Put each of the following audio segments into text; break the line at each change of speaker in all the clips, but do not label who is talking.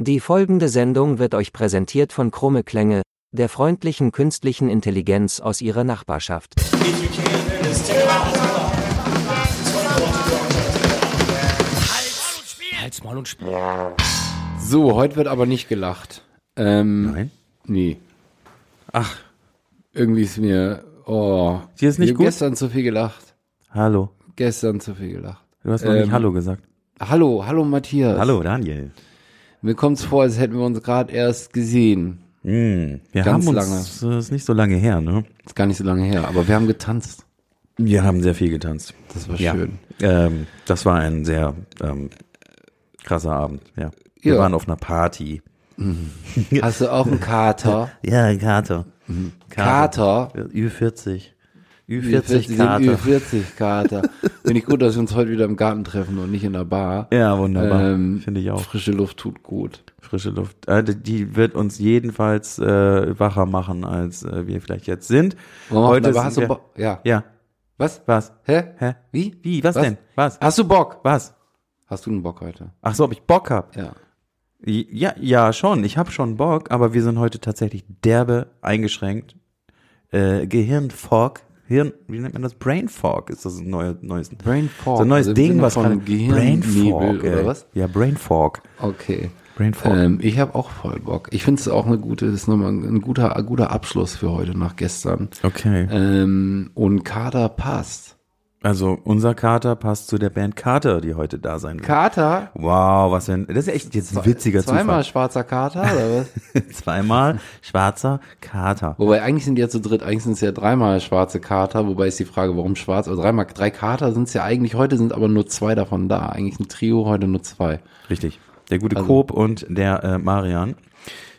Die folgende Sendung wird euch präsentiert von Krumme Klänge, der freundlichen künstlichen Intelligenz aus ihrer Nachbarschaft.
If you can't, then just take it out.
Halt's Maul und Spiel.
So, heute wird aber nicht gelacht. Ähm,
Nein?
Nee. Ach. Irgendwie ist mir. Oh.
Dir ist nicht
ich hab
gut?
gestern zu viel gelacht.
Hallo.
Gestern zu viel gelacht.
Du hast noch
Ähm,
nicht Hallo gesagt.
Hallo, hallo Matthias.
Hallo, Daniel.
Mir kommt's vor, als hätten wir uns gerade erst gesehen.
Hm, wir
Ganz
haben uns, das ist nicht so lange her, ne?
Ist gar nicht so lange her, aber wir haben getanzt.
Wir haben sehr viel getanzt.
Das war
ja.
schön.
Ähm, das war ein sehr ähm, krasser Abend, ja. Wir
Ja.
waren auf einer Party.
Hast du auch einen Kater?
Ja, Kater.
Kater?
Mhm. Ü40.
Ü40 Kater. Ü40 Kater. Finde ich gut, dass wir uns heute wieder im Garten treffen und nicht in der Bar.
Ja, wunderbar.
Ähm,
Finde ich auch.
Frische Luft tut gut.
Frische Luft. Äh, die- die wird uns jedenfalls äh, wacher machen, als äh, wir vielleicht jetzt sind.
Wollen wir auf einer Bar-
sind
hast du
wir-
Bock? Ja.
Ja.
Was?
Was?
Hä?
Hä?
Wie?
Wie? Was, denn? Was?
Hast du Bock?
Was?
Hast du einen Bock heute?
Ach so, ob ich Bock hab?
Ja.
Ja, ja, schon. Ich hab schon Bock, aber wir sind heute tatsächlich derbe eingeschränkt. Äh, Gehirnfog. Hirn, wie nennt man das? Brain Fog ist das ein neues, neues
Brain Fog,
So ein neues
also im
Ding,
Sinne
was
von
gerade Brain
Gehirnnebel
Fog,
oder
ey.
was?
Ja, Brain Fog.
Okay.
Brain Fog.
Ähm, ich habe auch voll Bock. Ich finde es auch eine gute, ist nochmal ein ein guter, ein guter Abschluss für heute nach gestern.
Okay.
Ähm, und Kader passt.
Also unser Kater passt zu der Band Kater, die heute da sein wird.
Kater?
wow, was denn? Das ist echt jetzt ein witziger
Zweimal
Zufall.
schwarzer Kater oder was?
Zweimal schwarzer Kater.
wobei eigentlich sind die ja zu dritt, eigentlich sind es ja dreimal schwarze Kater, wobei ist die Frage, warum schwarz? Also dreimal, drei Kater sind es ja eigentlich, heute sind aber nur zwei davon da. Eigentlich ein Trio, heute nur zwei.
Richtig. Der gute
Also
Coop und der äh, Marian,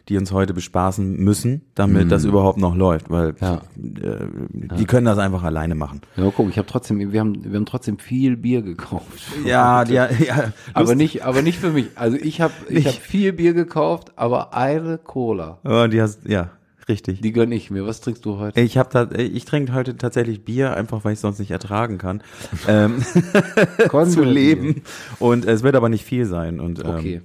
die uns heute bespaßen müssen, damit das überhaupt noch läuft, weil
Mhm. Ja.
äh, die können das einfach alleine machen.
Ja, guck, ich habe trotzdem, wir haben, wir haben trotzdem viel Bier gekauft.
Ja, die, ja, ja
Aber
lustig.
nicht, aber nicht für mich. Also ich habe ich hab viel Bier gekauft, aber eine Cola.
Aber die hast, ja, richtig.
Die gönn ich mir. Was trinkst du heute?
ich hab da, ich trinke heute tatsächlich Bier, einfach weil ich sonst nicht ertragen kann, ähm, zu leben. Und es wird aber nicht viel sein. Und, ähm,
Okay.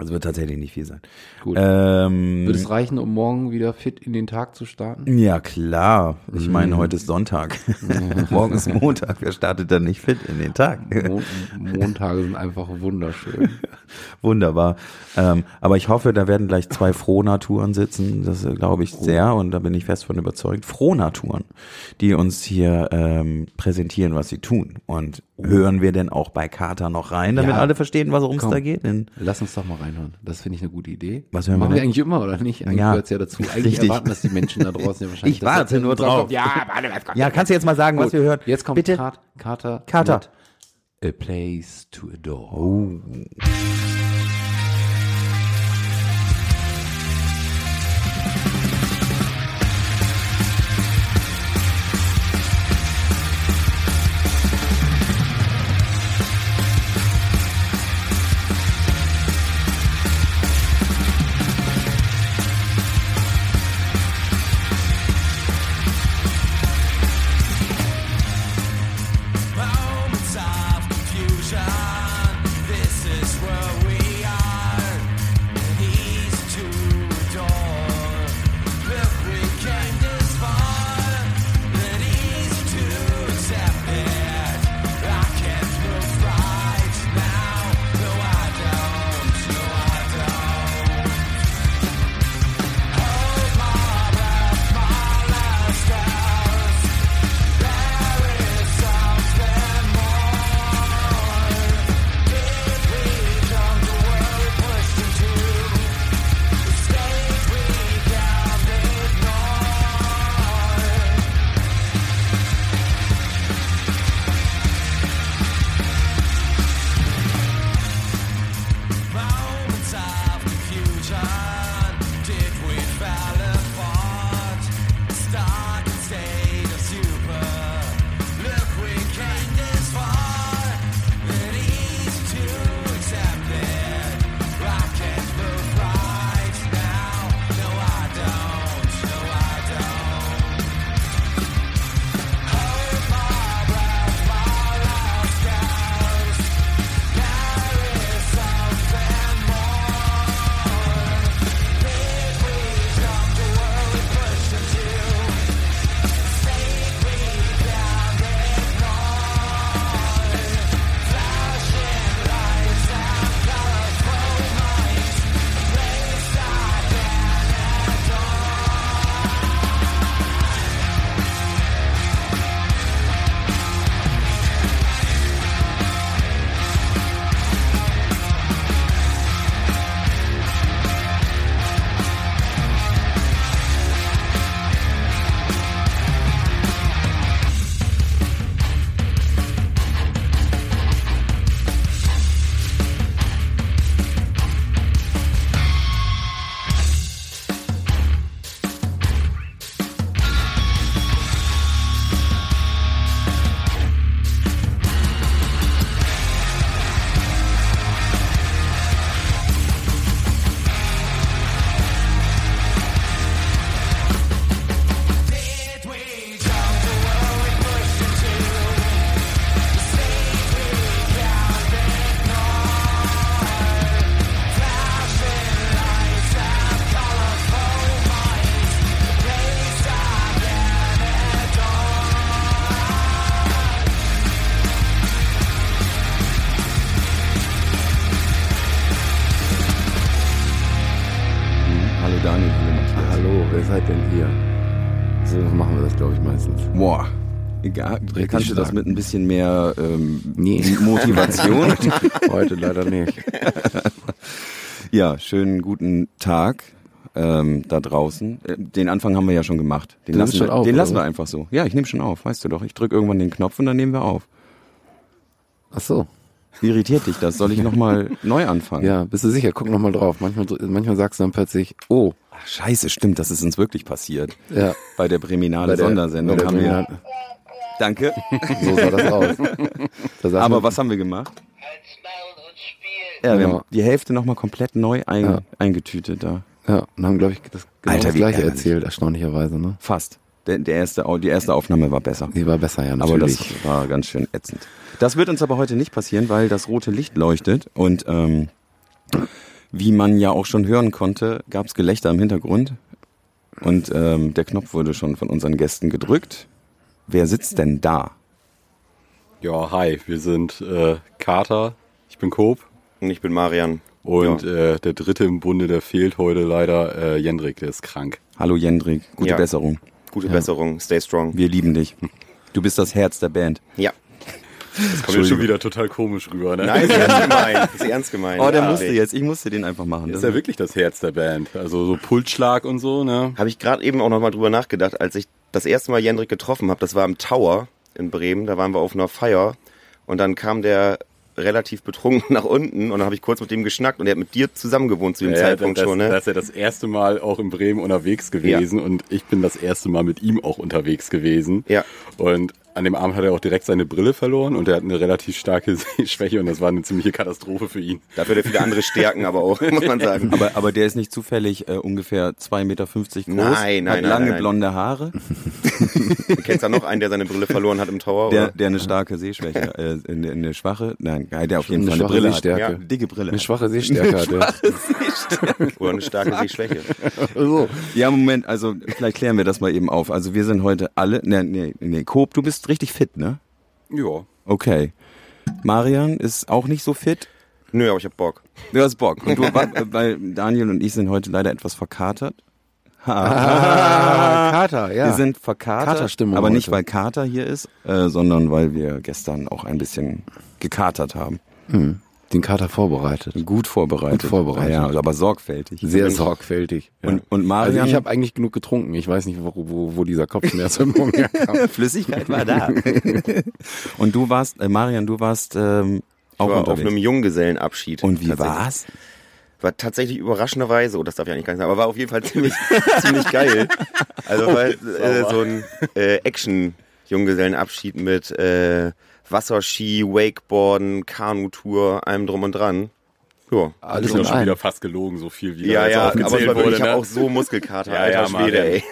Es wird tatsächlich nicht viel sein.
Gut.
Ähm,
Wird es reichen, um morgen wieder fit in den Tag zu starten?
Ja, klar. Ich
Mhm.
meine, heute ist Sonntag. Morgen ist Montag. Wer startet dann nicht fit in den Tag?
Mon Montage sind einfach wunderschön.
Wunderbar. Ähm, aber ich hoffe, da werden gleich zwei Frohnaturen sitzen. Das äh, glaube
Oh.
ich sehr und da bin ich fest von überzeugt. Frohnaturen, die uns hier ähm, präsentieren, was sie tun. Und hören wir denn auch bei Kater noch rein, damit
Oh. Ja.
alle verstehen, was ums
Komm.
da geht? In,
Lass uns doch mal reinhören. Das finde ich eine gute Idee.
Was hören wir
Machen wir
denn?
eigentlich immer, oder nicht? Eigentlich
Ja.
gehört es ja dazu. Eigentlich
Richtig.
erwarten das die Menschen da draußen ja wahrscheinlich.
ich warte nur drauf.
Ja, warte, was kommt?
Ja, kannst du jetzt mal sagen, was wir hören?
Jetzt kommt
Bitte.
Kat- Kater.
Kater. Oh.
mit A place to adore.
Moments of confusion. This is where we
Hallo Daniel, hallo Matthias. Hallo, wer seid denn hier? So machen wir das, glaube ich, meistens.
Boah. Egal, kannst du das
stark.
mit ein bisschen mehr ähm,
Nee.
Motivation?
Heute leider nicht.
ja, schönen guten Tag ähm, da draußen. Äh, Den Anfang haben wir ja schon gemacht. Den,
Du nimmst
lassen, wir,
schon auf,
den lassen
oder?
wir einfach so. Ja, ich nehme schon auf, weißt du doch. Ich drücke irgendwann den Knopf und dann nehmen wir auf.
Ach so.
Irritiert dich das? Soll ich nochmal neu anfangen?
Ja, bist du sicher? Guck nochmal drauf. Manchmal, dr- manchmal sagst du dann plötzlich, oh,
Ach, scheiße, stimmt, das ist uns wirklich passiert.
ja.
Bei der Breminale
bei der-
Sondersendung
bei der
haben wir.
Bremen-
Danke.
So sah das aus. Da saß
Aber
man-
was haben wir gemacht?
Hals, Maul und Spiel.
Ja, wir
Genau.
haben die Hälfte nochmal komplett neu ein,
Ja.
eingetütet da.
Ja, und haben, glaube ich, das, genau
Alter,
das
wie
gleiche
ärgerlich.
erzählt, erstaunlicherweise, ne?
Fast. Der, der erste, Au- die erste Aufnahme war besser.
Die war besser, ja,
Aber das
natürlich.
war Ah, ganz schön ätzend. Das wird uns aber heute nicht passieren, weil das rote Licht leuchtet und ähm, wie man ja auch schon hören konnte, gab es Gelächter im Hintergrund und ähm, der Knopf wurde schon von unseren Gästen gedrückt. Wer sitzt denn da?
Ja, hi, wir sind äh, Kater, ich bin Coop
Und ich bin Marian.
und äh, der dritte im Bunde, der fehlt heute leider, äh, Jendrik, der ist krank.
Hallo Jendrik, gute
Ja.
Besserung.
Gute Besserung, stay strong.
Wir lieben dich. Du bist das Herz der Band.
Ja.
Das kommt jetzt schon wieder total komisch rüber, ne?
Nein, ist ernst gemeint. Ist ernst gemeint.
Oh, der
Ja.
musste jetzt, ich musste den einfach machen.
Das ist ja wirklich das Herz der Band. Also so Pulsschlag und so, ne?
Habe ich gerade eben auch nochmal drüber nachgedacht, als ich das erste Mal Jendrik getroffen habe. Das war im Tower in Bremen. Da waren wir auf einer Feier. Und dann kam der relativ betrunken nach unten. Und dann habe ich kurz mit dem geschnackt. Und er hat mit dir zusammen gewohnt zu dem Zeitpunkt
das,
schon, ne?
das ist ja das erste Mal auch in Bremen unterwegs gewesen und ich bin das erste Mal mit ihm auch unterwegs gewesen.
Ja.
Und an dem Abend hat er auch direkt seine Brille verloren und er hat eine relativ starke Sehschwäche und das war eine ziemliche Katastrophe für ihn.
Dafür hat er viele andere Stärken, aber auch, muss man sagen.
Aber, aber der ist nicht zufällig äh, ungefähr 2,50 Meter groß,
Nein, nein,
hat
nein,
lange
nein, nein.
blonde Haare,
du kennst ja noch einen, der seine Brille verloren hat im Tower,
der,
oder?
der eine starke Sehschwäche, äh, eine, eine schwache, nein, der auf jeden
Eine
Fall eine
schwache
Brille
Sehstärke.
hat. Ja, dicke Brille.
Eine schwache Sehstärke hatte.
Oder eine starke Sehschwäche.
So.
Ja, Moment, also vielleicht klären wir das mal eben auf. Also wir sind heute alle, nee, nee, nee, Coop, du bist richtig fit, ne?
Ja.
Okay. Marian ist auch nicht so fit.
Nö, aber ich hab Bock.
Du hast Bock. Und du, äh, weil Daniel und ich sind heute leider etwas verkatert.
Ah, Kater, ja.
Wir sind verkatert,
Katerstimmung
aber nicht,
heute.
weil Kater hier ist, äh, sondern weil wir gestern auch ein bisschen gekatert haben.
den Kater vorbereitet.
Gut vorbereitet.
Gut vorbereitet.
Ja, aber sorgfältig.
Sehr sorgfältig. Ja.
Und- und Marian-
Also ich habe eigentlich genug getrunken. Ich weiß nicht, wo, wo, wo dieser Kopfschmerz im Morgen herkam.
Flüssigkeit war da. Und du warst, äh, Marian, du warst ähm,
Ich
auch
war auf
unterwegs.
einem Junggesellenabschied.
und wie
Tatsächlich.
war's?
War tatsächlich überraschenderweise, oh, das darf ich eigentlich gar nicht sagen, aber war auf jeden Fall ziemlich, ziemlich geil. Also
Oh,
war äh, so ein äh, Action-Junggesellenabschied mit äh, Wasserski, Wakeboarden, Kanutour, allem drum und dran. Ja,
Alles
ich hab
in
doch schon
einem.
wieder fast gelogen, so viel wie da
ja,
jetzt
ja aber
aufgezählt
es war,
wurde.
wirklich- ich habe
ne?
auch so Muskelkater,
Ja,
alter
ja,
Schwede, ey.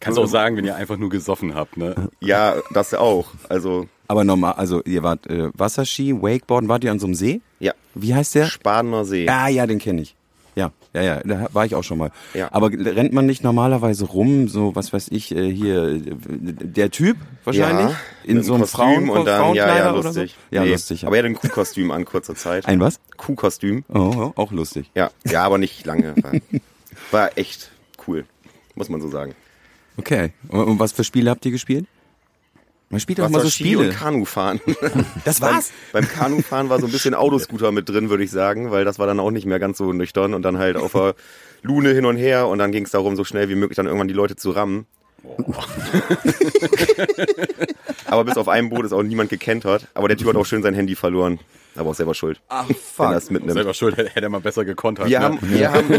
Kannst auch sagen, wenn ihr einfach nur gesoffen habt, ne?
Ja, das auch. Also,
Aber normal, also ihr wart äh, Wasserski, Wakeboarden, wart ihr an so einem See?
ja,
Wie heißt der?
Spadener See.
Ah ja, den kenne ich. Ja, ja, ja, da war ich auch schon mal.
Ja.
Aber rennt man nicht normalerweise rum, so was weiß ich, äh, hier äh, der Typ wahrscheinlich
Ja,
in
mit
so einem
Kostüm
Frauen
und dann, ja, ja,
Frauenkleider oder so?
lustig.
Ja,
Nee,
lustig. Ja.
Aber er hat ein Kuhkostüm an, kurzer Zeit.
Ein was?
Kuhkostüm.
Oh, oh, auch lustig.
Ja, ja, aber nicht lange. War, war echt cool, muss man so sagen.
Okay. Und, und was für Spiele habt ihr gespielt? Man spielt auch mal so
Wasserski und
Spiele.
Kanufahren.
Das war's.
Beim Kanufahren war so ein bisschen Autoscooter mit drin, würde ich sagen, weil das war dann auch nicht mehr ganz so nüchtern und dann halt auf der Lune hin und her und dann ging es darum, so schnell wie möglich dann irgendwann die Leute zu rammen. aber bis auf einem Boot ist auch niemand gekentert. Aber der Typ hat auch schön sein Handy verloren. Aber auch selber schuld. Ach, fuck. Wenn er es mitnimmt.
Selber schuld, hätte er mal besser gekontert.
Wir
ne?
haben, wir, haben,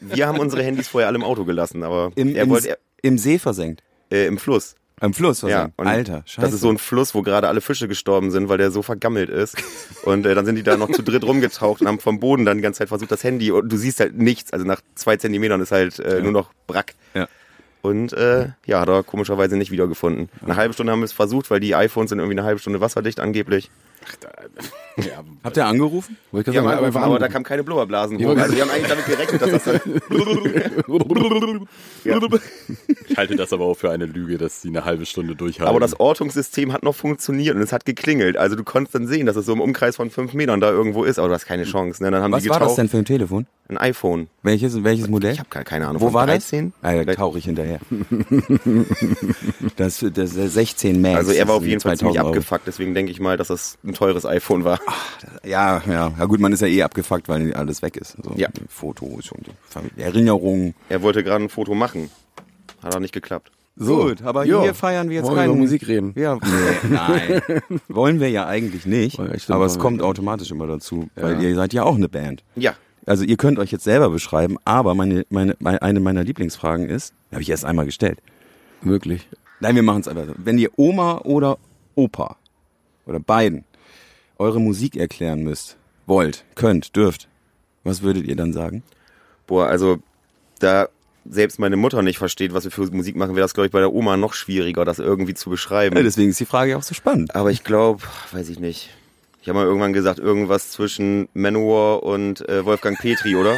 wir, haben unsere Handys vorher alle im Auto gelassen, aber
Im,
er
im,
wollte
Im See versenkt.
äh, im Fluss.
Im Fluss
Ja,
versenkt.
und
Alter, scheiße.
Das ist so ein Fluss, wo gerade alle Fische gestorben sind, weil der so vergammelt ist. Und äh, dann sind die da noch zu dritt rumgetaucht und haben vom Boden dann die ganze Zeit versucht, das Handy. Und du siehst halt nichts. Also nach zwei Zentimetern ist halt äh, nur noch Brack.
Ja.
Und äh, ja, hat er komischerweise nicht wiedergefunden. Eine halbe Stunde haben wir es versucht, weil die iPhones sind irgendwie eine halbe Stunde wasserdicht angeblich.
Ja,
Habt ihr angerufen?
Wollte ich
Wir
gerade
haben
sagen,
angerufen,
einfach
aber da
anrufen.
kam keine Blubberblasen
Ja,
hoch.
aber-
Also wir haben eigentlich damit gerechnet, dass das dann... Ja.
Ich halte das aber auch für eine Lüge, dass sie eine halbe Stunde durchhalten.
Aber
Ähm.
das Ortungssystem hat noch funktioniert und es hat geklingelt. Also du konntest dann sehen, dass es so im Umkreis von fünf Metern da irgendwo ist. Aber du hast keine Chance. Ne? Dann haben
Was
die
war das
getaucht.
denn für ein Telefon?
Ein iPhone.
Welches, welches Modell?
Ich habe keine, keine Ahnung.
Wo
von
war
13?
das? Ah, da tauche ich hinterher. das, das, das 16 Max.
Also er war
Das
auf jeden
sind
Fall ziemlich
2000 Euro.
abgefuckt. Deswegen denke ich mal, dass das ein teures iPhone war.
Ja, ja. Ja gut, man ist ja eh abgefuckt, weil alles weg ist. Also
Ja.
Fotos und Familie- Erinnerungen.
Er wollte gerade ein Foto machen. Hat auch nicht geklappt.
So.
jo.
Jo. Wollen wir über Musik reden?
Ja, nee, nein. Wollen wir ja eigentlich nicht.
Oh ja, stimmt,
aber es
wollen wir
kommt automatisch immer dazu, weil ihr seid ja auch eine Band.
Ja.
Also ihr könnt euch jetzt selber beschreiben, aber meine, meine, meine, eine meiner Lieblingsfragen ist, habe ich erst einmal gestellt.
Wirklich.
Nein, wir machen es einfach so. Wenn ihr Oma oder Opa oder beiden eure Musik erklären müsst, wollt, könnt, dürft, was würdet ihr dann sagen?
Boah, also da selbst meine Mutter nicht versteht, was wir für Musik machen, wäre das, glaube ich, bei der Oma noch schwieriger, das irgendwie zu beschreiben.
Ja, deswegen ist die Frage ja auch so spannend.
Aber ich glaube, weiß ich nicht. Ich habe mal irgendwann gesagt, irgendwas zwischen Manowar und äh, Wolfgang Petri, oder?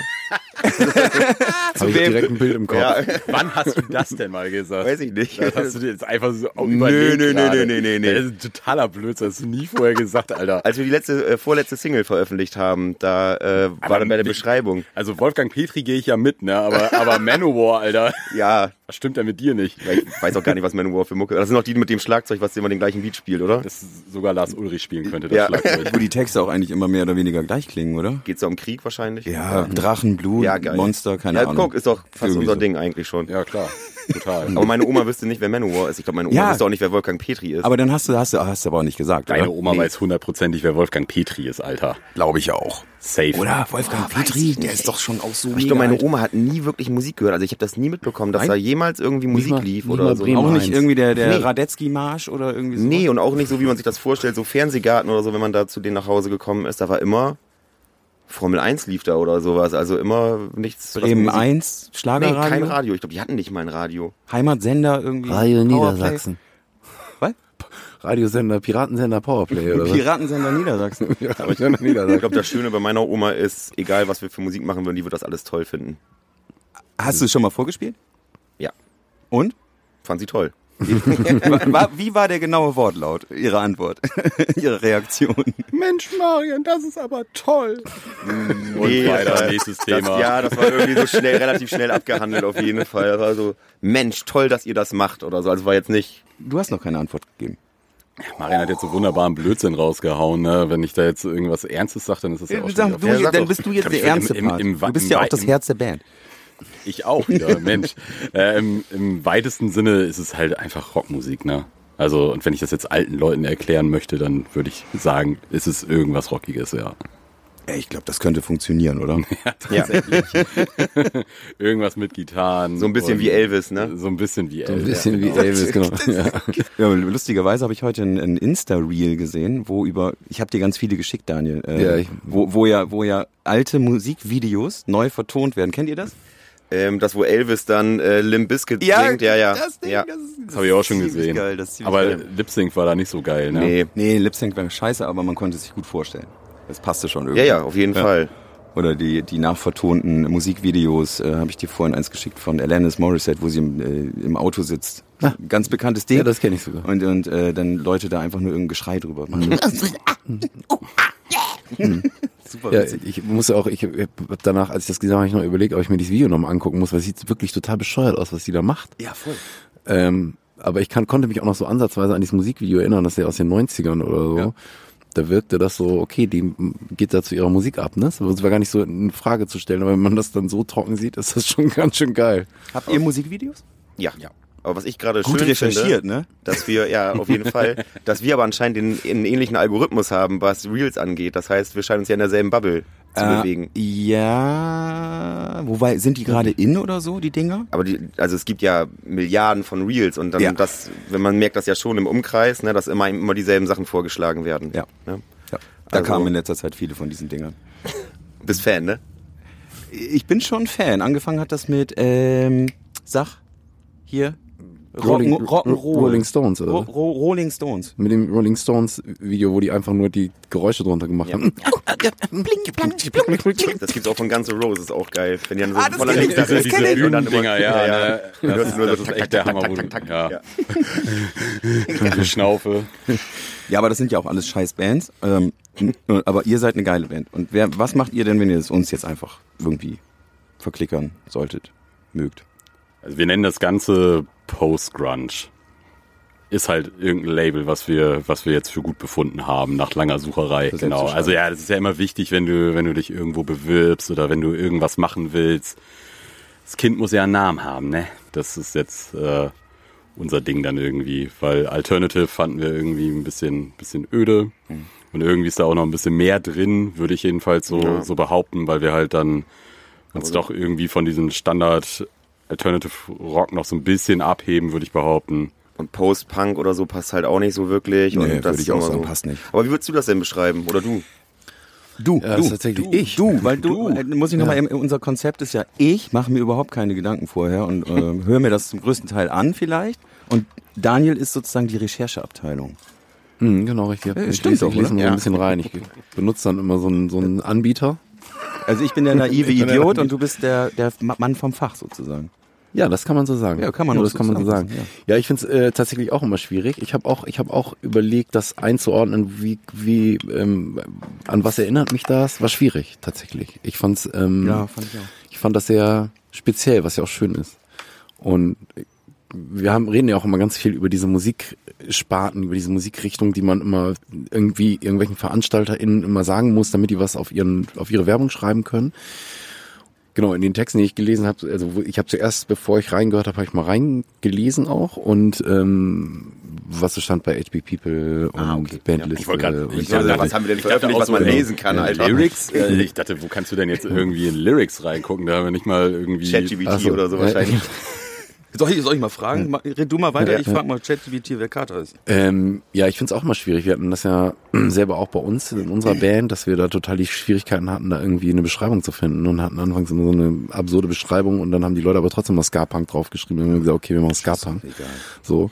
Habe ich direkt ein Bild im Kopf.
Ja,
Wann hast du das denn mal gesagt?
weiß ich nicht.
Das hast du dir jetzt einfach so auch
Nö,
überlegt
nö, nö,
gerade.
nö, nö, nö.
Das ist ein totaler Blödsinn. Das hast du nie vorher gesagt, Alter.
Als wir die letzte, äh, vorletzte Single veröffentlicht haben, da äh, war dann bei der Beschreibung.
Also Wolfgang Petri gehe ich ja mit, ne? Aber, aber Manowar, Alter.
Ja,
Was stimmt denn mit dir nicht?
ich weiß auch gar nicht, was Manowar für Mucke. Das sind auch die mit dem Schlagzeug, was immer den gleichen Beat spielt, oder?
Dass sogar Lars Ulrich spielen könnte, das
Ja.
Schlagzeug.
Wo die Texte auch eigentlich immer mehr oder weniger gleich klingen, oder?
Geht's da um Krieg wahrscheinlich?
Ja, Drachenblut,
Ja, geil.
Monster, keine
ja,
Ahnung.
guck, ist doch fast
Irgendwie
unser
so.
Ding eigentlich schon.
Ja, klar. Total.
Hm.
Aber meine Oma wüsste nicht, wer Manowar ist. Ich glaube, meine Oma
Ja.
wüsste auch nicht, wer Wolfgang Petri ist.
Aber dann hast du, hast du, hast du aber auch nicht gesagt,
Deine
oder?
Oma weiß hundertprozentig, wer Wolfgang Petri ist, Alter.
Glaube ich auch.
Safe.
Oder?
Ah,
Wolfgang Petri, der ist doch schon auch so
Aber ich glaube, meine Oma hat nie wirklich Musik gehört. Also ich habe das nie mitbekommen, dass
Nein?
da jemals irgendwie Musik
mal-
lief
nicht
oder
mal
so.
Bremen
Auch nicht
Eins.
irgendwie der, der
Nee.
Radetzky-Marsch oder irgendwie so?
Nee, und auch nicht so, wie man sich das vorstellt, so Fernsehgarten oder so, wenn man da zu denen nach Hause gekommen ist, da war immer Formel 1 lief da oder sowas, also immer nichts. was
Bremen
Musik-
1,
Nee, kein
Schlagerradio,
Radio. Ich glaube, die hatten nicht mal ein Radio.
Heimatsender irgendwie.
Radio
Powerplay.
Niedersachsen.
Was?
Radiosender, Piratensender, Powerplay oder was?
Piratensender Niedersachsen.
Piratensender
Ich
Niedersachsen.
glaube, das Schöne bei meiner Oma ist, egal was wir für Musik machen würden, die wird das alles toll finden.
Hast du es schon mal vorgespielt?
Ja,
Und?
fand sie toll.
Wa- wa- wie war der genaue Wortlaut Ihre Antwort? Ihre Reaktion?
Mensch, Marian, das ist aber toll.
Hm.
Und
Nee,
weiter,
äh,
das-
nächstes
Das,
Thema.
ja, das war irgendwie so schnell, relativ schnell abgehandelt auf jeden Fall. Das war so, Mensch, toll, dass ihr das macht oder so. Also war jetzt nicht,
Du hast noch keine Antwort gegeben.
Marian hat jetzt so wunderbaren Blödsinn rausgehauen, ne? Wenn ich da jetzt irgendwas Ernstes sage, dann ist das ja auch schon
Äh, Sag,
wieder
du,
falsch.
Ja, sag
dann
doch.
bist du jetzt der
Ich würd im-
ernste
im-
Part.
im-
du bist ja auch
im-
das Herz der Band.
Ich auch wieder, Mensch. Äh, im, Im weitesten Sinne ist es halt einfach Rockmusik, ne? Also, und wenn ich das jetzt alten Leuten erklären möchte, dann würde ich sagen, ist es irgendwas Rockiges, ja.
Ey, ich glaube, das könnte funktionieren, oder?
ja,
Irgendwas mit Gitarren.
so ein bisschen
und-
wie Elvis, ne?
So ein bisschen wie Elvis.
Ein bisschen wie Elvis, genau. Ja.
Ja, lustigerweise habe ich heute ein, ein Insta-Reel gesehen, wo über, ich habe dir ganz viele geschickt, Daniel, äh,
Ja, ich-
wo, wo ja, wo ja alte Musikvideos neu vertont werden. Kennt ihr das?
Ähm, das, wo Elvis dann äh, Limp Bizkit singt, ja, ja.
Das Ding,
ja.
das, ist- das
Das habe ich auch schon
ist ziemlich
gesehen.
Geil, das ist ziemlich
Aber
geil.
Lip Sync war da nicht so geil, ne?
nee.
nee, Lip Sync wäre scheiße, aber man konnte es sich gut vorstellen. Das passte schon irgendwie.
Ja, ja, auf jeden Fall.
Oder die, die nachvertonten Musikvideos, äh, habe ich dir vorhin eins geschickt von Alanis Morissette, wo sie im, äh, im Auto sitzt. Ganz bekanntes Ding.
Ah. Ja, das kenn ich Mhm. sogar.
Und, und äh, dann Leute da einfach nur irgendein Geschrei drüber machen. Super
Ja,
witzig.
ich muss auch, ich hab danach, als ich das gesehen habe, habe ich noch überlegt, ob ich mir dieses Video nochmal angucken muss, weil es sieht wirklich total bescheuert aus, was die da macht.
Ja, voll.
Ähm, aber ich kann, konnte mich auch noch so ansatzweise an dieses Musikvideo erinnern, das ist ja aus den 90ern oder so.
Ja.
Da wirkte das so, okay, die geht da zu ihrer Musik ab, ne? Das war gar nicht so in Frage zu stellen, aber wenn man das dann so trocken sieht, ist das schon ganz schön geil.
Habt ihr Musikvideos?
Ja. Aber was ich gerade
Gut
schön
recherchiert,
finde,
ne?
dass wir, ja, auf jeden Fall, dass wir aber anscheinend den, einen ähnlichen Algorithmus haben, was Reels angeht. Das heißt, wir scheinen uns ja in derselben Bubble zu bewegen.
Äh, Ja, wobei, sind die gerade in oder so, die Dinger?
Aber die, also es gibt ja Milliarden von Reels und dann
Ja.
das, wenn man merkt das ja schon im Umkreis, ne, dass immer, immer dieselben Sachen vorgeschlagen werden.
Ja.
Ne?
Ja. Da
Also-
kamen in letzter Zeit viele von diesen Dingern.
Bist Fan, ne?
Ich bin schon Fan. Angefangen hat das mit, ähm, Sach, hier, Rolling, Rock'n'Roll.
Rolling Stones, oder?
Ro Ro Rolling Stones.
Mit dem Rolling Stones Video, wo die einfach nur die Geräusche drunter gemacht haben.
Das gibt's auch von Guns N' Roses, auch geil. Wenn die dann so
Ah, das
voller
kenn ich,
Lichter
das
sind
kenn ich.
und dann immer-
Bühnendinger, ja.
ja.
Ne?
Du hörst
Das,
nur
das
so
ist
tack,
echt der
tack,
Hammer.
tack,
wo du-
tack, tack,
Ja.
ja.
Die Schnaufe.
Ja, aber das sind ja auch alles scheiß Bands. Ähm, n- aber ihr seid eine geile Band. Und wer, was macht ihr denn, wenn ihr es uns jetzt einfach irgendwie verklickern solltet, mögt?
Also wir nennen das Ganze Post-Grunge. Ist halt irgendein Label, was wir, was wir jetzt für gut befunden haben, nach langer Sucherei.
Für
Genau.
selbstverständlich.
Also ja, das ist ja immer wichtig, wenn du, wenn du dich irgendwo bewirbst oder wenn du irgendwas machen willst. Das Kind muss ja einen Namen haben, ne? Das ist jetzt äh, unser Ding dann irgendwie, weil Alternative fanden wir irgendwie ein bisschen, bisschen öde. Und irgendwie ist da auch noch ein bisschen mehr drin, würde ich jedenfalls so, so behaupten, weil wir halt dann uns
Also-
doch irgendwie von diesem Standard Alternative Rock noch so ein bisschen abheben, würde ich behaupten.
Und Post-Punk oder so passt halt auch nicht so wirklich. und
Nee,
das
würde ich
ist
auch
immer
sagen,
so.
passt nicht.
Aber wie würdest du das denn beschreiben? Oder du?
Du,
Ja, Äh, das
du,
ist tatsächlich
du,
ich.
du, weil du, äh, muss ich nochmal, unser Konzept ist ja, ich mache mir überhaupt keine Gedanken vorher und ähm, höre mir das zum größten Teil an vielleicht. Und Daniel ist sozusagen die Rechercheabteilung.
Hm, genau, richtig.
Äh,
ich
stimmt
lese,
doch,
ich lese
oder?
nur
Ja.
ein bisschen rein. Ich benutze dann immer so einen, so einen Anbieter.
Also ich bin der naive
bin der
Idiot
naive-
und du bist der, der Ma- Mann vom Fach sozusagen.
Ja, das kann man so sagen.
Ja, kann man
das
so
kann man so sagen.
zusammenfassen,
Ja, ich finde es äh, tatsächlich auch immer schwierig. Ich habe auch, ich habe auch überlegt, das einzuordnen, wie, wie, ähm, an was erinnert mich das? War schwierig tatsächlich. Ich fand's, ähm,
fand ich auch.
ich fand das sehr speziell, was ja auch schön ist. Und wir haben, reden ja auch immer ganz viel über diese Musiksparten, über diese Musikrichtung, die man immer irgendwie irgendwelchen VeranstalterInnen immer sagen muss, damit die was auf ihren, auf ihre Werbung schreiben können. Genau, in den Texten, die ich gelesen habe, also wo- ich habe zuerst, bevor ich reingehört habe, habe ich mal reingelesen auch und ähm, was so stand bei HP People und Bandliste.
Ah, Ich wollte gerade.
und
ich
so.
dachte-
was haben wir denn
Äh, ich dachte
veröffentlicht,
auch
was man lesen kann,
äh,
Alter?
Lyrics? Äh, Ich dachte, wo kannst du denn jetzt irgendwie in Lyrics reingucken? Da haben wir nicht mal irgendwie.
ChatGPT
Ach so.
oder so
Ja.
wahrscheinlich.
Soll ich, soll ich mal fragen? Ma- Red du mal weiter,
Ja.
ich frag mal ChatGPT, wer Kater ist.
Ähm, ja, ich find's auch mal schwierig. Wir hatten das ja äh, selber auch bei uns in unserer Band, dass wir da total die Schwierigkeiten hatten, da irgendwie eine Beschreibung zu finden und hatten anfangs immer so eine absurde Beschreibung und dann haben die Leute aber trotzdem mal Ska-Punk draufgeschrieben und haben gesagt, okay, wir machen Ska-Punk. So.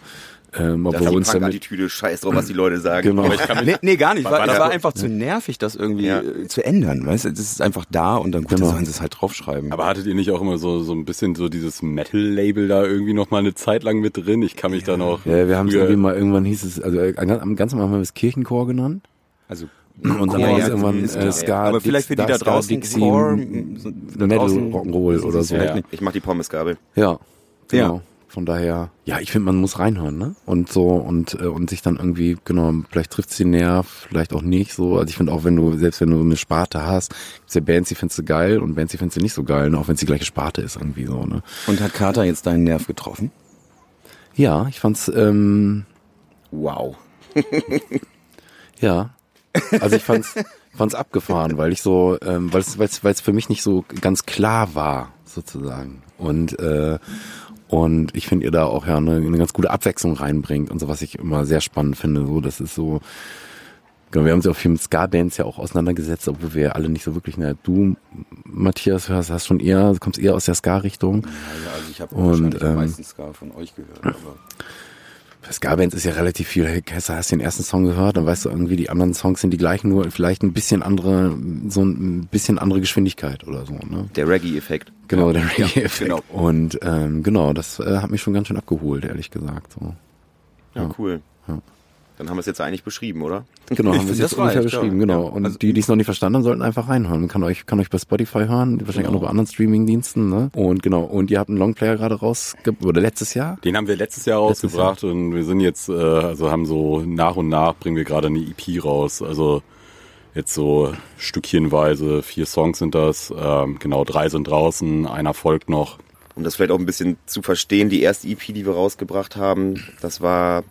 Ähm,
Das ist
obwohl
die
uns damit,
Punk-Attitüde, scheiß drauf, was die Leute sagen.
Genau.
Aber ich kann mich-
Nee, nee, gar nicht. War,
War
es
das
war
so?
einfach zu nervig, das irgendwie
Ja.
äh, zu ändern. Weißt du, das ist einfach da und dann gut,
Genau.
dann sollen sie es halt draufschreiben.
Aber hattet ihr nicht auch immer so, so ein bisschen so dieses Metal-Label da irgendwie noch mal eine Zeit lang mit drin? Ich kann mich da noch.
ja, wir haben es
früher-
irgendwie mal irgendwann hieß es, also äh, am- ganz am Anfang haben wir es Kirchenchor genannt.
also,
Und dann
Chor
haben wir es
ist-
irgendwann
ist
äh,
klar.
Ska,
Aber vielleicht für die da
Ska,
draußen,
Dixie,
Chor, m- so- da
Metal,
draußen
Rock'n'Roll oder so.
ja.
Ich mach die Pommesgabel.
Ja, genau.
Ja.
Von daher, ja, ich finde, man muss reinhören, ne? Und so und äh, und sich dann irgendwie, genau, vielleicht trifft's den Nerv, vielleicht auch nicht so. Also ich finde auch, wenn du selbst wenn du eine Sparte hast, gibt's ja Bands, die findest du geil und Bands, die findest du nicht so geil, ne? auch wenn es die gleiche Sparte ist irgendwie so, ne?
Und hat Kater jetzt deinen Nerv getroffen?
Ja, ich fand's ähm,
Wow.
Ja. Also ich fand's, fand's abgefahren, weil ich so, ähm, weil es weil's, weil's für mich nicht so ganz klar war, sozusagen. Und, äh, und ich finde, ihr da auch ja eine, eine ganz gute Abwechslung reinbringt und so, was ich immer sehr spannend finde. So, das ist so. Genau, wir haben uns ja auch viel mit Ska-Bands ja auch auseinandergesetzt, obwohl wir ja alle nicht so wirklich, naja, du, Matthias, hast, hast schon eher, du kommst eher aus der Ska-Richtung.
Also ich habe
Und, wahrscheinlich am ähm, meisten
Ska von euch gehört. Aber
Bei Ska-Bands ist ja relativ viel, hey, Kessa, hast du den ersten Song gehört, dann weißt du irgendwie, die anderen Songs sind die gleichen, nur vielleicht ein bisschen andere, so ein bisschen andere Geschwindigkeit oder so, ne?
Der Reggae-Effekt.
Genau, der Reggae-Effekt.
genau.
Und ähm, genau, das äh, hat mich schon ganz schön abgeholt, ehrlich gesagt. So.
Ja, cool. Dann haben wir es jetzt eigentlich beschrieben, oder?
Genau, haben wir
find,
es
das
jetzt
reicht,
ungefähr beschrieben,
ja. also
genau. Und die, die es noch nicht verstanden haben, sollten einfach reinhören. Man kann euch, kann euch bei Spotify hören,
Genau.
wahrscheinlich auch noch bei anderen Streaming-Diensten, ne? Und genau, und ihr habt einen Longplayer gerade rausge... oder letztes Jahr?
Den haben wir letztes Jahr
Letztes
rausgebracht und wir sind jetzt, äh, also haben so nach und nach bringen wir gerade eine EP raus. Also jetzt so stückchenweise, vier Songs sind das, ähm, genau, drei sind draußen, einer folgt noch.
um das vielleicht auch ein bisschen zu verstehen, die erste EP, die wir rausgebracht haben, das war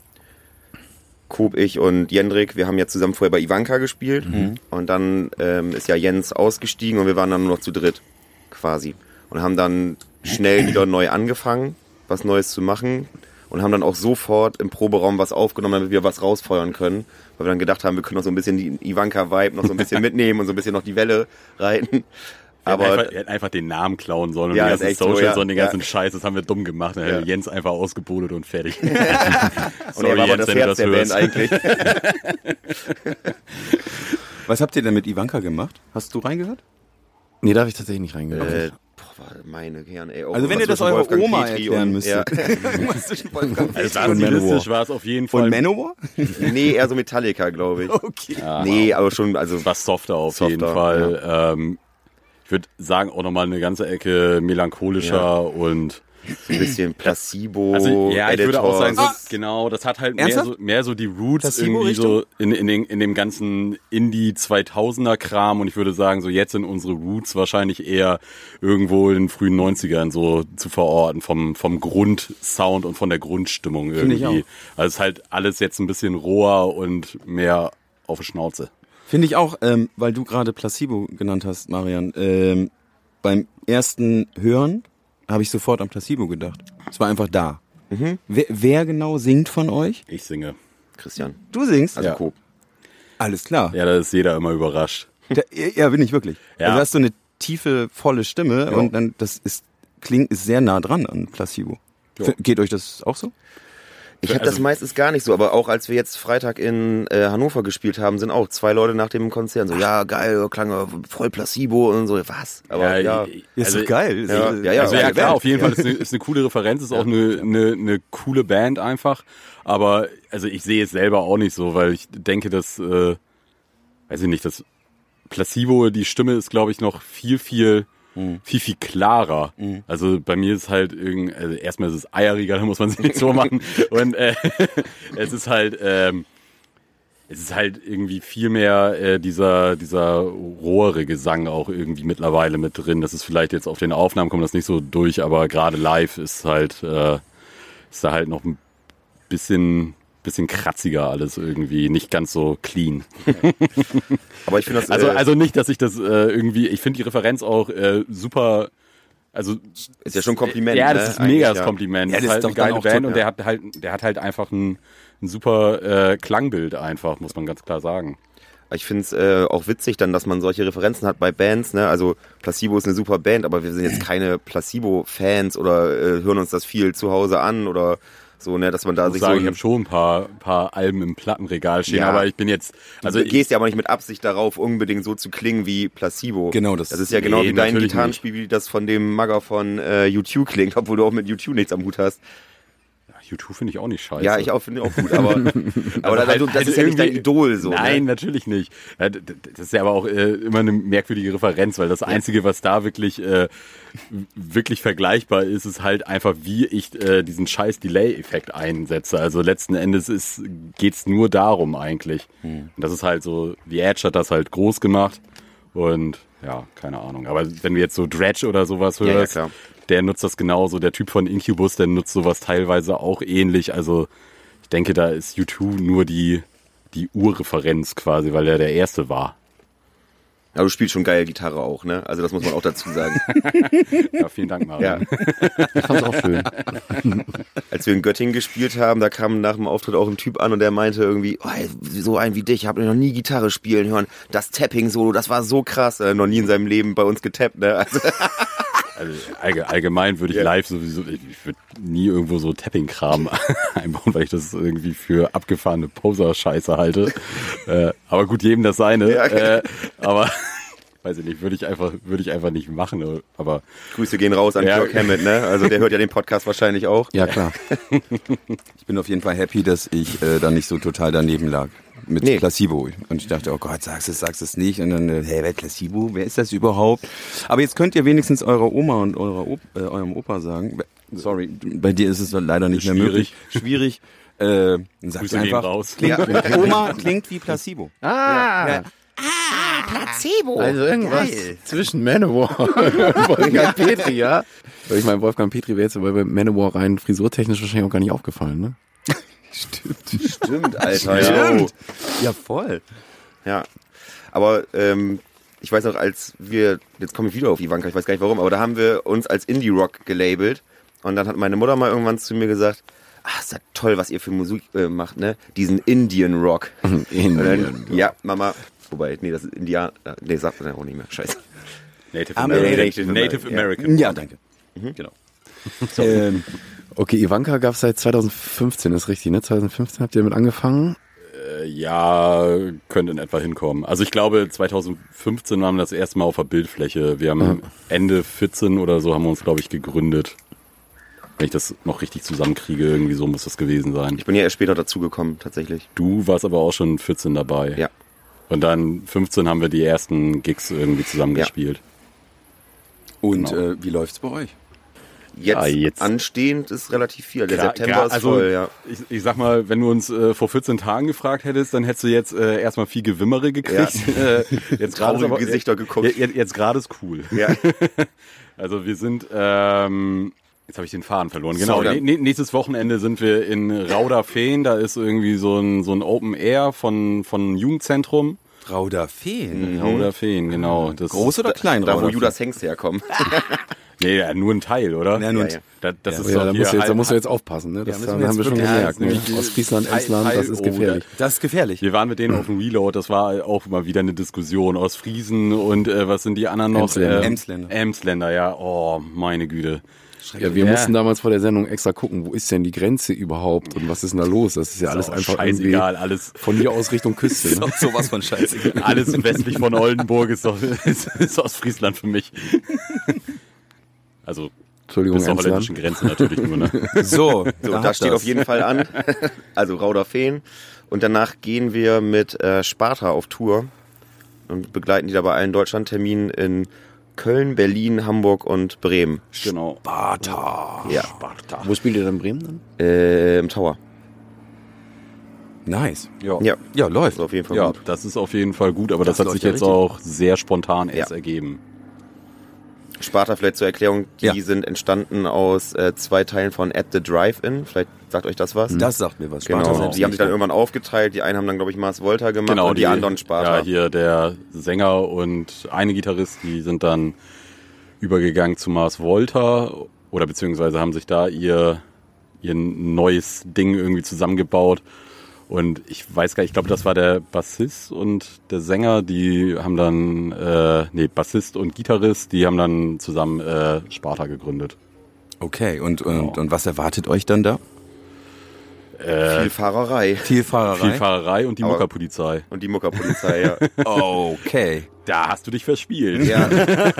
Kob, ich und Jendrik. Wir haben ja zusammen vorher bei Ivanka gespielt
Mhm.
und dann ähm, ist ja Jens ausgestiegen und wir waren dann nur noch zu dritt quasi und haben dann schnell wieder neu angefangen, was Neues zu machen und haben dann auch sofort im Proberaum was aufgenommen, damit wir was rausfeuern können, weil wir dann gedacht haben, wir können noch so ein bisschen die Ivanka-Vibe noch so ein bisschen mitnehmen und so ein bisschen noch die Welle reiten.
wir, hätten
Aber
einfach, wir hätten einfach den Namen klauen sollen und
Ja,
die
ist
ganzen
echt so,
Socials
ja,
und den
ja.
ganzen Scheiß, das haben wir dumm gemacht. Dann hätte Jens einfach ausgebuddelt und fertig.
und er war aber
Jens,
das
wenn du
Herz der Band
hörst.
eigentlich.
Was habt ihr denn mit Ivanka gemacht? Hast du reingehört?
Nee, da habe ich tatsächlich nicht reingehört.
Äh, boah, meine Herren, ey. Oh,
Also wenn ihr das
zwischen
eurer
Wolfgang
Oma
Petri
erklären
und-
müsst.
Ja.
Also
Und
stilistisch war es auf jeden Fall.
Und Manowar?
Nee, eher so Metallica, glaube ich.
Okay.
Nee, aber schon, also
war softer auf
Softer,
jeden Fall. Ähm, ich würde sagen, auch nochmal eine ganze Ecke melancholischer
Ja.
und
ein bisschen Placebo,
Also, ja, ich
Editor.
würde auch sagen, das, genau, das hat halt mehr so,
Ernsthaft?
mehr so die Roots
Placebo
irgendwie so in, in, den, in dem ganzen Indie 2000er Kram und ich würde sagen, so jetzt sind unsere Roots wahrscheinlich eher irgendwo in den frühen 90ern so zu verorten vom, vom Grundsound und von der Grundstimmung
Finde ich
irgendwie. Also es ist halt alles jetzt ein bisschen roher und mehr auf die Schnauze.
Finde ich auch, ähm, weil du gerade Placebo genannt hast, Marian. Ähm, beim ersten Hören habe ich sofort an Placebo gedacht. Es war einfach da. Wer, wer genau singt von euch?
Ich singe.
Christian.
Du singst?
Also Coop.
Alles klar.
Ja, da ist jeder immer überrascht.
Da, ja, bin ich wirklich.
Ja.
Also du hast so eine tiefe, volle Stimme und dann das ist klingt ist sehr nah dran an Placebo. F- Geht euch das auch so?
Ich habe das meistens gar nicht so, aber auch als wir jetzt Freitag in äh, Hannover gespielt haben, sind auch zwei Leute nach dem Konzert so, ja, geil, klang äh, voll Placebo und so, was? Aber ja,
also-
geil.
Ja,
Also-
ja, ja.
Also ja,
geile
klar,
Band.
auf jeden Fall ist eine, ist eine coole Referenz, ist auch eine, eine, eine coole Band einfach. Aber also ich sehe es selber auch nicht so, weil ich denke, dass, äh, weiß ich nicht, das Placebo, die Stimme ist, glaube ich, noch viel, viel,
Mhm.
viel, viel klarer. Also bei mir ist halt irgendwie, also erstmal ist es eieriger, da muss man sich nichts vormachen. Und äh, es ist halt, ähm, es ist halt irgendwie viel mehr äh, dieser, dieser rohere Gesang auch irgendwie mittlerweile mit drin. Das ist vielleicht jetzt auf den Aufnahmen kommt das nicht so durch, aber gerade live ist halt, äh, ist da halt noch ein bisschen, bisschen kratziger alles irgendwie, nicht ganz so clean.
aber ich finde das
Also,
äh,
also nicht, dass ich das äh, irgendwie, ich finde die Referenz auch äh, super, also
ist ja schon ein Kompliment.
ja,
ne?
das ist ein
Eigentlich,
megas
ja.
Kompliment.
Ja,
das ist
das
halt
ist
eine
doch dann
geile
auch
Band
top,
und der hat halt, der hat halt einfach ein, ein super äh, Klangbild einfach, muss man ganz klar sagen.
Ich finde es äh, auch witzig dann, dass man solche Referenzen hat bei Bands. Ne? Also Placebo ist eine super Band, aber wir sind jetzt keine Placebo-Fans oder äh, hören uns das viel zu Hause an oder so, ne? dass man da
Ich
sich
muss sagen, ich
so...
habe schon ein paar, paar Alben im Plattenregal stehen,
Ja.
aber ich bin jetzt, also
also du
ich,
gehst ja aber nicht mit Absicht darauf, unbedingt so zu klingen wie Placebo.
Genau, das-
das ist ja genau
Nee,
wie dein
natürlich
Gitarrenspiel, wie das von dem Magger von äh, U2 klingt, obwohl du auch mit U2 nichts am Hut hast.
YouTube finde ich auch nicht scheiße.
Ja, ich auch finde auch gut, aber, aber
Also
da- also, das
halt
ist ja nicht dein
irgendwie-
Idol so.
Nein,
ne?
natürlich nicht. Ja, d- d- Das ist ja aber auch äh, immer eine merkwürdige Referenz, weil das Einzige, was da wirklich, äh, wirklich vergleichbar ist, ist halt einfach, wie ich äh, diesen scheiß Delay-Effekt einsetze. Also letzten Endes ist, geht's nur darum eigentlich.
Hm.
Und das ist halt so, The Edge hat das halt groß gemacht und ja, keine Ahnung. Aber wenn wir jetzt so Dredge oder sowas
ja,
hörst,
klar.
der nutzt das genauso. Der Typ von Incubus, der nutzt sowas teilweise auch ähnlich. Also ich denke, da ist U2 nur die, die Urreferenz quasi, weil er der Erste war.
Aber du spielst schon geil Gitarre auch, ne? Also das muss man auch dazu sagen.
Ja, vielen Dank,
ja.
Marian.
Ich fand's auch schön.
Als wir in Göttingen gespielt haben, da kam nach dem Auftritt auch ein Typ an und der meinte irgendwie, oh, ey, so einen wie dich, hab ich noch nie Gitarre spielen hören. Das Tapping-Solo, das war so krass. Er hat noch nie in seinem Leben bei uns getappt, ne? Also,
Also allge- allgemein würde ich live sowieso, ich würde nie irgendwo so Tapping-Kram einbauen, weil ich das irgendwie für abgefahrene Poser-Scheiße halte. äh, aber gut, jedem das seine.
Ja. genau.
Äh, aber weiß ich nicht, würde ich einfach, würde ich einfach nicht machen. Aber
Grüße gehen raus an
Ja.
Kirk Hammett, ne? Also der hört ja den Podcast wahrscheinlich auch.
Ja, klar.
Ich bin auf jeden Fall happy, dass ich äh, da nicht so total daneben lag mit
Nee.
Placebo. Und ich dachte, oh Gott, sagst es, sagst es nicht. Und dann, äh, hey, wer Placebo? Wer ist das überhaupt? Aber jetzt könnt ihr wenigstens eurer Oma und eurer Op äh, eurem Opa sagen, sorry, bei dir ist es leider nicht mehr möglich.
Schwierig.
Schwierig. Äh, dann sagt
Grüße
ihr
gehen
einfach,
raus.
Klingt, Oma klingt wie Placebo.
Ah. Also irgendwas zwischen Manowar und Wolfgang Petri, ja? Weil ich meine, Wolfgang Petri wäre jetzt aber bei Manowar rein frisurtechnisch wahrscheinlich auch gar nicht aufgefallen, ne?
Stimmt, Alter. Stimmt. Ja.
Ja, voll.
Ja. Aber ähm, ich weiß noch, als wir, jetzt komme ich wieder auf Ivanka, ich weiß gar nicht warum, aber da haben wir uns als Indie-Rock gelabelt. Und dann hat meine Mutter mal irgendwann zu mir gesagt, ach, ist ja toll, was ihr für Musik äh, macht, ne? Diesen Indian-Rock. Und dann, ja, Mama. Wobei, nee, das ist Indianer. Nee, sagt man ja auch nicht mehr. Scheiße.
Native
American.
American. Native American.
Ja, danke. Mhm.
Genau.
Ähm,
Okay, Ivanka gab es seit 2015, ist richtig, ne? 2015 habt ihr damit angefangen.
Äh, Ja, könnte in etwa hinkommen. Also ich glaube, 2015 waren wir das erste Mal auf der Bildfläche. Wir
Mhm.
haben Ende 14 oder so haben wir uns, glaube ich, gegründet. Wenn ich das noch richtig zusammenkriege, irgendwie so muss das gewesen sein.
Ich bin ja erst später dazugekommen, tatsächlich.
Du warst aber auch schon 14 dabei.
Ja.
Und dann 15 haben wir die ersten Gigs irgendwie zusammengespielt.
und
Genau.
äh, wie läuft's bei euch?
Jetzt,
Ah, jetzt.
anstehend ist relativ viel. Der
Gra-
September
gra- also
ist voll, ja.
ich, ich sag mal, wenn du uns äh, vor 14 Tagen gefragt hättest, dann hättest du jetzt äh, erstmal viel Gewimmere gekriegt. Äh, jetzt gerade ist
Traurige Gesichter geguckt.
Jetzt, jetzt, jetzt gerade ist cool.
Ja.
Also wir sind, ähm, jetzt habe ich den Faden verloren. Genau,
Sorry.
nä- nä- nächstes Wochenende sind wir in Rauderfehn. Da ist irgendwie so ein, so ein Open Air von, von einem Jugendzentrum. Mhm.
Rauderfeen.
Rauderfehn, genau. Das
Äh, Groß oder klein
Da, wo
Rauderfeen?
Judas Hengst herkommt.
Nee, ja, nur ein Teil, oder?
Ja, nur ein-
Ja, ja.
Das, das ist
Ja,
doch
da musst
hier
du jetzt, da
halb-
musst du jetzt aufpassen, ne? Das
müssen wir
haben
jetzt
wir schon
wirklich- ja,
gemerkt. Ne?
das ist
Aus Friesland,
Teil-
Estland,
Teil-
das ist
oh,
gefährlich.
Das ist gefährlich.
Wir waren mit denen auf dem Reload, das war auch mal wieder eine Diskussion aus Friesen und äh, was sind die anderen noch?
Emsländer.
Äh,
Emsländer.
Emsländer, ja. Oh, meine Güte.
Ja, wir
Ja.
mussten damals vor der Sendung extra gucken, wo ist denn die Grenze überhaupt und was ist denn da los? Das ist ja alles
Ist auch
einfach
scheißegal, alles,
irgendwie von hier aus Richtung Küste. Ne?
sowas von scheiße.
alles westlich von Oldenburg ist, doch, ist, ist aus Friesland für mich. Also
Entschuldigung,
bis zur
Emsland.
holländischen Grenze natürlich nur, ne?
So,
So,
da
das
hat
steht
das.
auf jeden Fall an. also Rauderfeen. Und danach gehen wir mit äh, Sparta auf Tour und begleiten die da bei allen Deutschlandterminen in Köln, Berlin, Hamburg und Bremen.
Genau.
Ja,
Wo spielt ihr dann Bremen dann?
äh, im Tower.
Nice.
Ja,
Ja, läuft.
ist auf jeden Fall
Ja,
gut.
das ist auf jeden Fall gut, aber das,
Das
hat sich
läuft ja
jetzt
richtig.
auch sehr spontan erst
Ja.
ergeben.
Sparta vielleicht zur Erklärung, die
Ja.
sind entstanden aus äh, zwei Teilen von At the Drive-In. Vielleicht sagt euch das was.
Mhm. Das sagt mir was. Sparta
genau.
selbst
Die
nicht. Genau,
haben sich dann irgendwann aufgeteilt. Die einen haben dann, glaube ich, Mars Volta gemacht
Genau,
und die, anderen Sparta.
Ja, hier der Sänger und eine Gitarrist, die sind dann übergegangen zu Mars Volta oder beziehungsweise haben sich da ihr, ihr neues Ding irgendwie zusammengebaut. Und ich weiß gar nicht, ich glaube, das war der Bassist und der Sänger, die haben dann, äh, nee, Bassist und Gitarrist, die haben dann zusammen äh, Sparta gegründet.
Okay, und, und, und was erwartet euch dann da? äh,
Viel Fahrerei.
Vielfahrerei?
Viel Fahrerei und die
Aber-
Muckerpolizei.
Und die Muckerpolizei, ja.
Okay.
Da hast du dich verspielt.
ja.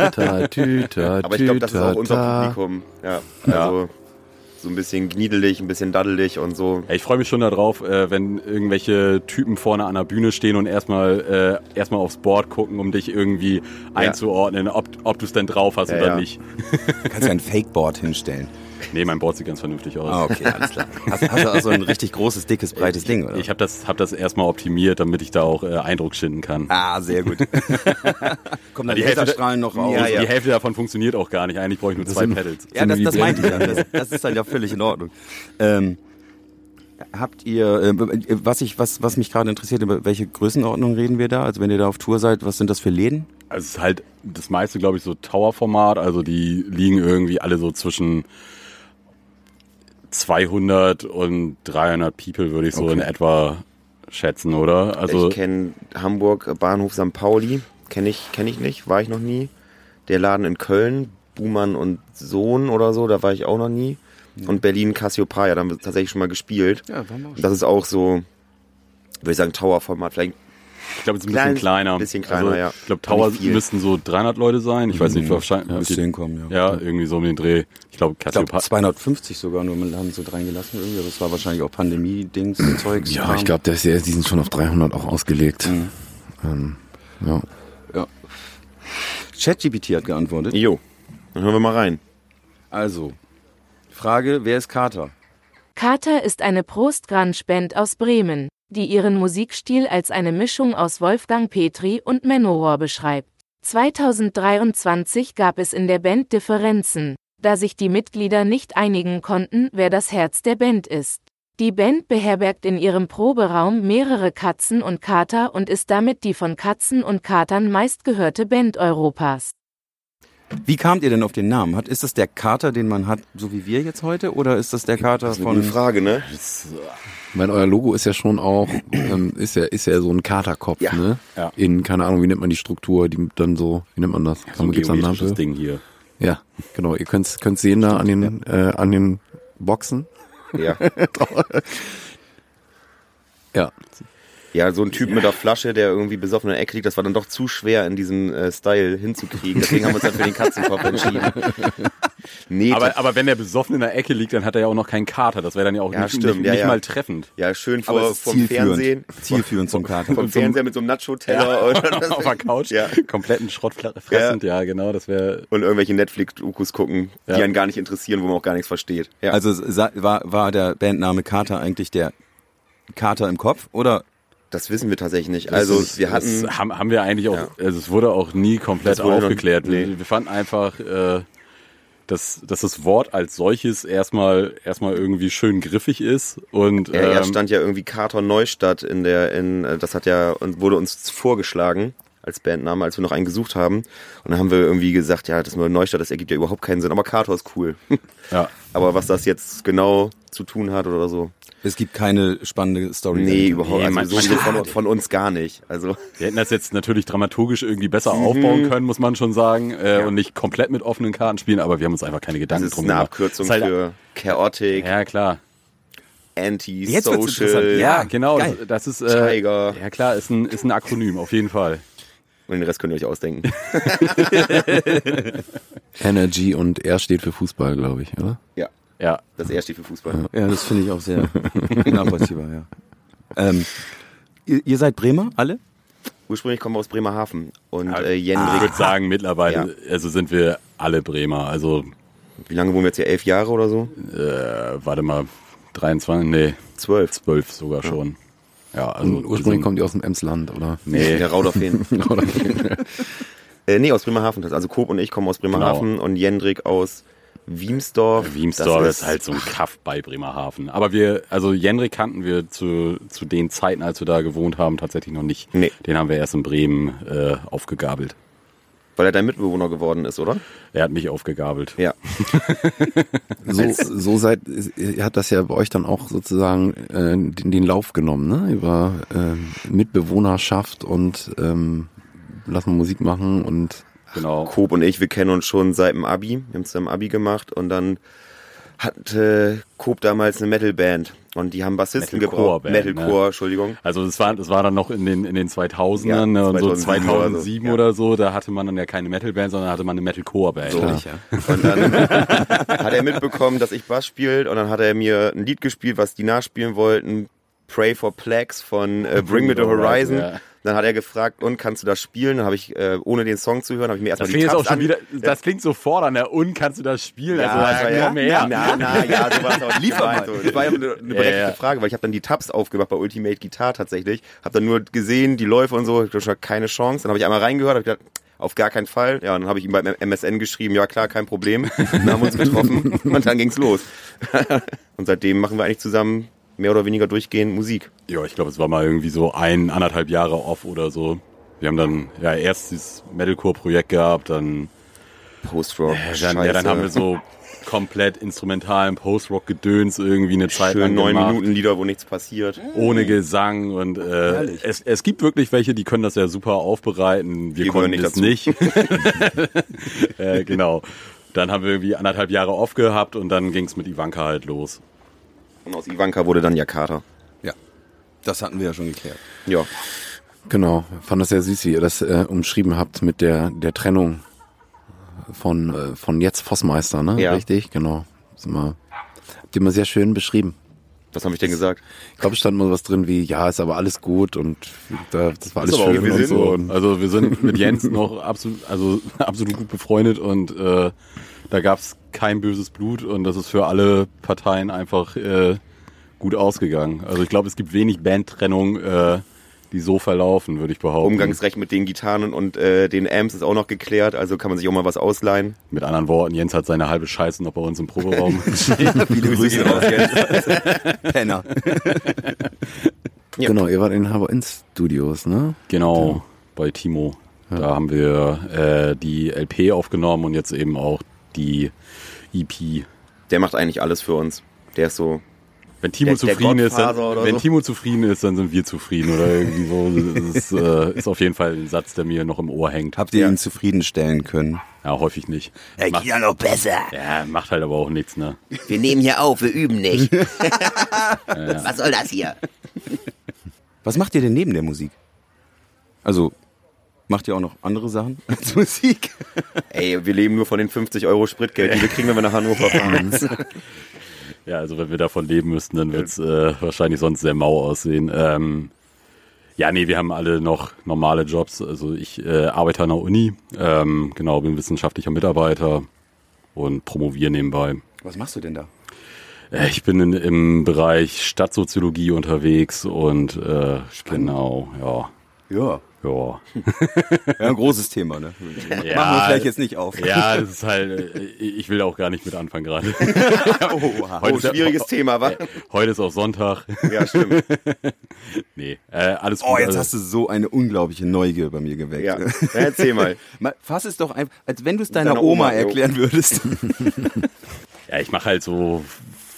Ta, tü, ta,
Aber ich glaube, das ist auch
tü,
unser
ta.
Publikum. Ja, also so ein bisschen gniedelig, ein bisschen daddelig und so.
Ja, Ich freue mich schon darauf, äh, wenn irgendwelche Typen vorne an der Bühne stehen und erstmal äh, erstmal aufs Board gucken, um dich irgendwie einzuordnen, ob, ob du es denn drauf hast
Ja,
oder
ja.
nicht.
Kannst du ein Fakeboard hinstellen?
Nee, mein Board sieht ganz vernünftig aus.
Ah, okay, alles klar. Hast, hast du also ein richtig großes, dickes, breites Ding, oder?
Ich habe das, hab das erstmal optimiert, damit ich da auch äh, Eindruck schinden kann.
ah, sehr gut. Kommen da
Die Hälfte-
Laserstrahlen noch raus?
Und Die Hälfte davon funktioniert auch gar nicht. Eigentlich brauche ich nur zwei Pedals.
Ja, das,
Sind
das
wie
meinte ich ja. Das, das ist dann ja völlig in Ordnung. Ähm, habt ihr, äh, was, ich, was, was mich gerade interessiert, über welche Größenordnung reden wir da? Also wenn ihr da auf Tour seid, was sind das für Läden?
Also es ist halt das meiste, glaube ich, so Tower-Format. Also die liegen irgendwie alle so zwischen 200 und 300 People, würde ich so in etwa schätzen, oder? Also
ich kenne Hamburg, Bahnhof St. Pauli, kenne ich, kenn ich nicht, war ich noch nie. Der Laden in Köln, Buhmann und Sohn oder so, da war ich auch noch nie. Und Berlin Cassiopeia, da haben wir tatsächlich schon mal gespielt.
Ja, waren wir auch
Und das ist auch so, würde ich sagen, Tower-Format. Vielleicht
Ich glaube, es ist ein
Klein-
bisschen kleiner. Also
bisschen kleiner, ja.
Ich glaube,
Aber
Tower
nicht viel. Mhm.
müssten so 300 Leute sein. Ich weiß nicht, wahrscheinlich.
Ja, müsste
die-
hinkommen, ja.
Ja, irgendwie so um den Dreh. Ich glaube,
Ich glaube
Cassiopeia.
250 sogar nur, man haben so reingelassen irgendwie, aber es war wahrscheinlich auch Pandemie-Dings, Zeugs.
Ja,
Kram.
ich glaube, der ist ja- die sind schon auf 300 auch ausgelegt.
Mhm.
Ähm, ja.
ChatGPT hat geantwortet.
Jo, dann hören wir mal rein.
Also, Frage, wer ist Kater?
Kater ist eine Prost-Grunge-Band aus Bremen, die ihren Musikstil als eine Mischung aus Wolfgang Petri und Manowar beschreibt. 2023 gab es in der Band Differenzen, da sich die Mitglieder nicht einigen konnten, wer das Herz der Band ist. Die Band beherbergt in ihrem Proberaum mehrere Katzen und Kater und ist damit die von Katzen und Katern meistgehörte Band Europas.
Wie kamt ihr denn auf den Namen? Hat, ist das der Kater, den man hat, so wie wir jetzt heute? Oder ist das der Kater
Das ist eine
von...
gute Frage, ne?
Ich meine, euer Logo ist ja schon auch, ähm, ist ja, ist ja so ein Katerkopf,
Ja.
ne?
Ja.
In, keine Ahnung, wie nennt man die Struktur, die dann so, wie nennt man das?
So ein
gibt's da einen Namen
geometrisches
für?
Ding hier.
Ja, genau. Ihr könnt's, könnt's sehen da an den, äh, an den Boxen.
Ja.
Ja.
ja, so ein Typ mit der Flasche, der irgendwie besoffen in der Ecke liegt, das war dann doch zu schwer in diesem äh, Style hinzukriegen. Deswegen haben wir uns dann für den Katzenkopf entschieden. Nee,
Aber, aber wenn der besoffen in der Ecke liegt, dann hat er ja auch noch keinen Kater. Das wäre dann ja auch
Ja,
nicht,
stimmt.
nicht,
Ja,
nicht
ja.
mal treffend.
ja, schön
Aber
vor,
es ist
vom Fernsehen.
zielführend. Zielführend zum Kater.
Vom Fernseher mit so einem Nacho-Teller und,
Auf der Couch,
Genau, Ja.
kompletten Schrott fla- fressend, ja, genau, das wäre
und irgendwelche Netflix-Dokus gucken, die
Ja.
einen gar nicht interessieren, wo man auch gar nichts versteht. Ja.
Also sa- war, war der Bandname Kater eigentlich der Kater im Kopf? Oder
das wissen wir tatsächlich nicht. Also
Das-
wir hatten
das haben, haben wir eigentlich auch, also es wurde auch nie komplett
Das wurde noch-
aufgeklärt.
nee.
wir, wir fanden einfach, äh, dass, dass das Wort als solches erstmal erstmal irgendwie schön griffig ist und
Ja, erst
ähm,
stand ja irgendwie Kater Neustadt in der, in, äh, das hat ja, und wurde uns vorgeschlagen als Bandname, als wir noch einen gesucht haben. Und dann haben wir irgendwie gesagt, ja, das mit Neustadt, das ergibt ja überhaupt keinen Sinn, aber Kater ist cool.
ja,
aber was das jetzt genau zu tun hat oder so.
es gibt keine spannende Story?
Nee, überhaupt
Nee, man-
also, so
man-
von, von uns gar nicht. Also
wir hätten das jetzt natürlich dramaturgisch irgendwie besser
Mhm.
aufbauen können, muss man schon sagen, äh, und nicht komplett mit offenen Karten spielen, aber wir haben uns einfach keine
das
Gedanken
ist
drum
eine
gemacht.
Abkürzung
Ist halt-
für Chaotic,
ja klar.
Jetzt wird's
Anti-Social
interessant.
Ja,
Ja,
genau.
geil.
Das, das ist äh,
Tiger.
ja klar, ist ein, ist ein Akronym auf jeden Fall.
und den Rest könnt ihr euch ausdenken.
Energy und R steht für Fußball, glaube ich, oder?
ja,
Ja,
das R steht für Fußball.
Ja, das finde ich auch sehr nachvollziehbar, ja. Ähm, ihr, ihr seid Bremer, alle?
Ursprünglich kommen wir aus Bremerhaven und
Ja, ah.
äh,
Ich
Jendrik,
würde sagen, mittlerweile also sind wir alle Bremer. Also,
wie lange wohnen wir jetzt hier? Elf Jahre oder so?
äh, warte mal, 23, nee,
Zwölf.
12 sogar schon. Ja, also
Und ursprünglich
wir sind-
kommt ihr aus dem Emsland, oder?
Nee.
Nee,
Der Rauderfeen.
Oder-
äh, nee, aus Bremerhaven. Also Kob und ich kommen aus
Genau.
Bremerhaven und Jendrik aus Wiemsdorf.
Wiemsdorf ist halt so ein Kaff bei Bremerhaven. Aber wir, also Jenrik kannten wir zu, zu den Zeiten, als wir da gewohnt haben, tatsächlich noch nicht.
Nee.
Den haben wir erst in Bremen äh, aufgegabelt.
Weil er dein Mitbewohner geworden ist, oder?
Er hat mich aufgegabelt.
Ja.
So, so seid, ihr hat das ja bei euch dann auch sozusagen äh, den, den Lauf genommen, ne? Über ähm, Mitbewohnerschaft und ähm, lass mal Musik machen und
Genau.
Kob und ich, wir kennen uns schon seit dem Abi. Wir haben zusammen Abi gemacht und dann hatte Kob damals eine Metalband und die haben Bassisten gebraucht.
Metalcore-Band,
Metalcore,
ne?
Entschuldigung.
Also das war, das war dann noch in den, in den 2000ern
Ja,
ne, und so
2007 oder so,
2007
ja.
oder so, da hatte man dann ja keine Metalband, sondern hatte man eine Metalcore-Band.
So. Und dann hat er mitbekommen, dass ich Bass spielt und dann hat er mir ein Lied gespielt, was die nachspielen wollten. Pray for Plagues von äh, Bring Me the Horizon.
ja.
Dann hat er gefragt, und kannst du das spielen? Dann habe ich, äh, ohne den Song zu hören, habe Also ich
Das
mir erstmal die
klingt jetzt
Tabs
auch schon
an-
wieder, das klingt so fordernd, ja, und kannst du das spielen? also, das
war
ist noch mehr.
Na, na, ja, so war es auch nicht
Liefer
gemeint.
mal.
So, Das war ja eine, eine berechtigte
ja.
Frage, weil ich habe dann die Tabs aufgemacht bei Ultimate Guitar tatsächlich, habe dann nur gesehen, die Läufe und so, ich dachte, keine Chance. Dann habe ich einmal reingehört, habe gedacht, auf gar keinen Fall. Ja, und dann habe ich ihm beim MSN geschrieben, ja klar, kein Problem. Dann haben wir uns getroffen und dann ging's los. Und seitdem machen wir eigentlich zusammen mehr oder weniger durchgehend Musik.
Ja, ich glaube, es war mal irgendwie so ein, anderthalb Jahre off oder so. Wir haben dann ja erst dieses Metalcore-Projekt gehabt, dann,
Post-Rock,
dann, ja, dann haben wir so komplett instrumentalen Post-Rock-Gedöns irgendwie eine Zeit
schön
lang
neun
gemacht.
Minuten Lieder, wo nichts passiert.
ohne Gesang und äh, es, es gibt wirklich welche, die können das ja super aufbereiten. Wir,
Wir
konnten das
gehören
nicht. äh, genau. Dann haben wir irgendwie anderthalb Jahre off gehabt und dann ging's mit Ivanka halt los.
Und aus Ivanka wurde dann Jakarta.
Ja. Das hatten wir ja schon geklärt.
Ja.
Genau, fand das sehr süß, wie ihr das äh, umschrieben habt mit der, der Trennung von, äh, von jetzt Vossmeister, ne?
Ja.
Richtig, genau. Ist immer, habt ihr immer sehr schön beschrieben.
Was habe ich denn gesagt?
Ich glaube, es stand mal was drin wie, ja, ist aber alles gut und da, das war alles
aber auch
schön
wir
und
sind-
so. Und
Also wir sind mit Jens noch absolut, also absolut gut befreundet und äh, da gab's kein böses Blut und das ist für alle Parteien einfach äh, gut ausgegangen. Also ich glaube, es gibt wenig Bandtrennung, äh, die so verlaufen, würde ich behaupten.
Umgangsrecht mit den Gitarren und äh, den Amps ist auch noch geklärt, also kann man sich auch mal was ausleihen.
Mit anderen Worten, Jens hat seine halbe Scheiße noch bei uns im Proberaum.
Viele
Grüße raus, Jens.
Penner.
Genau, ihr wart in Harbour Inn Studios, ne?
genau, bei Timo. Da haben wir äh, die LP aufgenommen und jetzt eben auch die E EP.
Der macht eigentlich alles für uns. Der ist so.
Wenn Timo
Der- der
zufrieden ist, dann,
Godfather oder
wenn
so.
Timo zufrieden ist, dann sind wir zufrieden oder irgendwie so. Das ist, äh, ist auf jeden Fall ein Satz, der mir noch im Ohr hängt.
Habt ihr ihn zufriedenstellen können?
Ja, häufig nicht. Macht,
ja Äh, noch besser.
ja, macht halt aber auch nichts, ne?
Wir nehmen hier auf, wir üben nicht. Was soll das hier?
Was macht ihr denn neben der Musik? Also, macht ihr auch noch andere Sachen als Musik?
Ey, wir leben nur von den 50 Euro Spritgeld, die wir kriegen, wenn wir nach Hannover fahren.
Ja, also wenn wir davon leben müssten, dann wird's äh, wahrscheinlich sonst sehr mau aussehen. Ähm, ja, nee, wir haben alle noch normale Jobs. Also ich äh, arbeite an der Uni, ähm, genau, bin wissenschaftlicher Mitarbeiter und promoviere nebenbei.
Was machst du denn da?
Äh, ich bin in, im Bereich Stadtsoziologie unterwegs und äh, genau, ja,
Ja, ja
ja.
ein großes Thema, ne? Machen wir gleich jetzt nicht auf.
Ja, das ist halt, äh, ich will da auch gar nicht mit anfangen gerade.
Oh, schwieriges Thema, wa?
Äh, Heute ist auch Sonntag.
Ja, stimmt.
Nee, äh, alles gut.
Oh, jetzt
also-
hast du so eine unglaubliche Neugier bei mir geweckt.
Ja. Na, erzähl mal.
Mal, Fass es doch einfach, als wenn du es deiner,
Deiner
Oma,
Oma, jo.
erklären würdest.
Ja, ich mache halt so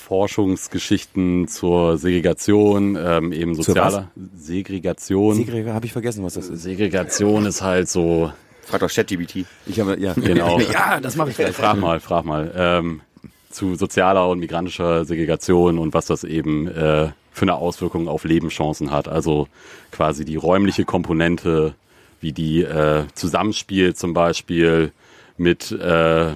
Forschungsgeschichten zur Segregation, ähm, eben sozialer Segregation.
Sigrid, habe ich vergessen, was das ist.
Segregation ist halt so,
Frag doch ChatGPT.
Ich habe, ja.
genau.
Ja, das mache ich gleich.
frag mal, frag mal. Ähm, zu sozialer und migrantischer Segregation und was das eben äh, für eine Auswirkung auf Lebenschancen hat. Also quasi die räumliche Komponente, wie die äh, zusammenspielt zum Beispiel mit, äh,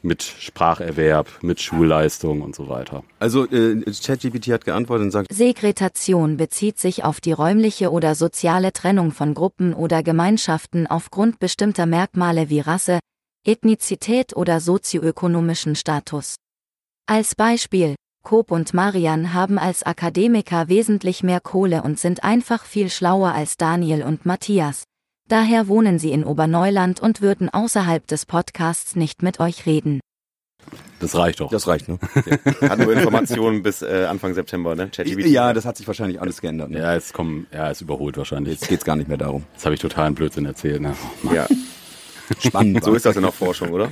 mit Spracherwerb, mit Schulleistung und so weiter.
Also, äh, ChatGPT hat geantwortet und sagt,
Segretation bezieht sich auf die räumliche oder soziale Trennung von Gruppen oder Gemeinschaften aufgrund bestimmter Merkmale wie Rasse, Ethnizität oder sozioökonomischen Status. Als Beispiel, Koop und Marian haben als Akademiker wesentlich mehr Kohle und sind einfach viel schlauer als Daniel und Matthias. Daher wohnen sie in Oberneuland und würden außerhalb des Podcasts nicht mit euch reden.
Das reicht doch.
das reicht, ne?
Hat nur Informationen bis äh, Anfang September, ne? ChatGPT.
Ja, das hat sich wahrscheinlich alles geändert. Ne?
Ja, es kommen, ja, es überholt wahrscheinlich.
Jetzt geht's gar nicht mehr darum.
Jetzt habe ich totalen Blödsinn erzählt. Ne?
ja.
Spannend.
So ist das in der Forschung, oder?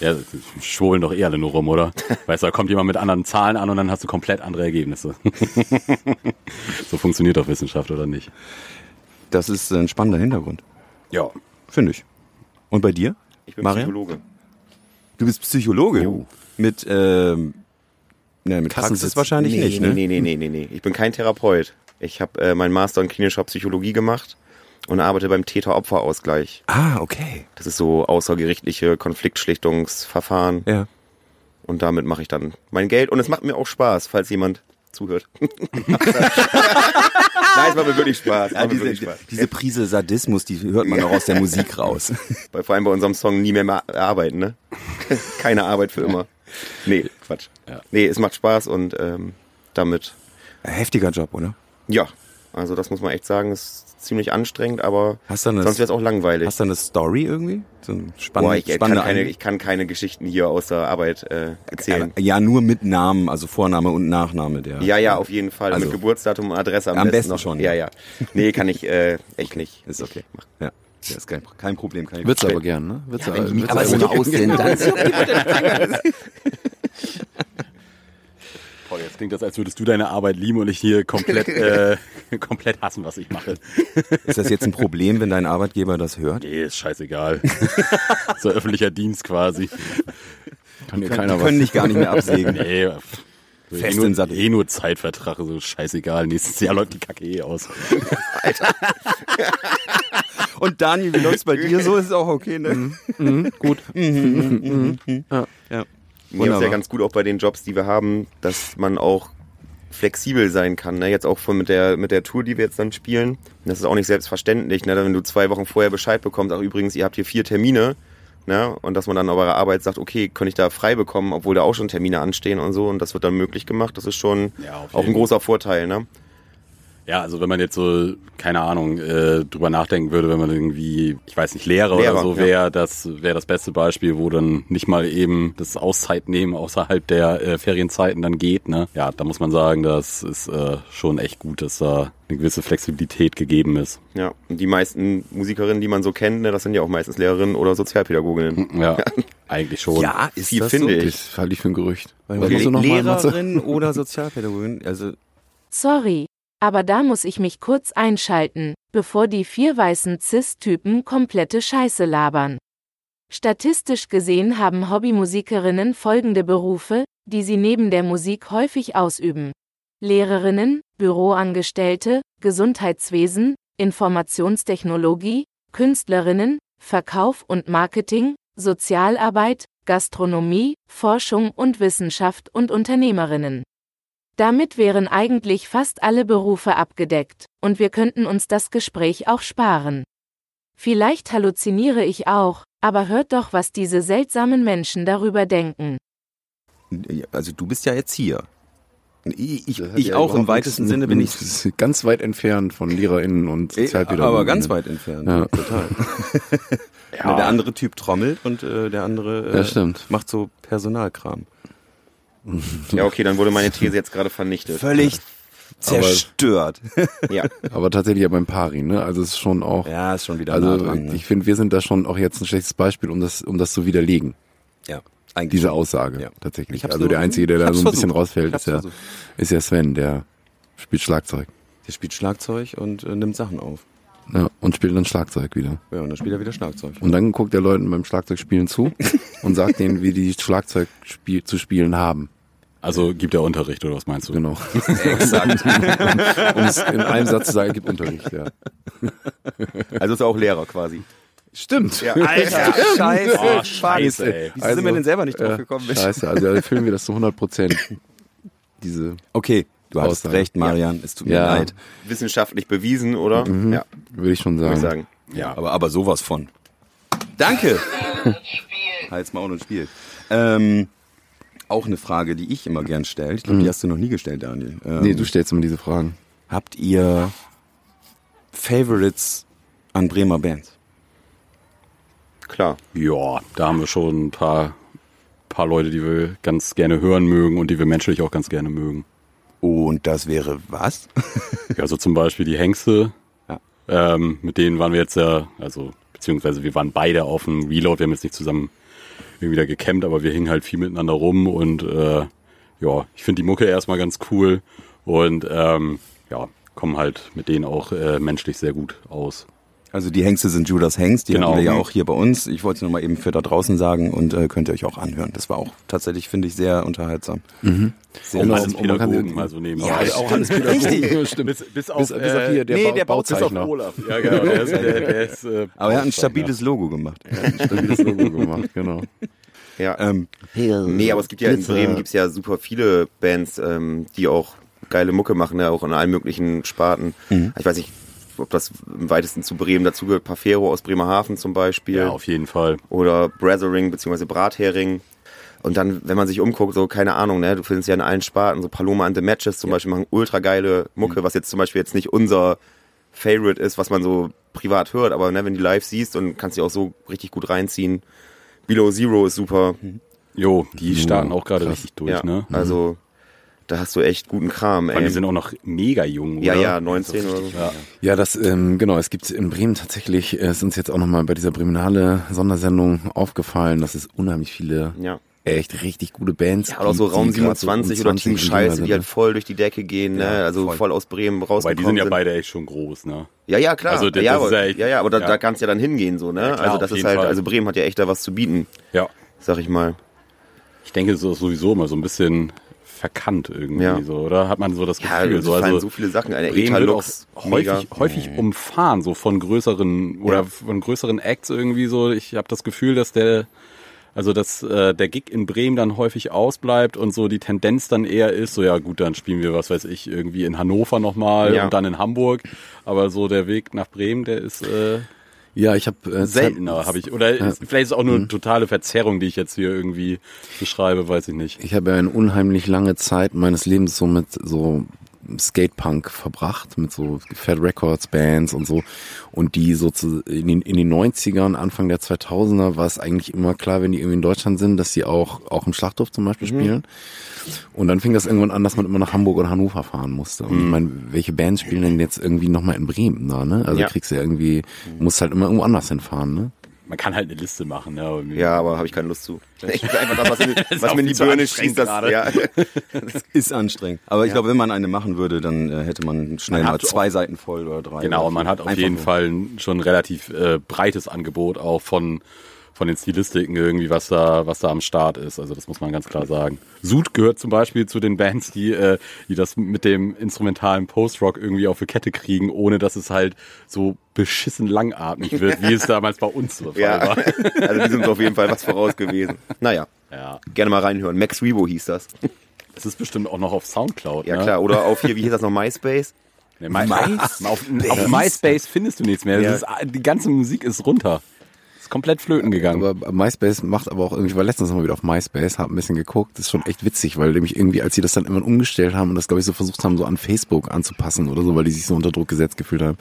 Ja, schwulen doch eh alle nur rum, oder? Weißt du, da kommt jemand mit anderen Zahlen an und dann hast du komplett andere Ergebnisse. so funktioniert doch Wissenschaft, oder nicht?
Das ist ein spannender Hintergrund,
Ja.
finde ich. Und bei dir?
Ich bin
Marian?
Psychologe. Oh.
Du bist Psychologe. Mit, ähm, ne, mit
Kassensitz.
Praxis wahrscheinlich
nee,
nicht,
nee,
ne?
Nee, nee, nee, nee, nee. Ich bin kein Therapeut. Ich habe äh, meinen Master in klinischer Psychologie gemacht und arbeite beim Täter-Opfer-Ausgleich.
Ah, okay.
Das ist so außergerichtliche Konfliktschlichtungsverfahren
Ja.
und damit mache ich dann mein Geld und es macht mir auch Spaß, falls jemand zuhört. Nein, es macht mir wirklich Spaß. Es
Ah,
macht mir
diese,
wirklich Spaß.
diese Prise Sadismus, die hört man auch aus der Musik raus.
Bei, vor allem bei unserem Song nie mehr ma- arbeiten, ne? Keine Arbeit für immer. Nee, Quatsch. Nee, es macht Spaß und ähm, damit
Heftiger Job, oder?
Ja, also das muss man echt sagen, ist ziemlich anstrengend, aber
Hast du eine,
sonst wäre es auch langweilig.
hast du eine Story irgendwie? So ein spannend,
Boah, ich, ich, kann
spannender
keine,
Ein-
ich kann keine Geschichten hier aus der Arbeit äh, erzählen.
Ja, nur mit Namen, also Vorname und Nachname der.
Ja, ja, auf jeden Fall.
Also-
Mit Geburtsdatum und Adresse am,
Am besten
noch.
schon,
Ja,
ja.
ja. Nee, kann ich äh, echt nicht.
Ist okay. Ja. ja ist kein, kein Problem. Kann ich
Wird's aber gern, ne? Wird's aber, wird's aber
so aussehen, dann
Boah, jetzt klingt das, als würdest du deine Arbeit lieben und ich hier komplett, äh, komplett hassen, was ich mache.
Ist das jetzt ein Problem, wenn dein Arbeitgeber das hört?
Nee, ist scheißegal. so öffentlicher Dienst quasi.
kann mir
Können, die
keiner
können
was.
dich gar nicht mehr absägen.
Nee, pff.
Fest
eh, nur,
im Sattel.
eh nur Zeitvertrag, so scheißegal. Nächstes Jahr läuft die Kacke eh aus.
Und Daniel, wie läuft's bei dir? So ist es auch okay, ne?
Mhm. Gut.
Mir ist ja
Wunderbar.
ganz gut auch bei den Jobs, die wir haben, dass man auch flexibel sein kann. Ne? Jetzt auch von mit der mit der Tour, die wir jetzt dann spielen. Das ist auch nicht selbstverständlich, ne? wenn du zwei Wochen vorher Bescheid bekommst. Ach übrigens, ihr habt hier vier Termine. Ne? Und dass man dann auf eurer Arbeit sagt, okay, könnte ich da frei bekommen, obwohl da auch schon Termine anstehen und so. Und das wird dann möglich gemacht. Das ist schon
Ja, auf
auch ein
jeden.
großer Vorteil. Ne?
Ja, also wenn man jetzt so, keine Ahnung, äh, drüber nachdenken würde, wenn man irgendwie, ich weiß nicht, Lehrer,
Lehrer,
oder so wäre, das wäre das beste Beispiel, wo dann nicht mal eben das Auszeitnehmen außerhalb der äh, Ferienzeiten dann geht. Ne? Ja, da muss man sagen, das ist äh, schon echt gut, dass da eine gewisse Flexibilität gegeben ist.
Ja, und die meisten Musikerinnen, die man so kennt, ne, das sind ja auch meistens Lehrerinnen oder Sozialpädagoginnen.
Ja, eigentlich schon.
Ja, ist
Viel finde ich.
Das halte ich für ein Gerücht.
Weil
Was
Le
musst du noch mal, Matze?
Lehrerin oder Sozialpädagogin, also
Sorry, aber da muss ich mich kurz einschalten, bevor die vier weißen Cis-Typen komplette Scheiße labern. Statistisch gesehen haben Hobbymusikerinnen folgende Berufe, die sie neben der Musik häufig ausüben. Lehrerinnen, Büroangestellte, Gesundheitswesen, Informationstechnologie, Künstlerinnen, Verkauf und Marketing, Sozialarbeit, Gastronomie, Forschung und Wissenschaft und Unternehmerinnen. Damit wären eigentlich fast alle Berufe abgedeckt, und wir könnten uns das Gespräch auch sparen. Vielleicht halluziniere ich auch, aber hört doch, was diese seltsamen Menschen darüber denken.
also du bist ja Erzieher. Ich, ich,
Das hat
ich
ja
auch
überhaupt
im weitesten
nichts
Sinne
mit-
bin
mit-
ich
ganz weit entfernt von LehrerInnen und
Äh,
Sozialpädagogen.
aber ganz weit entfernt.
ne? Ja.
Total. Na, Der andere Typ trommelt und äh, der andere
Das stimmt.
macht so Personalkram.
Ja, okay, dann wurde meine These jetzt gerade vernichtet.
Völlig zerstört.
Ja,
Aber tatsächlich ja beim Pari, ne? Also es ist schon auch.
ja, ist schon wieder
also
nah dran, ne?
ich finde, wir sind da schon auch jetzt ein schlechtes Beispiel, um das, um das zu widerlegen,
ja, eigentlich
diese
schon.
Aussage
Ja. Ich
tatsächlich.
hab's
Also der
nur-
Einzige, der
ich
da
hab's
so ein bisschen
versucht. Ich
rausfällt,
hab's
ist ja,
versucht.
ist ja Sven, der spielt Schlagzeug.
Der spielt Schlagzeug und äh, nimmt Sachen auf.
Ja, ne? und spielt dann Schlagzeug wieder.
Ja, und dann spielt er wieder Schlagzeug.
Und dann guckt er Leuten beim Schlagzeugspielen zu und sagt denen, wie die Schlagzeug spiel, zu spielen haben.
Also gibt er Unterricht oder was meinst du?
Genau. Exakt. um es in einem Satz zu sagen, gibt Unterricht, ja.
also ist er auch Lehrer quasi.
Stimmt. Also,
Ja, Alter.
Scheiße, Also, äh,
Oh, scheiße, ey.
Wieso sind wir denn selber nicht drauf
ja,
gekommen?
Scheiße, also da filmen wir das zu 100 Prozent. Diese,
Okay, du hast
Aussage.
recht, Marian. Es tut mir
Ja.
leid.
Wissenschaftlich bewiesen, oder? Ja,
würde ich schon
würde
sagen.
ich sagen.
Ja.
Aber, aber sowas von. Danke. Halt's Maul und Spiel. Ähm, auch eine Frage, die ich immer gern stelle. Ich glaube, die hast du noch nie gestellt, Daniel. Ähm,
Nee, du stellst immer diese Fragen.
habt ihr Favorites an Bremer Bands?
Klar.
Ja, da haben wir schon ein paar, paar Leute, die wir ganz gerne hören mögen und die wir menschlich auch ganz gerne mögen.
Und das wäre was?
Ja, so zum Beispiel die Hengste.
Ja.
Ähm, mit denen waren wir jetzt ja, also, beziehungsweise wir waren beide auf dem Reload. Wir haben jetzt nicht zusammen irgendwie da gecampt, aber wir hingen halt viel miteinander rum und äh, ja, ich finde die Mucke erstmal ganz cool und ähm, ja, kommen halt mit denen auch äh, menschlich sehr gut aus.
Also die Hengste sind Judas Hengst, die
Genau.
haben wir ja auch hier bei uns. Ich wollte es nur mal eben für da draußen sagen und äh, könnt ihr euch auch anhören. Das war auch tatsächlich, finde ich, sehr unterhaltsam.
Auch
genau.
alles
Und man kann
Pädagogen,
den-
also nebenbei.
Ja,
auch
alles Richtig.
Bis, bis auf, äh,
bis auf hier, der
nee,
Bau-
der baut bis auf
Bauzeichner.
Olaf. Ja, genau, der ist, der, der ist, äh,
Aber er hat ein
Bauzeichner.
stabiles Logo gemacht.
Stabiles Logo gemacht, genau.
Ja.
Ähm,
Nee, aber es gibt ja in Bremen gibt's ja super viele Bands, ähm, die auch geile Mucke machen, ne? auch in allen möglichen Sparten. Ich weiß nicht, ob das im weitesten zu Bremen dazugehört. Pafero aus Bremerhaven zum Beispiel.
Ja, auf jeden Fall.
oder Brathering bzw. Brathering. Und dann, wenn man sich umguckt, so keine Ahnung, ne, du findest ja in allen Sparten, so Paloma and the Matches zum Beispiel machen ultra geile Mucke, was jetzt zum Beispiel jetzt nicht unser Favorite ist, was man so privat hört, aber ne, wenn du die live siehst und kannst dich auch so richtig gut reinziehen. Below Zero ist super.
Jo, die starten auch gerade
krass.
richtig durch,
Uh,
ne?
ja, Also da hast du echt guten Kram,
Weil
ey.
die sind auch noch mega jung, oder? Also,
ja, ja, 19 oder so.
Ja, das, ähm, genau, es gibt in Bremen tatsächlich, äh, ist uns jetzt auch nochmal bei dieser Breminale Sondersendung aufgefallen, dass es unheimlich viele
Ja.
echt richtig gute Bands gibt.
Oder auch so
die
Raum
gerade um
27 oder
20
Team
und
Scheiße,
jünger
die halt
sind. ne?
voll durch die Decke gehen, ne? also voll.
voll.
aus Bremen
Weil
rausgekommen
die sind ja
sind.
beide echt schon groß, ne?
Ja, ja, klar.
Also, das
ja,
ist
aber,
ja echt-
ja, ja, aber da,
ja.
da kann's ja dann hingehen, so, ne?
klar,
also,
auf
das ist
jeden
halt,
Fall.
also Bremen hat ja echt da was zu bieten,
Ja.
sag ich mal.
Ich denke, das ist sowieso immer so ein bisschen verkannt irgendwie,
Ja.
so, oder? Hat man so das
Ja,
Gefühl,
es
so,
fallen
also.
so viele Sachen ein.
Bremen wird auch
Etalux, mega.
häufig, häufig umfahren, so von größeren oder
Ja.
von größeren Acts irgendwie so. Ich habe das Gefühl, dass der, also dass äh, der Gig in Bremen dann häufig ausbleibt und so die Tendenz dann eher ist, so ja gut, dann spielen wir, was weiß ich, irgendwie in Hannover nochmal
Ja.
und dann in Hamburg. Aber so der Weg nach Bremen, der ist äh,
Ja, ich habe äh,
seltener, habe ich. Oder ist, vielleicht ist es auch
Mhm.
nur eine totale Verzerrung, die ich jetzt hier irgendwie beschreibe, weiß ich nicht.
Ich habe ja eine unheimlich lange Zeit meines Lebens so mit so Skatepunk verbracht mit so Fat Records Bands und so und die so zu, in, den, in den 90ern, Anfang der 2000er war es eigentlich immer klar, wenn die irgendwie in Deutschland sind, dass die auch, auch im Schlachthof zum Beispiel spielen und dann fing das irgendwann an, dass man immer nach Hamburg oder Hannover fahren musste und ich meine, welche Bands spielen denn jetzt irgendwie nochmal in Bremen da, ne? Also
Ja.
kriegst du ja irgendwie, musst halt immer irgendwo anders hinfahren, ne?
Man kann halt eine Liste machen. Ja, aber mir-
Ja, aber habe ich keine Lust zu. Ich will einfach das, was, in,
ist
was
auch
mir in die
viel zu
Birne
anstrengend
schießt, das,
gerade.
ja.
Ist anstrengend. Aber ich glaube, wenn man eine machen würde, dann äh, hätte man schnell
Man
mal
hat
zwei Seiten voll oder drei.
Genau,
oder
und man
vier.
hat auf
Einfach
jeden
so.
Fall ein- schon ein relativ äh, breites Angebot auch von, von den Stilistiken irgendwie, was da, was da am Start ist. Also das muss man ganz klar sagen. Sud gehört zum Beispiel zu den Bands, die, äh, die das mit dem instrumentalen Post-Rock irgendwie auf die Kette kriegen, ohne dass es halt so beschissen langatmig wird, wie es damals bei uns so
ja.
war.
Also die sind uns auf jeden Fall was voraus gewesen. Naja,
Ja,
gerne mal reinhören. Max Rebo hieß das.
das ist bestimmt auch noch auf Soundcloud.
Ja
ne?
klar, oder auf hier, wie hieß das noch, MySpace?
Ne, My auf, auf MySpace findest du nichts mehr. Das ist, die ganze Musik ist runter. Ist komplett flöten gegangen.
Aber MySpace macht aber auch irgendwie, ich war letztens nochmal wieder auf MySpace, hab ein bisschen geguckt, ist schon echt witzig, weil nämlich irgendwie, als sie das dann immer umgestellt haben und das, glaube ich, so versucht haben, so an Facebook anzupassen oder so, weil die sich so unter Druck gesetzt gefühlt haben.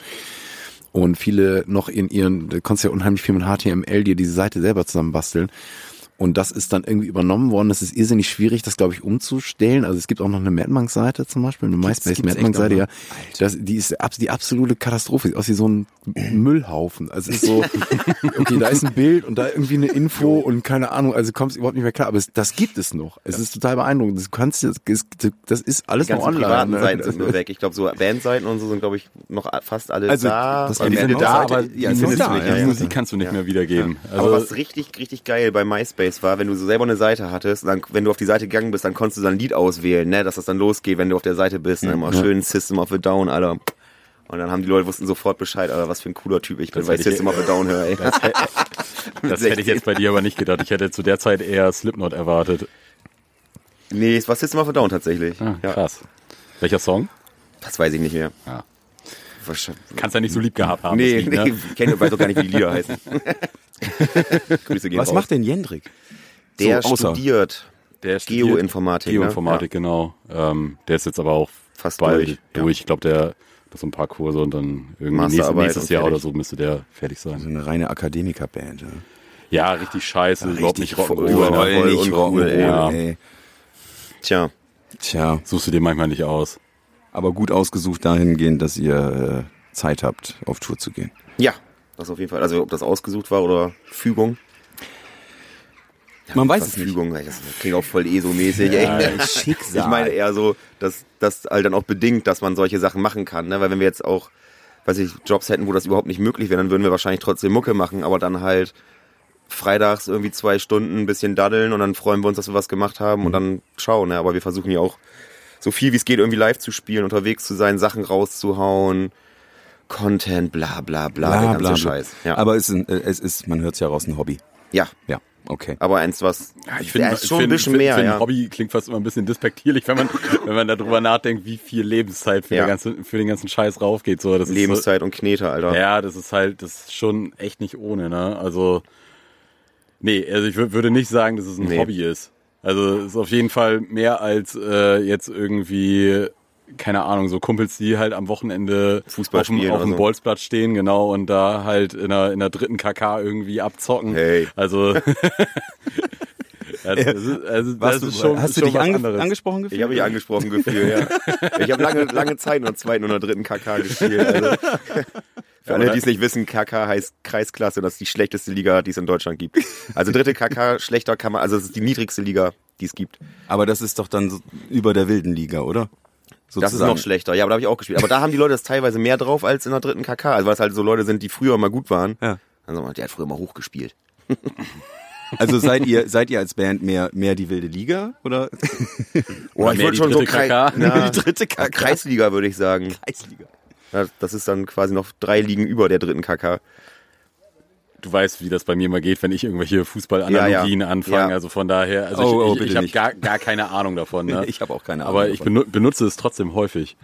Und viele noch in ihren, da konntest du ja unheimlich viel mit HTML dir diese Seite selber zusammenbasteln. Und das ist dann irgendwie übernommen worden. Das ist irrsinnig schwierig, das, glaube ich, umzustellen. Also es gibt auch noch eine Madmonk-Seite zum Beispiel, eine
ne?
MySpace-Madmonk-Seite, ja. Das, die ist abs- die absolute Katastrophe. Sieht aus wie so ein Müllhaufen. Also es ist so, okay, da ist ein Bild und da irgendwie eine Info und keine Ahnung. Also kommst überhaupt nicht mehr klar. Aber es, das gibt es noch. Es ist total beeindruckend. Das kannst du, das, das ist alles
Die
noch
ganzen
online.
privaten
ne?
Seiten sind nur weg. Ich glaube, so Bandseiten und so sind, glaube ich, noch fast alle
Also,
da.
das
Am
gibt's
Ende
noch,
da,
aber
aber
ja,
die
es
findest
ist
du
da,
nicht.
ja,
die
ja.
Musik kannst du nicht mehr wiedergeben. Also
Aber was richtig, richtig geil bei MySpace war, wenn du so selber eine Seite hattest, und dann, wenn du auf die Seite gegangen bist, dann konntest du dann ein Lied auswählen, ne, dass das dann losgeht, wenn du auf der Seite bist. Ne, immer schön System of a Down, Alter. Und dann haben die Leute wussten sofort Bescheid, Alter, was für ein cooler Typ ich bin,
Das
weil ich
hätte ich-
System of a Down höre, ey.
Das hätte ich jetzt bei dir aber nicht gedacht. Ich hätte zu der Zeit eher Slipknot erwartet. Ah,
Nee, es war System of a Down tatsächlich. ja.
Krass. Welcher Song?
Das weiß ich nicht mehr.
Ja.
Wahrscheinlich.
Kannst ja nicht so lieb gehabt haben.
Nee,
das Lied,
nee,
ne?
kenn, weiß auch gar nicht, wie die Lieder heißen. Grüße gehen
Was
raus.
macht denn Jendrik?
der?
so außer-
studiert
Der studiert
Geoinformatik.
Geoinformatik,
Ne?
genau. Ähm, der ist jetzt aber auch
Fast
bald
durch,
durch.
ja.
Ich glaube, der hat so ein paar Kurse und dann irgendwie nächstes,
Masterarbeit
nächstes
und
Jahr oder
fertig.
so müsste der fertig
So
sein.
eine reine Akademikerband. Ja.
Ja, richtig scheiße, überhaupt nicht
voll,
Rock'n'Roll.
ne?
Überall nicht
und
Oh,
Rock'n'Roll,
cool,
ey. Ja.
ey.
Ja. Tja.
Tja,
Suchst du dir manchmal nicht aus.
aber gut ausgesucht dahingehend, dass ihr äh, Zeit habt, auf Tour zu gehen.
Ja, das auf jeden Fall. Also ob das ausgesucht war oder Fügung.
Man weiß
Was
es nicht.
Fügung, ey, das klingt auch voll ESO-mäßig. ey.
Schicksal.
Ich meine eher so, dass das halt dann auch bedingt, dass man solche Sachen machen kann. Ne? Weil wenn wir jetzt auch, weiß ich, Jobs hätten, wo das überhaupt nicht möglich wäre, dann würden wir wahrscheinlich trotzdem Mucke machen, aber dann halt freitags irgendwie zwei Stunden ein bisschen daddeln und dann freuen wir uns, dass wir was gemacht haben
Mhm.
und dann schauen. Ne? Aber wir versuchen ja auch so viel wie es geht irgendwie live zu spielen, unterwegs zu sein, Sachen rauszuhauen, Content, bla bla bla,
bla, Ah,
der ganze
bla, bla.
Scheiß. Ja.
Aber es ist, ein, äh, es ist man hört es ja raus, ein Hobby.
ja,
Ja, okay.
aber eins, was
Ich finde,
Ja, ist schon
ich
ein
finde-
bisschen
ich
mehr,
finde,
ja.
Hobby klingt fast immer ein bisschen despektierlich, wenn man, wenn man darüber nachdenkt, wie viel Lebenszeit für,
Ja.
den ganzen, für den ganzen Scheiß raufgeht. So, das ist so,
Lebenszeit und Knete, Alter.
Ja, das ist halt, das ist schon echt nicht ohne, ne? Also, nee, also ich wür- würde nicht sagen, dass es ein
Nee.
Hobby ist. Also es ist auf jeden Fall mehr als äh, jetzt irgendwie, keine Ahnung, so Kumpels, die halt am Wochenende
Fußball
auf dem,
spielen
auf
oder
dem
so.
Bolzplatz stehen, genau, und da halt in der, in der dritten KK irgendwie abzocken.
Hey.
Also, also, das ist- also das
Warst
ist
du-
schon,
hast
ist
du
schon
dich
was
ange
anderes.
angesprochen
Ich
gefühlt?
habe mich angesprochen gefühlt, ja. Ich habe lange, lange Zeit in der zweiten oder dritten KK gespielt. Also. Für alle, die es nicht wissen, KK heißt Kreisklasse und das ist die schlechteste Liga, die es in Deutschland gibt. Also dritte KK, schlechter kann man, also es ist die niedrigste Liga, die es gibt.
Aber das ist doch dann so über der wilden Liga, oder?
Das ist noch schlechter. Ja, aber da habe ich auch gespielt. Aber da haben die Leute das teilweise mehr drauf als in der dritten KK. Also weil es halt so Leute sind, die früher mal gut waren.
Ja.
Dann sagt man, der hat früher mal hochgespielt.
Also seid ihr, seid ihr als Band mehr, mehr die wilde Liga oder
Oh,
Oder mehr die dritte
Krei-
KK.
Na,
die dritte
Ja,
Kacke?
Kreisliga würde ich sagen.
Kreisliga.
Ja, Das ist dann quasi noch drei Ligen über der dritten KK.
du weißt, wie das bei mir immer geht, wenn ich irgendwelche Fußballanalogien
Ja, ja.
anfange.
Ja.
Also von daher, also
Oh, oh,
ich, ich, ich
bitte
habe
nicht.
gar, gar keine Ahnung davon. Ne?
Ich habe auch keine Ahnung
Aber ich
davon.
benu- benutze es trotzdem häufig.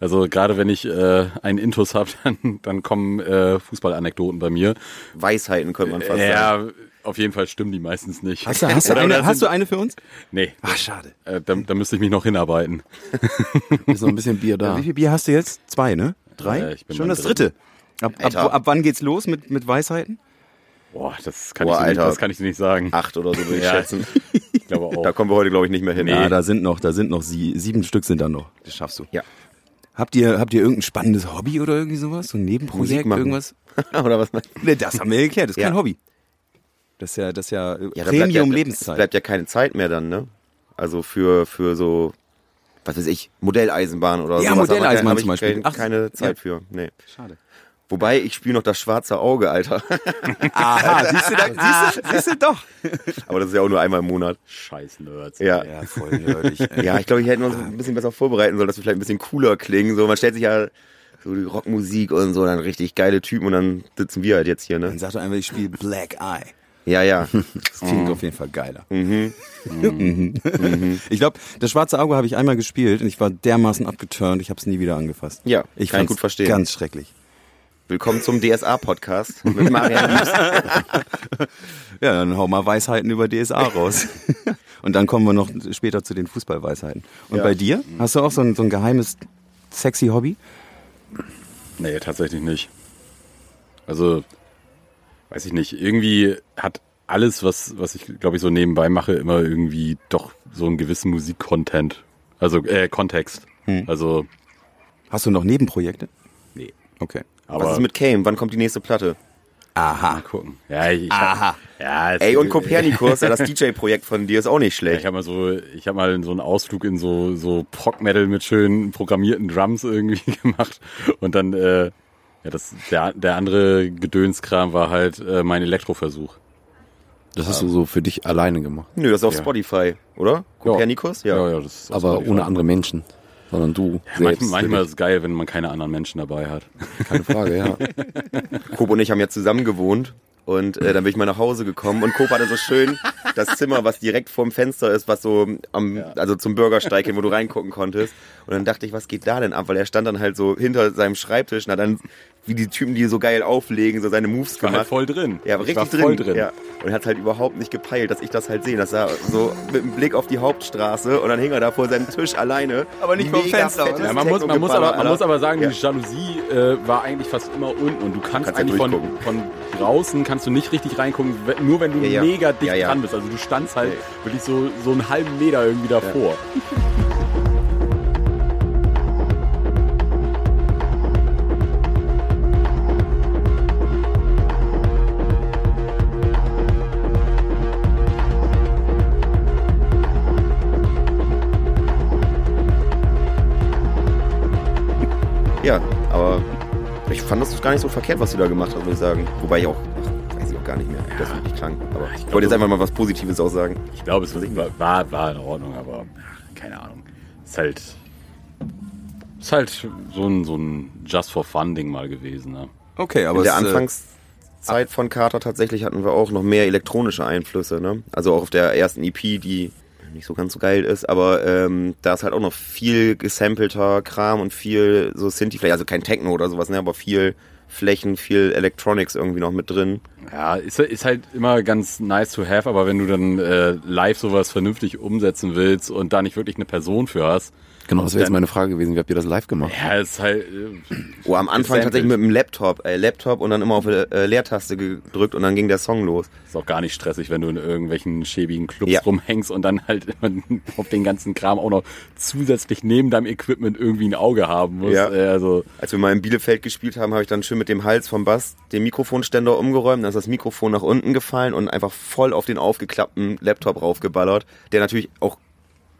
also gerade wenn ich äh, einen Intus habe, dann, dann kommen äh, Fußballanekdoten bei mir.
Weisheiten könnte man fast sagen.
Ja, auf jeden Fall stimmen die meistens nicht.
Hast du, hast du,
Oder-
eine,
oder
hast
sind-
du eine für uns?
Nee,
Ah, schade.
äh, da, da müsste ich mich noch hinarbeiten.
Ist noch ein bisschen Bier da.
Wie viel Bier hast du jetzt? Zwei, ne? Drei?
Ja, ich bin
Schon
beim
das dritte. Ab, ab,
Alter.
ab wann geht's los mit, mit Weisheiten?
Boah, das kann,
Boah,
ich, dir nicht,
Alter.
das kann ich dir nicht sagen.
Ah,
Acht oder so würde ich
Ja.
schätzen.
Ich glaube
Da
auch.
kommen wir heute, glaube ich, nicht mehr hin.
Ja, da sind noch, da sind noch sie, sieben Stück sind da noch. Das schaffst du.
Ja.
Habt ihr, habt ihr irgendein spannendes Hobby oder irgendwie sowas? So ein Nebenprojekt,
Musik machen.
irgendwas?
oder was?
Ne, das haben wir geklärt, das ist
Ja.
kein Hobby. Das ist ja, das ist ja, äh,
Ja, da bleibt ja,
Premium
Es
Lebenszeit.
bleibt ja keine Zeit mehr dann, ne? Also für, für so, was weiß ich, Modelleisenbahn oder
Ja,
sowas. aber
Modelleisenbahn
da hab
zum
ich
Beispiel.
Keine,
Ach,
keine Zeit für, nee. Schade. Wobei, ich spiele noch das schwarze Auge, Alter.
Aha, siehst du, da, siehst, du, siehst du doch.
Aber das ist ja auch nur einmal im Monat.
Scheiß Nerds.
Ja.
Ja, voll nerdig. ey.
Ja, ich glaube, wir hätten uns ein bisschen besser vorbereiten sollen, dass wir vielleicht ein bisschen cooler klingen. So, man stellt sich ja so die Rockmusik und so, dann richtig geile Typen und dann sitzen wir halt jetzt hier, ne?
Dann sag doch einfach, ich spiele Black Eye.
Ja, ja.
Das klingt auf jeden Fall geiler. Mhm. ich glaube, das schwarze Auge habe ich einmal gespielt und ich war dermaßen abgeturnt, ich habe es nie wieder angefasst.
Ja,
ich
kann ich
fand's
gut verstehen.
Ganz schrecklich.
Willkommen zum DSA-Podcast mit Marian Liebs.
Ja, dann hau mal Weisheiten über DSA raus. und dann kommen wir noch später zu den Fußballweisheiten. Und bei dir? Hast du auch so ein, so ein geheimes sexy Hobby?
Nee, tatsächlich nicht. Also, weiß ich nicht. Irgendwie hat alles, was, was ich, glaube ich, so nebenbei mache, immer irgendwie doch so einen gewissen Musikcontent. Also, äh, Kontext.
Hm.
Also,
Hast du noch Nebenprojekte?
nee.
Okay.
Aber
Was ist mit Came? Wann kommt die nächste Platte?
mal gucken. Ja, ich, ich Aha. Ja, es-
Ey, und Kopernikus, ja, das DJ-Projekt von dir ist auch nicht
Ich
schlecht.
habe mal so, ich habe mal so einen Ausflug in so so Prog Metal mit schönen programmierten Drums irgendwie gemacht und dann äh, ja das der der andere Gedönskram war halt äh, mein Elektroversuch.
Das hast du so für dich alleine gemacht.
Nö, das ist auf
Ja.
Spotify, oder? Kopernikus? Ja.
ja, ja das ist
Aber
Spotify.
ohne andere Menschen. Sondern du
Ja,
selbst.
manchmal, manchmal ist es geil, wenn man keine anderen Menschen dabei hat.
Keine Frage, ja.
Coop und ich haben ja zusammen gewohnt. Und äh, dann bin ich mal nach Hause gekommen und Coop hatte so schön das Zimmer, was direkt vorm Fenster ist, was so am, also zum Bürgersteig hin, wo du reingucken konntest. Und dann dachte ich, was geht da denn ab? Weil er stand dann halt so hinter seinem Schreibtisch und hat dann, wie die Typen, die so geil auflegen, so seine Moves
War halt
gemacht.
voll drin.
Ja, aber
ich
richtig
war
drin.
voll drin.
Ja. Und er hat halt überhaupt nicht gepeilt, dass ich das halt sehe. Das sah so mit dem Blick auf die Hauptstraße und dann hing er da vor seinem Tisch alleine. Aber nicht
vorm Fenster, oder?
Ja, man, muss, man, muss aber, man muss aber sagen, die Jalousie äh, war eigentlich fast immer unten und du kannst,
Kannst ja
eigentlich von,
durchgucken.
von draußen kannst du nicht richtig reingucken, we- nur wenn du
Ja, ja.
mega dicht
Ja, ja.
dran bist. Also du standst halt wirklich so, so einen halben Meter irgendwie davor.
Ja, aber ich fand das gar nicht so verkehrt, was du da gemacht hast, muss ich sagen. Wobei ich auch, ach, weiß ich auch gar nicht mehr, wie das wirklich klang. Aber ich wollte jetzt einfach mal was Positives auch sagen.
Ich glaube, es war, war, war in Ordnung, aber ach, keine Ahnung. Ist halt, ist halt so ein, so ein Just-for-Fun-Ding mal gewesen. Ne?
Okay, aber
In der
es, äh,
Anfangszeit von Carter tatsächlich hatten wir auch noch mehr elektronische Einflüsse, ne? Also auch auf der ersten EP, die nicht so ganz so geil ist, aber ähm, da ist halt auch noch viel gesampelter Kram und viel so Synthi, vielleicht also kein Techno oder sowas, ne? Aber viel Flächen, viel Electronics irgendwie noch mit drin.
Ja, ist, ist halt immer ganz nice to have, aber wenn du dann äh, live sowas vernünftig umsetzen willst und da nicht wirklich eine Person für hast,
Genau, das wäre jetzt meine Frage gewesen. Wie habt ihr das live gemacht?
ja, ist halt. Äh,
Oh, am Anfang
Gesampelt.
tatsächlich mit dem Laptop, ey, Laptop und dann immer auf äh, Leertaste gedrückt und dann ging der Song los.
Ist auch gar nicht stressig, wenn du in irgendwelchen schäbigen Clubs
Ja.
rumhängst und dann halt immer auf den ganzen Kram auch noch zusätzlich neben deinem Equipment irgendwie ein Auge haben musst.
Ja.
Äh, Also,
Als wir mal in Bielefeld gespielt haben, habe ich dann schön mit dem Hals vom Bass den Mikrofonständer umgeräumt, dann ist das Mikrofon nach unten gefallen und einfach voll auf den aufgeklappten Laptop raufgeballert, der natürlich auch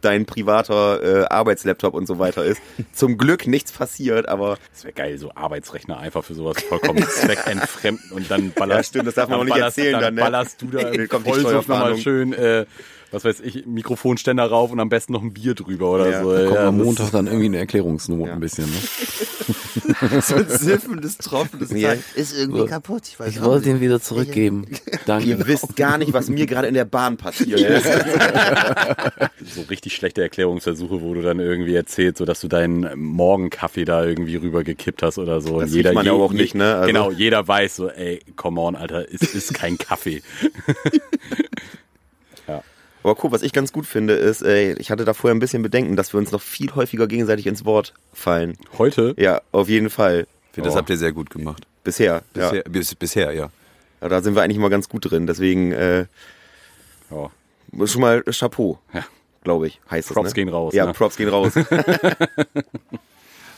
dein privater äh, Arbeitslaptop und so weiter ist. Zum Glück nichts passiert, aber
das wäre geil, so Arbeitsrechner einfach für sowas vollkommen zweckentfremden und dann ballerst
Ja, stimmt, das darf man auch nicht
ballerst,
erzählen
dann,
dann, ne?
ballerst du da
Kommt die
voll so nochmal
Steuerfahndung.
schön äh, was weiß ich, Mikrofonständer rauf und am besten noch ein Bier drüber oder
Ja,
so.
da
Kommt
ja,
am
das-
Montag dann irgendwie eine Erklärungsnot
Ja.
ein bisschen. Ne?
so ein siffendes, tropfendes
Ja.
Teil. Ist irgendwie kaputt. Ich weiß
Ich
auch
wollte ihn
nicht.
wieder zurückgeben.
Ihr
Danke.
wisst gar nicht, was mir gerade in der Bahn passiert ist.
so richtig schlechte Erklärungsversuche, wo du dann irgendwie erzählst, so dass du deinen Morgenkaffee da irgendwie rübergekippt hast oder so.
Das riecht man ja auch nicht, ne? Also-
Genau, jeder weiß so, ey, come on, Alter, es ist kein Kaffee.
Aber cool, was ich ganz gut finde, ist, ey, ich hatte da vorher ein bisschen Bedenken, dass wir uns noch viel häufiger gegenseitig ins Wort fallen.
Heute?
Ja, auf jeden Fall.
Ich finde, das habt ihr sehr gut gemacht.
Bisher. Ja.
Oh. Bisher, bis, bisher ja.
ja. Da sind wir eigentlich mal ganz gut drin. Deswegen äh,
Ja.
schon mal Chapeau.
Ja.
Glaube ich, heißt
Props
es. Ne?
gehen raus,
Ja,
ne?
Props gehen raus.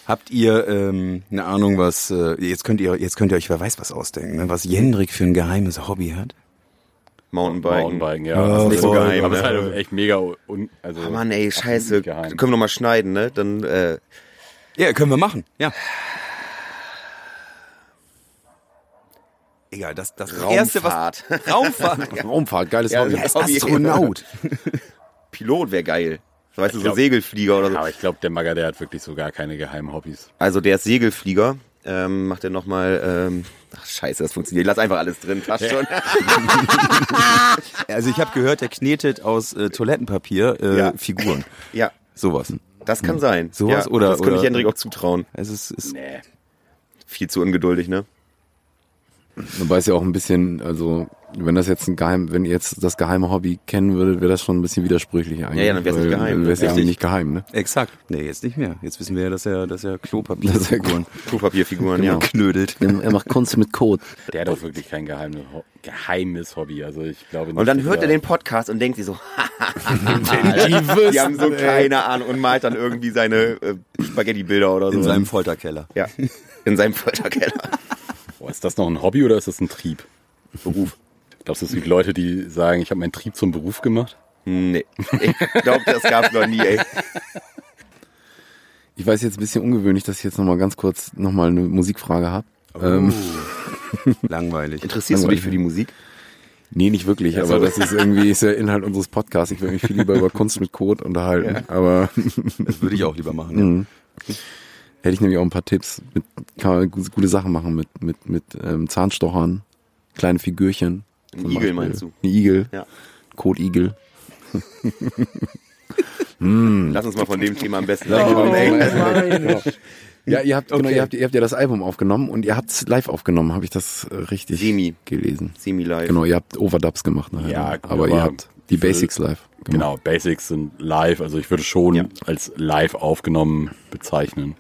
Habt ihr ähm, eine Ahnung, was äh, jetzt könnt ihr jetzt könnt ihr euch wer weiß was ausdenken, ne? was Jendrik für ein geheimes Hobby hat?
Mountainbiken.
Mountainbiken, ja. Das ist
nicht so geheim,
Aber das ist
ne?
halt echt mega un, also
Ah, Mann, ey, scheiße.
absolut geheim.
Können wir nochmal schneiden, ne? Dann, äh,
Ja, können wir machen. Ja. Egal, das das erste was
Raumfahrt.
Raumfahrt. Ja.
Raumfahrt, geiles
Ja,
Hobby.
ja.
Er ist Astronaut.
Pilot wäre geil. So, Weißt du, so
glaub-
Segelflieger oder so.
Aber ich glaube, der Magger, der hat wirklich so gar keine geheimen Hobbys.
Also der ist Segelflieger. Ähm, macht er nochmal, ähm, ach scheiße, das funktioniert. Lass einfach alles drin, passt schon.
Also ich habe gehört, der knetet aus äh, Toilettenpapier äh,
Ja.
Figuren.
Ja,
Sowas.
das
Hm.
kann sein.
Sowas
ja,
oder-
Das könnte ich
oder-
Hendrik auch zutrauen.
Es ist, ist
Nee.
Viel zu ungeduldig, ne?
Wobei es ja auch ein bisschen, also wenn das jetzt ein geheim, wenn ihr jetzt das geheime Hobby kennen würdet, wäre das schon ein bisschen widersprüchlich eigentlich.
Ja, ja, dann wär's nicht
weil
geheim.
Dann wär's
Richtig.
irgendwie nicht geheim, ne?
exakt. Nee, jetzt nicht mehr. Jetzt wissen wir ja, dass er dass er Klopapier
Das ist ja
Figuren
Klopapierfiguren,
Genau.
ja.
knödelt.
Er macht Kunst mit Code.
Der hat auch wirklich kein geheimes, Ho- geheimes Hobby. Also ich glaube nicht.
Und dann
dass
hört er
der-
den Podcast und denkt sich so, die, haben so keine Ahnung und malt dann irgendwie seine äh, Spaghetti-Bilder oder so.
In seinem Folterkeller.
ja, in seinem Folterkeller.
Boah, ist das noch ein Hobby oder ist das ein Trieb? Beruf. Glaubst du, es gibt Leute, die sagen, ich habe meinen Trieb zum Beruf gemacht?
Nee, ich glaube, das gab's noch nie, ey.
Ich weiß jetzt ein bisschen ungewöhnlich, dass ich jetzt nochmal ganz kurz nochmal eine Musikfrage habe. Ähm,
Langweilig.
Interessierst du dich für die Musik?
nee, nicht wirklich, aber das ist irgendwie ist der Inhalt unseres Podcasts. Ich würde mich viel lieber über Kunst mit Code unterhalten, aber
Das würde ich auch lieber machen. Ja.
hätte ich nämlich auch ein paar Tipps. Mit, kann man gu- gute Sachen machen mit, mit, mit ähm, Zahnstochern, kleine Figürchen. zum
Ein Igel
Beispiel.
meinst du?
Ein Igel,
Ja.
Kotigel.
Lass uns mal von dem Thema am besten
Oh,
wegkommen, ey.
genau. Ja, ihr habt, genau, ihr, habt, ihr habt ja das Album aufgenommen und ihr habt's live aufgenommen, habe ich das äh, richtig
Semi.
gelesen.
Semi-live.
Genau, ihr habt Overdubs gemacht nachher.
Ja,
ne?
gut,
aber ihr
aber
habt die
für-
Basics live gemacht.
Genau, Basics sind live. Also ich würde schon
Ja.
als live aufgenommen bezeichnen.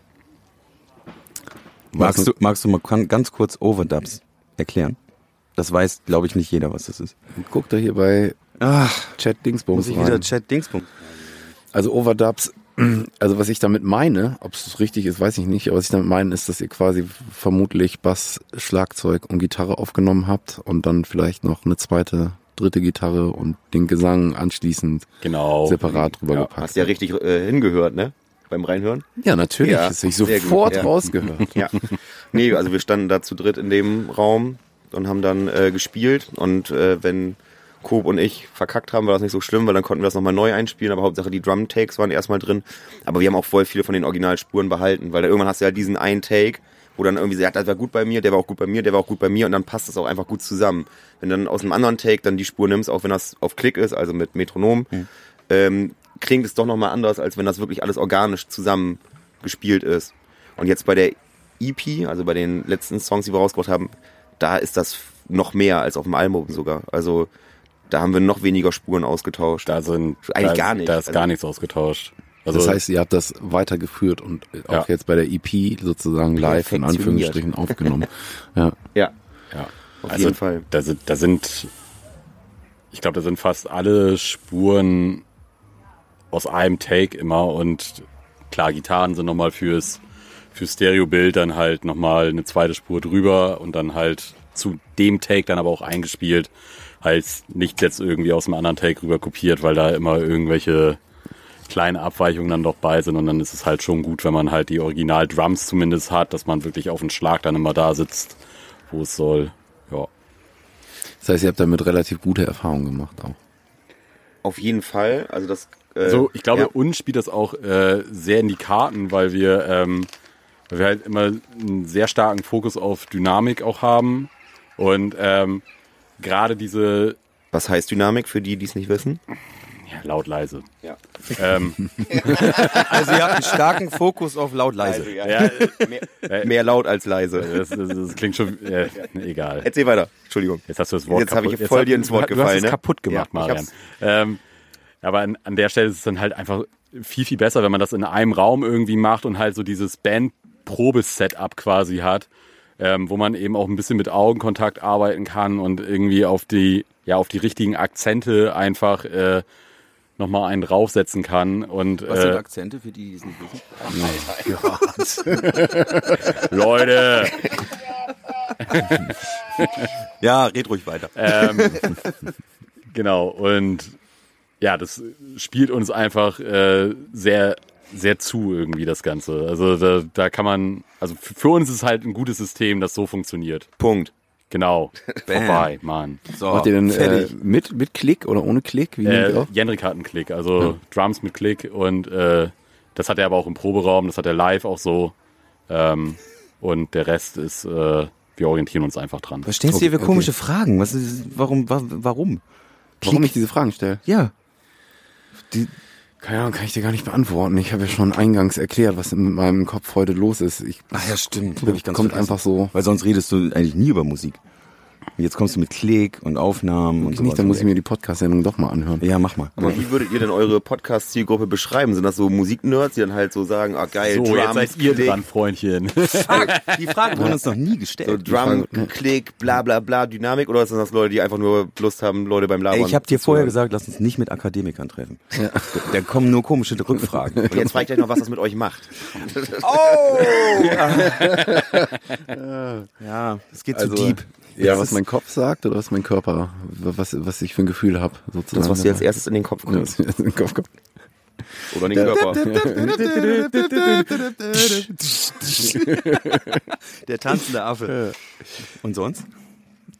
Magst du, magst du mal kan- ganz kurz Overdubs erklären? Das weiß, glaube ich, nicht jeder, was das ist.
Genau.
Und guckt da hier bei
Ach,
Chat Dingsbums rein.
Chat Dingsbums.
Also Overdubs, also was ich damit meine, ob es richtig ist, weiß ich nicht, aber was ich damit meine, ist, dass ihr quasi vermutlich Bass, Schlagzeug und Gitarre aufgenommen habt und dann vielleicht noch eine zweite, dritte Gitarre und den Gesang anschließend
Genau.
separat drüber
Ja,
gepackt.
Hast Oh, ja richtig äh, hingehört, ne? Beim Reinhören?
Ja, natürlich.
Ja,
das habe ich
sehr gut,
sofort
ja.
rausgehört.
Ja. Nee, also wir standen da zu dritt in dem Raum und haben dann äh, gespielt. Und äh, wenn Kob und ich verkackt haben, war das nicht so schlimm, weil dann konnten wir das nochmal neu einspielen. Aber Hauptsache die Drum-Takes waren erstmal drin. Aber wir haben auch voll viele von den Originalspuren behalten, weil da irgendwann hast du ja diesen einen Take, wo dann irgendwie sagt, das war gut bei mir, der war auch gut bei mir, der war auch gut bei mir. Und dann passt das auch einfach gut zusammen. Wenn du dann aus einem anderen Take dann die Spur nimmst, auch wenn das auf Klick ist, also mit Metronom, ähm, klingt es doch nochmal anders, als wenn das wirklich alles organisch zusammen gespielt ist. Und jetzt bei der EP, also bei den letzten Songs, die wir rausgebracht haben, da ist das noch mehr als auf dem Album sogar. Also da haben wir noch weniger Spuren ausgetauscht.
Da sind
Eigentlich
da,
gar nicht.
Da ist gar
Also-
nichts ausgetauscht. Also
Das heißt, ihr habt das weitergeführt und auch
Ja.
jetzt bei der EP sozusagen live in
Perfektioniert.
Anführungsstrichen aufgenommen. ja.
ja,
ja.
auf
also
jeden Fall.
Da sind, da sind, ich glaube, da sind fast alle Spuren aus einem Take immer und klar, Gitarren sind nochmal fürs, fürs Stereobild dann halt nochmal eine zweite Spur drüber und dann halt zu dem Take dann aber auch eingespielt, halt nicht jetzt irgendwie aus einem anderen Take rüber kopiert, weil da immer irgendwelche kleine Abweichungen dann doch bei sind und dann ist es halt schon gut, wenn man halt die Original-Drums zumindest hat, dass man wirklich auf den Schlag dann immer da sitzt, wo es soll. Ja.
Das heißt, ihr habt damit relativ gute Erfahrungen gemacht auch.
Auf jeden Fall. Also das. äh,
Also ich glaube,
ja.
uns spielt das auch äh, sehr in die Karten, weil wir, ähm, weil wir halt immer einen sehr starken Fokus auf Dynamik auch haben. Und ähm, gerade diese
Was heißt Dynamik für die, die es nicht wissen?
ja, laut leise.
Ja.
Ähm,
Also ihr habt einen starken Fokus auf laut leise.
Also, ja.
ja,
Mehr,
äh,
mehr laut als leise.
das, das, das klingt schon äh, egal.
Erzähl weiter. Entschuldigung.
Jetzt hast du das Wort
Jetzt habe ich
kaputt-
voll
hat-
dir ins Wort
du
gefallen,
hast es
ne?
kaputt gemacht,
Ja, ich
Marian.
hab's-
Ähm, aber an, an der Stelle ist es dann halt einfach viel, viel besser, wenn man das in einem Raum irgendwie macht und halt so dieses Band-Probe-Setup quasi hat, ähm, wo man eben auch ein bisschen mit Augenkontakt arbeiten kann und irgendwie auf die, ja, auf die richtigen Akzente einfach äh, nochmal einen draufsetzen kann. Und,
Was sind
äh,
Akzente für die, die es nicht wissen?
Leute!
Ja, red ruhig weiter.
Äh.
Ähm, genau, und ja, das spielt uns einfach äh, sehr, sehr zu irgendwie das Ganze. Also da, da kann man, also f- für uns ist halt ein gutes System, das so funktioniert.
Punkt.
Genau. Vorbei, Mann.
so,
Macht ihr denn äh,
fertig.
mit, mit Klick oder ohne Klick? Wie nehmt
Äh,
ihr auf?
Jendrik hat einen Klick, also Drums mit Klick und äh, das hat er aber auch im Proberaum, das hat er live auch so. Ähm, und der Rest ist, äh, wir orientieren uns einfach dran.
Was stellst du hier für
Okay.
komische Fragen? Was ist, warum, wa- warum?
Warum ich diese Fragen stelle?
Ja.
Keine Ahnung, kann ich dir gar nicht beantworten. Ich habe ja schon eingangs erklärt, was in meinem Kopf heute los ist. Ich,
Ach ja, stimmt.
das kommt einfach so.
Weil sonst redest du eigentlich nie über Musik. Und jetzt kommst du mit Klick und Aufnahmen und
Ich
so
nicht, dann muss ich mir die Podcast-Sendung doch mal anhören.
Ja, mach mal.
Aber wie würdet ihr denn eure Podcast-Zielgruppe beschreiben? Sind das so Musiknerds, die dann halt so sagen, ah geil,
So,
Drum,
jetzt seid ihr
Klick,
dran, Freundchen.
Die Fragen wurden uns noch nie gestellt.
So Drum, Klick, bla bla bla, Dynamik oder sind das Leute, die einfach nur Lust haben, Leute beim Labern?
Ey, ich habe dir vorher
zuzuhören?
gesagt, lass uns nicht mit Akademikern treffen. Da, da kommen nur komische Rückfragen.
Und jetzt frage ich gleich noch, was das mit euch macht.
Ja, es geht
Also,
zu deep.
Ja,
Das
was
ist-
mein Kopf sagt oder was mein Körper, was, was ich für ein Gefühl habe, sozusagen.
Das, was dir als erstes in den Kopf
Ja,
kommt.
was mir jetzt in den Kopf kommt.
Oder in den Körper.
Der tanzende Affe. Und sonst?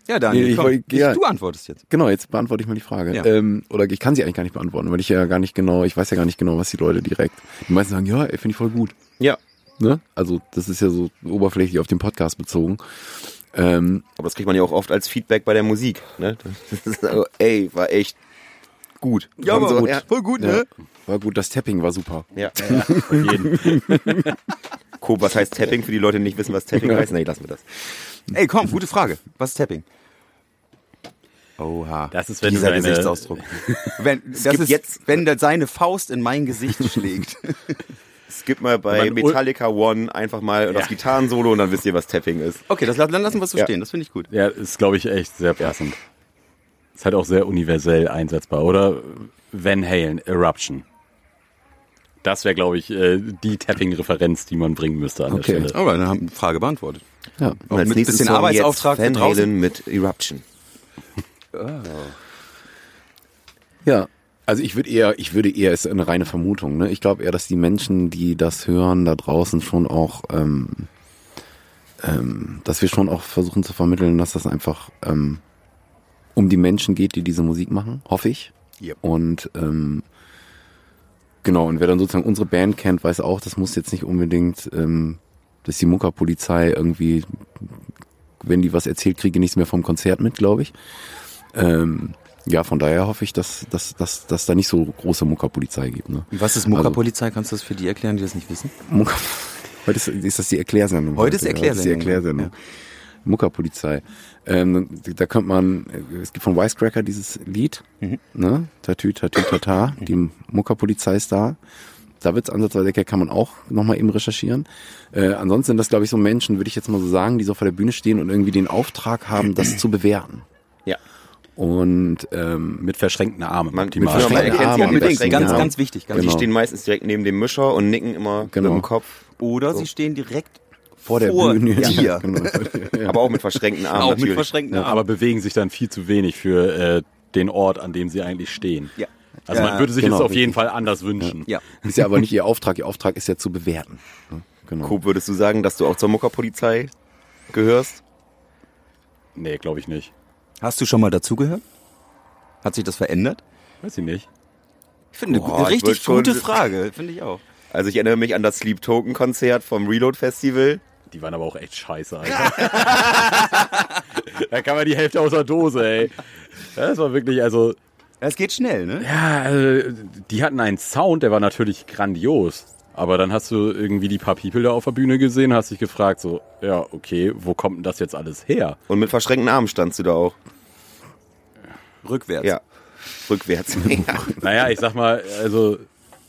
Ja, Daniel,
Nee, ich
komm,
wollt-
ich-
ja.
du antwortest jetzt.
Genau, jetzt beantworte ich mal die Frage.
Ja.
Ähm, oder ich kann sie eigentlich gar nicht beantworten, weil ich ja gar nicht genau, ich weiß ja gar nicht genau, was die Leute direkt. Die meisten sagen, ja, ey, finde ich voll gut.
Ja.
Ne? Also das ist ja so oberflächlich auf den Podcast bezogen. Ähm,
Aber das kriegt man ja auch oft als Feedback bei der Musik. Ne? Das ist so, ey, war echt gut. Ja,
aber gut. ne?
Ja,
Voll gut,
ja, war gut, das Tapping war super.
ja. Cool, was heißt Tapping? Für die Leute, die nicht wissen, was Tapping heißt. Nee, lassen wir das.
Ey, komm, gute Frage. Was ist Tapping? Oha.
Das ist, wenn du
Dieser
deine-
Gesichtsausdruck. wenn, das
gibt
ist
jetzt-
jetzt, wenn der seine Faust in mein Gesicht schlägt.
Es gibt mal bei
Wenn man-
Metallica One einfach mal das Gitarrensolo und dann wisst ihr, was Tapping ist.
Okay, das, dann lassen wir es so
Ja.
stehen. Das finde ich gut.
Ja, ist, glaube ich, echt sehr passend. Ist halt auch sehr universell einsetzbar, oder? Van Halen, Eruption. Das wäre, glaube ich, äh, die Tapping-Referenz, die man bringen müsste an
Okay.
der Stelle.
Aber dann haben wir die Frage beantwortet.
Ja.
Auch mit ein bisschen Arbeitsauftrag
jetzt
von
Van
draußen.
Halen mit Eruption.
Ja. Also ich würde eher, ich würde eher, ist eine reine Vermutung. Ne? Ich glaube eher, dass die Menschen, die das hören, da draußen schon auch, ähm, ähm, dass wir schon auch versuchen zu vermitteln, dass das einfach ähm, um die Menschen geht, die diese Musik machen, hoffe ich.
Yep.
Und ähm, genau, und wer dann sozusagen unsere Band kennt, weiß auch, das muss jetzt nicht unbedingt, ähm, dass die Muckerpolizei irgendwie, wenn die was erzählt, kriege ich nichts mehr vom Konzert mit, glaube ich. Ähm, ja, von daher hoffe ich, dass dass, dass, dass da nicht so große Muckerpolizei gibt. Ne?
Was ist Muckerpolizei? Kannst du das für die erklären, die das nicht wissen?
Mucker. Heute ist, ist das die Erklärsendung.
Heute ist
ja. Heute ist die
Erklärsendung.
Erklärsendung. Muckerpolizei. Ähm, da könnte man, es gibt von Wisecracker dieses Lied, ne? Tatü, Tatü, Tata, die Muckerpolizei ist da. Da wird's ansatzweise erklärt, kann man auch nochmal eben recherchieren. Äh, ansonsten sind das, glaube ich, so Menschen, würde ich jetzt mal so sagen, die so vor der Bühne stehen und irgendwie den Auftrag haben, das zu bewerten.
Ja.
Und ähm,
Mit verschränkten Armen.
Man-
optimal.
mit- man erkennt sie
Armen
am
am
besten,
besten,
Ganz,
genau.
ganz wichtig. Ganz
Und
Genau.
die stehen meistens direkt neben dem Mischer und nicken immer
Genau.
mit dem Kopf.
Oder sie stehen direkt
vor der Bühne.
dir.
Ja, genau, vor dir, ja.
Aber auch mit verschränkten Armen
Auch mit
natürlich.
verschränkten
Ja,
Armen.
aber bewegen sich dann viel zu wenig für äh, den Ort, an dem sie eigentlich stehen.
Ja.
Also man
Ja,
würde sich
genau,
das auf
richtig.
jeden Fall anders wünschen.
Ja.
Ist ja aber nicht ihr Auftrag. Ihr Auftrag ist ja zu bewerten. ne? Genau.
Coop, würdest du sagen, dass du auch zur Muckerpolizei gehörst?
Nee, glaube ich nicht.
Hast du schon mal dazugehört? Hat sich das verändert?
Weiß ich nicht.
Ich finde
Boah, ich wollt schon-
finde ich auch. Also ich erinnere mich an das Sleep Token Konzert vom Reload Festival.
Die waren aber auch echt scheiße, Alter. da kann man die Hälfte aus der Dose, ey. Das war wirklich, also.
Es geht schnell, ne?
Ja, also, die hatten einen Sound, der war natürlich grandios. Aber dann hast du irgendwie die paar People da auf der Bühne gesehen, hast dich gefragt, so, ja, okay, wo kommt denn das jetzt alles her?
Und mit verschränkten Armen standst du da auch.
Rückwärts.
Ja. Rückwärts. ja.
Naja, ich sag mal, also,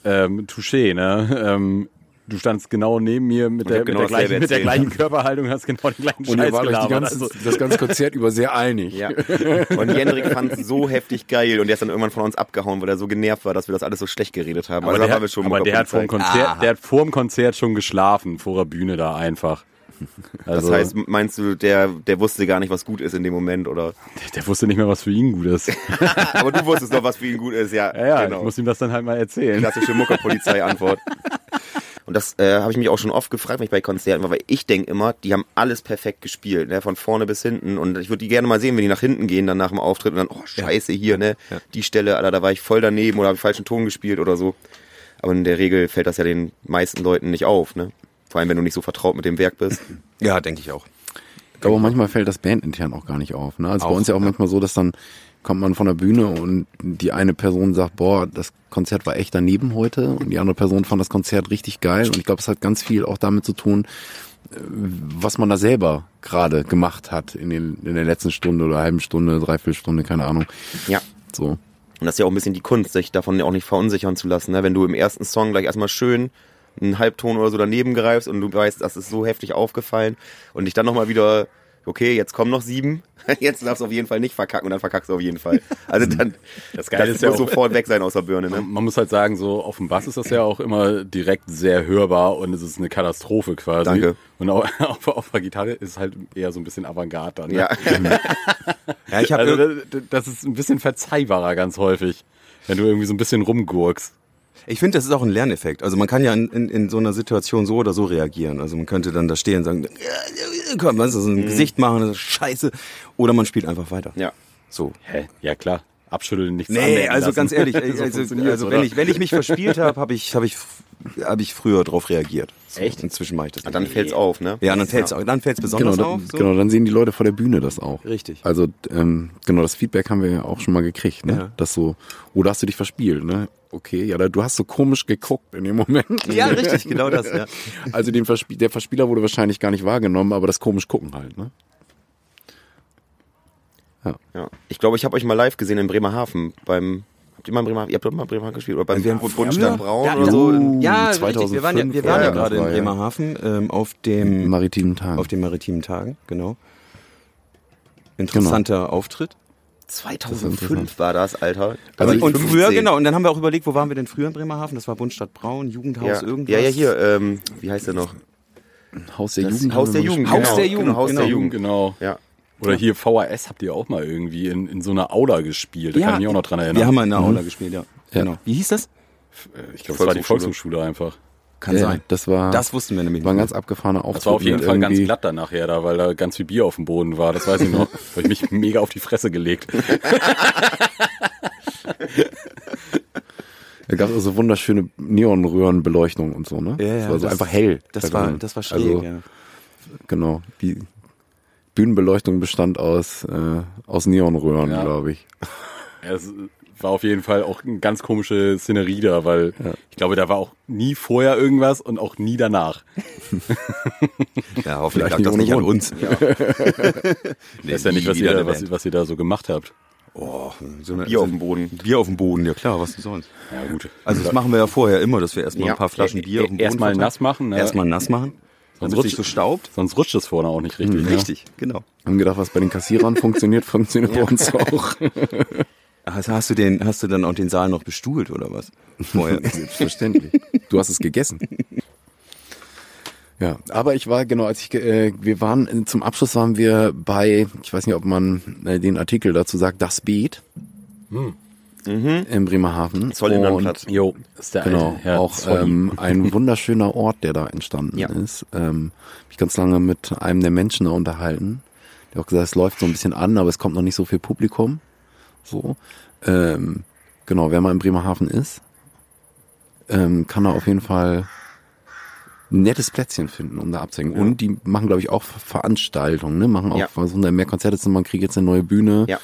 ähm, Touché, ne? Ähm, du standst genau neben mir mit,
Ich
der,
hab genau
mit, der,
dasselbe
gleichen, mit der
erzählt.
gleichen Körperhaltung, hast genau den gleichen
Und
Scheiß
ihr wart euch die
gelabert. Also,
ganze, das ganze Konzert über sehr einig.
ja. Und Jendrik fand es so heftig geil und der ist dann irgendwann von uns abgehauen, weil er so genervt war, dass wir das alles so schlecht geredet haben.
Aber,
also da
der,
waren wir schon
aber
Bock
der,
auf
hat vorm
Polizei.
Konzert, der hat vorm Konzert schon geschlafen, vor der Bühne da einfach.
Das
Also,
heißt, meinst du, der, der wusste gar nicht, was gut ist in dem Moment, oder?
der wusste nicht mehr, was für ihn gut ist.
Aber du wusstest noch, was für ihn gut ist, ja. genau.
Ja, ja ich muss ihm das dann halt mal erzählen.
Klassische Muckerpolizei-Antwort. Und das äh, habe ich mich auch schon oft gefragt, wenn ich bei Konzerten war, weil ich denke immer, die haben alles perfekt gespielt, ne? von vorne bis hinten. Und ich würde die gerne mal sehen, wenn die nach hinten gehen, dann nach dem Auftritt und dann, oh scheiße, hier, ne? Die Stelle, Alter, da war ich voll daneben oder habe falschen Ton gespielt oder so. Aber in der Regel fällt das ja den meisten Leuten nicht auf, ne? Vor allem, wenn du nicht so vertraut mit dem Werk bist.
Ja, denke ich auch.
Aber manchmal fällt das bandintern auch gar nicht auf. Ne? Also
Auch,
bei uns ja auch manchmal so, dass dann kommt man von der Bühne und die eine Person sagt, boah, das Konzert war echt daneben heute und die andere Person fand das Konzert richtig geil und ich glaube, es hat ganz viel auch damit zu tun, äh, was man da selber gerade gemacht hat in, den, in der letzten Stunde oder halben Stunde, dreiviertel Stunde, keine Ahnung.
Ja.
So.
Und das ist ja auch ein bisschen die Kunst, sich davon ja auch nicht verunsichern zu lassen. Ne? Wenn du im ersten Song gleich erstmal schön einen Halbton oder so daneben greifst und du weißt, das ist so heftig aufgefallen und dich dann nochmal wieder, okay, jetzt kommen noch sieben, jetzt darfst du auf jeden Fall nicht verkacken und dann verkackst du auf jeden Fall. Also dann, das,
Geile ist ja
muss
auch-
sofort weg sein aus der Birne. Ne?
Man muss halt sagen, so auf dem Bass ist das ja auch immer direkt sehr hörbar und es ist eine Katastrophe quasi.
Danke.
Und au- auf, auf der Gitarre ist halt eher so ein bisschen Avantgarde dann. Ne?
Ja.
Ja, ich habe
Also, das- das ist ein bisschen verzeihbarer ganz häufig, wenn du irgendwie so ein bisschen rumgurkst.
Ich finde, das ist auch ein Lerneffekt. Also man kann ja in, in, in so einer Situation so oder so reagieren. Also man könnte dann da stehen und sagen, "Ja, komm, weißt du, so ein Gesicht machen, das ist scheiße. Oder man spielt einfach weiter.
ja.
So.
Hä? Ja klar, abschütteln, nichts
Nee,
anmerken
also
lassen.
ganz ehrlich,
So
ey, also,
funktioniert's,
also wenn,
oder?
ich, wenn ich mich verspielt habe, habe ich, hab ich, hab ich früher drauf reagiert. So,
Echt?
Inzwischen mache ich das
Und
nicht.
dann fällt's auf, ne?
ja, und dann fällt's auch. Dann fällt's
Genau,
besonders
da,
auf. So.
genau, dann sehen die Leute vor der Bühne das auch.
Richtig.
Also ähm, genau, das Feedback haben wir ja auch schon mal gekriegt, ne?
Ja.
Dass so, oder hast du dich verspielt, ne? Okay, ja, da- du hast so komisch geguckt in dem Moment.
Ja, richtig, genau das. Ja.
Also den Verspie der Verspieler wurde wahrscheinlich gar nicht wahrgenommen, aber das komisch gucken halt, ne?
Ja. Ich glaube, ich habe euch mal live gesehen in Bremerhaven beim Habt ihr mal in Bremerhaven? Ihr habt doch mal in Bremerhaven gespielt oder beim
Wir haben
Bund-
früher-
Bundstein Braun
ja, also,
oder so?
Uh,
ja, richtig. Wir waren ja, wir waren
2005
ja, gerade in
war ja.
Bremerhaven ähm, auf dem
Im maritimen Tag.
auf den maritimen Tagen, genau. Interessanter Auftritt.
2005 war das, Alter. Da
Also
war ich
und
15.
früher, genau, und dann haben wir auch überlegt, wo waren wir denn früher in Bremerhaven? Das war Bundstadt Braun, Jugendhaus,
Ja,
irgendwas.
ja, ja, hier, ähm, wie heißt der noch?
Haus der Jugend.
Haus
haben
der
wir
Jugend.
Haus
genau,
der Jugend,
Genau, Haus der
genau.
Jugend.
Genau.
Ja.
Oder hier VHS habt ihr auch mal irgendwie in, in so einer Aula gespielt. Da
Ja.
kann ich mich auch noch dran erinnern.
Wir haben mal in der
Mhm.
Aula gespielt, ja. Genau. Wie hieß das?
ich glaube, es war die
Volkshochschule.
Volkshochschule einfach.
Kann
Ja, das war,
Das wussten wir nämlich
war ein
nicht.
ganz abgefahrener Auftritt.
Das war auf jeden
mit
Fall ganz
irgendwie-
glatt dann nachher da, weil da ganz viel Bier auf dem Boden war. Das weiß ich noch. da habe ich mich mega auf die Fresse gelegt.
Da gab es so wunderschöne Neonröhrenbeleuchtung und so, ne?
Ja, ja,
das war so
das-
einfach hell.
Das
da
war,
drin.
das war schräg,
Also,
ja.
Genau. Die Bühnenbeleuchtung bestand aus, äh, aus Neonröhren,
Ja.
glaube ich.
Es war auf jeden Fall auch eine ganz komische Szenerie da, weil ich glaube, da war auch nie vorher irgendwas und auch nie danach.
Ja, hoffentlich
Vielleicht nicht ohne
uns.
Ich weiß ja nicht, was
wieder
ihr, da,
eine
was,
Band.
was ihr da so gemacht habt.
Oh, so eine,
Bier auf dem Boden.
Bier auf dem Boden, ja klar, was denn sonst?
Ja, gut.
Also das machen wir ja vorher immer, dass wir erstmal
Ja.
ein paar Flaschen Bier auf dem Boden
Erstmal
verteilen.
nass machen, ne?
Erstmal nass machen.
Sonst
Damit es
rutscht-
nicht so staubt.
Sonst rutscht es vorne auch nicht richtig. ne?
Richtig, genau.
Haben gedacht, was bei den Kassierern funktioniert, funktioniert bei uns auch.
Hast, hast, du den, hast du dann auch den Saal noch bestuhlt oder was? Vorher.
Selbstverständlich. Du hast es gegessen. Ja, aber ich war, genau, als ich, ge- äh, wir waren, äh, zum Abschluss waren wir bei, ich weiß nicht, ob man äh, den Artikel dazu sagt, das Beet.
Hm. Mhm.
In Bremerhaven.
Zollinnernplatz.
Jo, ist der
Genau,
alte Herr
auch
Zolli.
ähm, ein wunderschöner Ort, der da entstanden
Ja.
ist. Ähm, mich ganz lange mit einem der Menschen da unterhalten. Der hat auch gesagt, es läuft so ein bisschen an, aber es kommt noch nicht so viel Publikum. So. Ähm, Genau, wer mal in Bremerhaven ist, ähm, kann er auf jeden Fall ein nettes Plätzchen finden, um da abzuhängen. Und die machen, glaube ich, auch Ver- Veranstaltungen, ne? Machen auch
Ja.
versuchen da mehr Konzerte zu machen, kriegen jetzt eine neue Bühne.
Ja.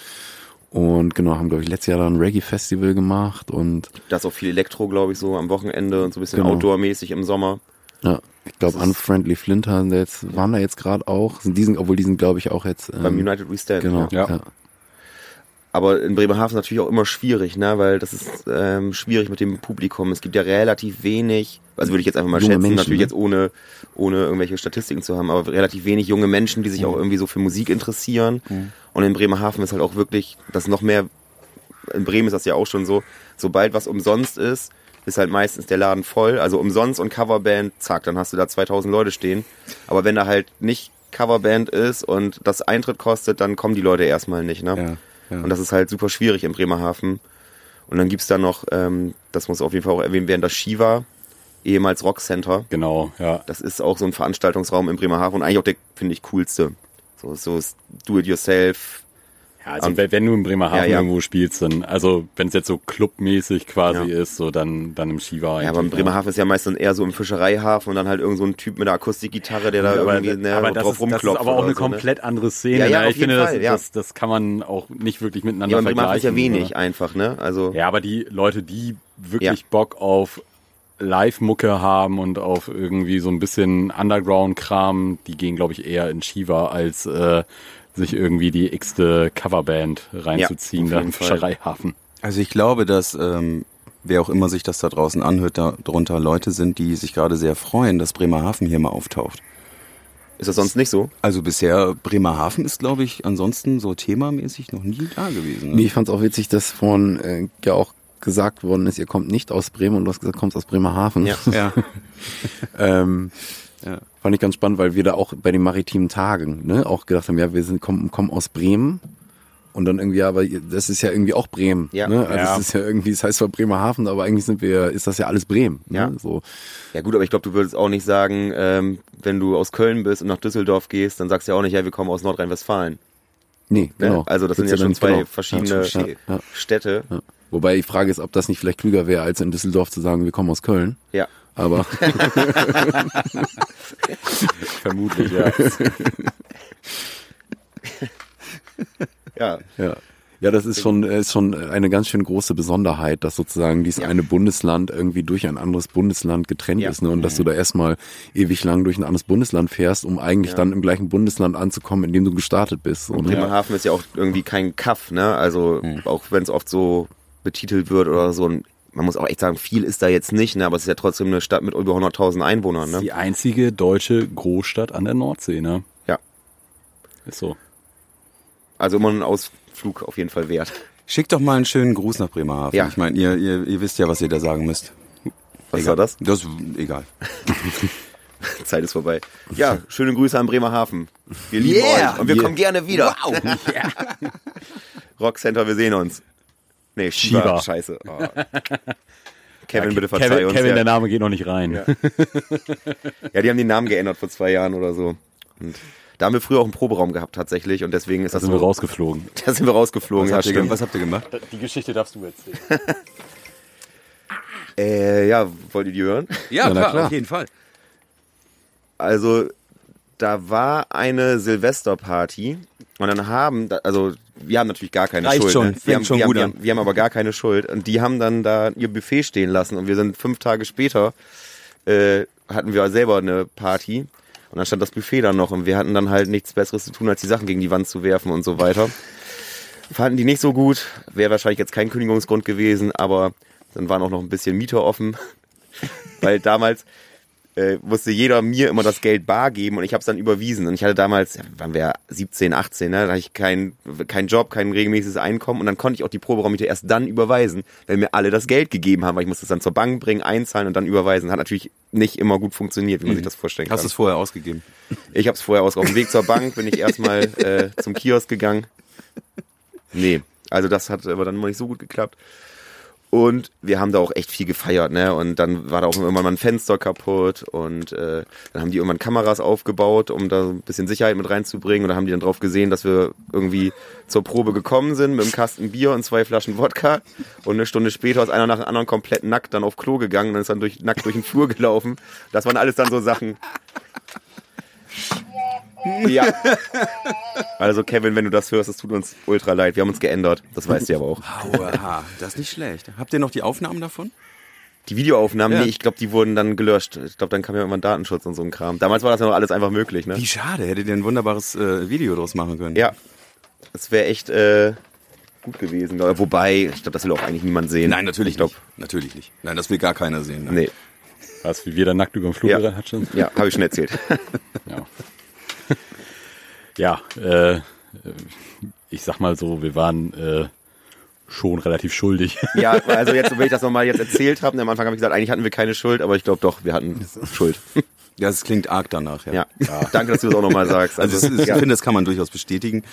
Und genau, haben, glaube ich, letztes Jahr dann ein Reggae-Festival gemacht und
Da ist auch viel Elektro, glaube ich, so am Wochenende und so ein bisschen
Genau.
Outdoor-mäßig im Sommer.
ja, ich glaube, Unfriendly Flint haben da jetzt, waren da jetzt gerade auch, sind diesen, obwohl diesen, glaube ich, auch jetzt. Ähm,
Beim United We Stand.
Genau,
Ja.
ja. ja.
Aber in Bremerhaven ist natürlich auch immer schwierig, ne? weil das ist ähm, schwierig mit dem Publikum. Es gibt ja relativ wenig, also würde ich jetzt einfach mal
Junge
schätzen,
Menschen,
natürlich
ne?
jetzt ohne, ohne irgendwelche Statistiken zu haben, aber relativ wenig junge Menschen, die sich auch irgendwie so für Musik interessieren. Und in Bremerhaven ist halt auch wirklich, das noch mehr, in Bremen ist das ja auch schon so, sobald was umsonst ist, ist halt meistens der Laden voll. Also umsonst und Coverband, zack, dann hast du da 2000 Leute stehen. Aber wenn da halt nicht Coverband ist und das Eintritt kostet, dann kommen die Leute erstmal nicht. Ne?
Ja, ja.
Und das ist halt super schwierig in Bremerhaven. Und dann gibt's da noch, ähm, das muss auf jeden Fall auch erwähnt werden, das Shiva, ehemals Rockcenter.
Genau, ja.
Das ist auch so ein Veranstaltungsraum in Bremerhaven und eigentlich auch der, finde ich, coolste. So, so ist Do-it-yourself.
Ja, also wenn wenn du in Bremerhaven
Ja, ja.
irgendwo spielst, dann, also wenn es jetzt so clubmäßig quasi
Ja.
ist, so dann, dann im Shiva.
Ja, aber in
eigentlich,
Bremerhaven ist ja meistens eher so im Fischereihafen und dann halt irgend so ein Typ mit einer Akustikgitarre, der da
aber,
irgendwie ne,
aber das,
drauf
ist, das ist
rumklopft.
aber auch
oder
eine
so, ne?
komplett andere Szene.
Ja, ja,
ne?
auf
ich finde,
jeden
das,
Fall, ja.
das, das kann man auch nicht wirklich miteinander
Ja, aber in Bremerhaven ist
vergleichen.
ja wenig
oder?
einfach, ne? Also,
Ja, aber die Leute, die wirklich Bock auf Live-Mucke haben und auf irgendwie so ein bisschen Underground-Kram, die gehen, glaube ich, eher in Shiva, als äh, sich irgendwie die x-te Coverband reinzuziehen,
auf
da
jeden
im
Fall.
Fischereihafen.
Also ich glaube, dass ähm, wer auch immer sich das da draußen anhört, darunter Leute sind, die sich gerade sehr freuen, dass Bremerhaven hier mal auftaucht.
Ist das sonst nicht so?
Also bisher, Bremerhaven ist, glaube ich, ansonsten so themamäßig noch nie da gewesen. ne?
Nee, ich fand's auch witzig, dass vorhin äh, ja auch gesagt worden ist, ihr kommt nicht aus Bremen und du hast gesagt, kommst aus Bremerhaven.
Ja.
Ja.
ähm, Fand ich ganz spannend, weil wir da auch bei den maritimen Tagen ne, auch gedacht haben, ja, wir sind, kommen, kommen aus Bremen. Und dann irgendwie, aber ihr- das ist ja irgendwie auch Bremen.
Ja.
Ne? Also
Ja.
Das ist ja irgendwie, es heißt zwar Bremerhaven, aber eigentlich sind wir, ist das ja alles Bremen. Ne?
Ja.
So.
Ja gut, aber ich glaube, du würdest auch nicht sagen, ähm, wenn du aus Köln bist und nach Düsseldorf gehst, dann sagst du ja auch nicht, ja, wir kommen aus Nordrhein-Westfalen.
Nee,
Ne?
genau.
Also das sind
Gibt's
ja schon
dann-
zwei
genau.
verschiedene
Ja, ja,
Städte.
ja. Wobei die Frage ist, ob das nicht vielleicht klüger wäre, als in Düsseldorf zu sagen, wir kommen aus Köln.
Ja.
Aber.
Vermutlich, ja.
Ja.
Ja. Ja, das ist schon, äh, ist schon eine ganz schön große Besonderheit, dass sozusagen dieses eine Bundesland irgendwie durch ein anderes Bundesland getrennt
Ja.
ist. Ne? Und dass du da erstmal ewig lang durch ein anderes Bundesland fährst, um eigentlich dann im gleichen Bundesland anzukommen, in dem du gestartet bist. So,
Und
ne?
Bremerhaven ist ja auch irgendwie kein Kaff, ne? Also auch wenn es oft so betitelt wird oder so. Und man muss auch echt sagen, viel ist da jetzt nicht, ne? Aber es ist ja trotzdem eine Stadt mit über 100.000 Einwohnern, ne?
Die einzige deutsche Großstadt an der Nordsee, ne?
Ja.
Ist so.
Also immer ein Ausflug auf jeden Fall wert.
Schickt doch mal einen schönen Gruß nach Bremerhaven.
Ja.
Ich meine, ihr, ihr, ihr wisst ja, was ihr da sagen müsst.
Was
egal.
war das?
Das egal.
Zeit ist vorbei. Ja, schöne Grüße an Bremerhaven. Wir lieben
Yeah.
euch und wir
Yeah.
kommen gerne wieder. Wow. Rockcenter, wir sehen uns. Nee, Shiva.
Shiva.
Scheiße. Oh. Kevin,
Ja,
bitte verzeih
Kevin,
uns.
Kevin
ja.
der Name geht noch nicht rein.
Ja, die haben den Namen geändert vor zwei Jahren oder so. Und da haben wir früher auch einen Proberaum gehabt tatsächlich und deswegen ist
Da
das
sind wir
so-
rausgeflogen.
Da sind wir rausgeflogen.
Was,
ja,
habt, ihr,
stimmt.
ge- was habt ihr gemacht?
Die Geschichte darfst du erzählen.
Äh, ja, wollt ihr die hören?
Ja,
na klar.
jeden Fall.
Also, da war eine Silvesterparty und dann haben, da- also wir haben natürlich gar keine
Reicht
Schuld.
schon,
ne? wir,
fängt
haben,
schon
wir,
gut
haben,
an.
wir, haben, wir haben aber gar keine Schuld. Und die haben dann da ihr Buffet stehen lassen und wir sind fünf Tage später, äh, hatten wir selber eine Party. Und dann stand das Buffet dann noch und wir hatten dann halt nichts Besseres zu tun, als die Sachen gegen die Wand zu werfen und so weiter. Fanden die nicht so gut, wäre wahrscheinlich jetzt kein Kündigungsgrund gewesen, aber dann waren auch noch ein bisschen Mieter offen. Weil damals, äh, musste jeder mir immer das Geld bar geben und ich habe es dann überwiesen. Und ich hatte damals, ja, wann wir 17, 18, ne? da hatte ich keinen kein Job, kein regelmäßiges Einkommen und dann konnte ich auch die Proberaummiete erst dann überweisen, wenn mir alle das Geld gegeben haben, weil ich musste es dann zur Bank bringen, einzahlen und dann überweisen. Hat natürlich nicht immer gut funktioniert, wie man sich das vorstellen
Hast du
kann.
es vorher ausgegeben?
Ich habe es vorher aus auf dem Weg zur Bank, bin ich erstmal äh, zum Kiosk gegangen. Nee, also das hat aber dann mal nicht so gut geklappt. Und wir haben da auch echt viel gefeiert, ne? Und dann war da auch irgendwann mal ein Fenster kaputt und äh, dann haben die irgendwann Kameras aufgebaut, um da ein bisschen Sicherheit mit reinzubringen. Und da haben die dann drauf gesehen, dass wir irgendwie zur Probe gekommen sind mit einem Kasten Bier und zwei Flaschen Wodka. Und eine Stunde später ist einer nach dem anderen komplett nackt dann auf Klo gegangen und ist dann durch, nackt durch den Flur gelaufen. Das waren alles dann so Sachen. Ja. Also Kevin, wenn du das hörst, es tut uns ultra leid. Wir haben uns geändert. Das weißt du aber auch.
Aua, das ist nicht schlecht. Habt ihr noch die Aufnahmen davon?
Die Videoaufnahmen,
Ja.
nee, ich glaube, die wurden dann gelöscht. Ich glaube, dann kam ja irgendwann Datenschutz und so ein Kram. Damals war das ja noch alles einfach möglich, ne?
Wie schade, hättet ihr ein wunderbares äh, Video draus machen können.
Ja. Das wäre echt äh, gut gewesen. glaub ich. Wobei, ich glaube, das will auch eigentlich niemand sehen.
Nein, natürlich
ich glaub,
nicht. Natürlich nicht. Nein, das will gar keiner sehen. ne? Nein.
Nee.
Was, wie wir da nackt über den Flur
Ja.
gerannt hat schon?
Ja, habe ich schon erzählt.
Ja, äh, ich sag mal so, wir waren äh, schon relativ schuldig.
ja, also jetzt, wenn ich das nochmal jetzt erzählt habe, am Anfang habe ich gesagt, eigentlich hatten wir keine Schuld, aber ich glaube doch, wir hatten Schuld.
Ja, es klingt arg danach, ja.
Ja. Danke, dass du das auch nochmal sagst.
Also, es ist- ich
ja.
finde, das kann man durchaus bestätigen.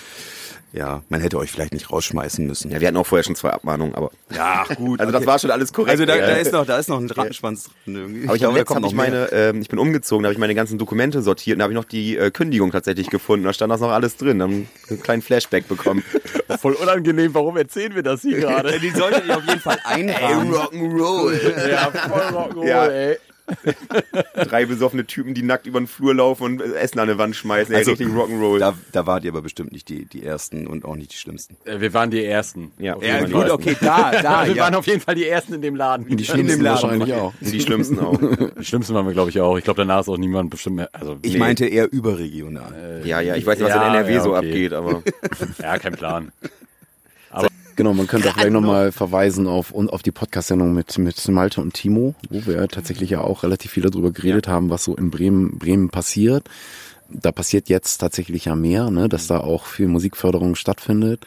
Ja, man hätte euch vielleicht nicht rausschmeißen müssen.
ja, wir hatten auch vorher schon zwei Abmahnungen, aber
Ja, gut.
Also das war schon alles korrekt.
Also da,
Ja.
da, ist, noch, da ist noch ein Rattenschwanz drin. Irgendwie.
Aber
glaube,
ich, glaube,
da
jetzt
kommt
habe ich
noch mehr.
meine, ähm, ich bin umgezogen, da habe ich meine ganzen Dokumente sortiert und da habe ich noch die äh, Kündigung tatsächlich gefunden. Da stand das noch alles drin. Dann einen kleinen Flashback bekommen.
Voll unangenehm, warum erzählen wir das hier gerade?
Die solltet ihr auf jeden Fall einrahmen.
Rock'n'Roll.
ja, voll Rock'n'Roll,
Ja.
ey.
Drei besoffene Typen, die nackt über den Flur laufen und äh, Essen an eine Wand schmeißen. Ey,
Also,
richtig Rock'n'Roll.
Da, da wart ihr aber bestimmt nicht die, die Ersten und auch nicht die Schlimmsten.
Äh, Wir waren die Ersten.
Ja.
Auf
Ja,
jeden
gut,
Fall.
da, da.
Wir waren auf jeden Fall die Ersten in dem Laden.
Die schlimmsten wahrscheinlich auch.
die schlimmsten auch.
Die Schlimmsten waren wir, glaube ich, auch. Ich glaube, danach ist auch niemand bestimmt mehr. Also,
Ich meinte eher überregional.
Ja, ja, ich weiß nicht, was
Ja,
in NRW
ja,
so
okay.
abgeht, aber
ja, kein Plan.
Genau, man könnte auch gleich nochmal verweisen auf, und auf die Podcast-Sendung mit, mit Malte und Timo, wo wir tatsächlich ja auch relativ viel darüber geredet haben, was so in Bremen, Bremen passiert. Da passiert jetzt tatsächlich ja mehr, ne, dass da auch viel Musikförderung stattfindet.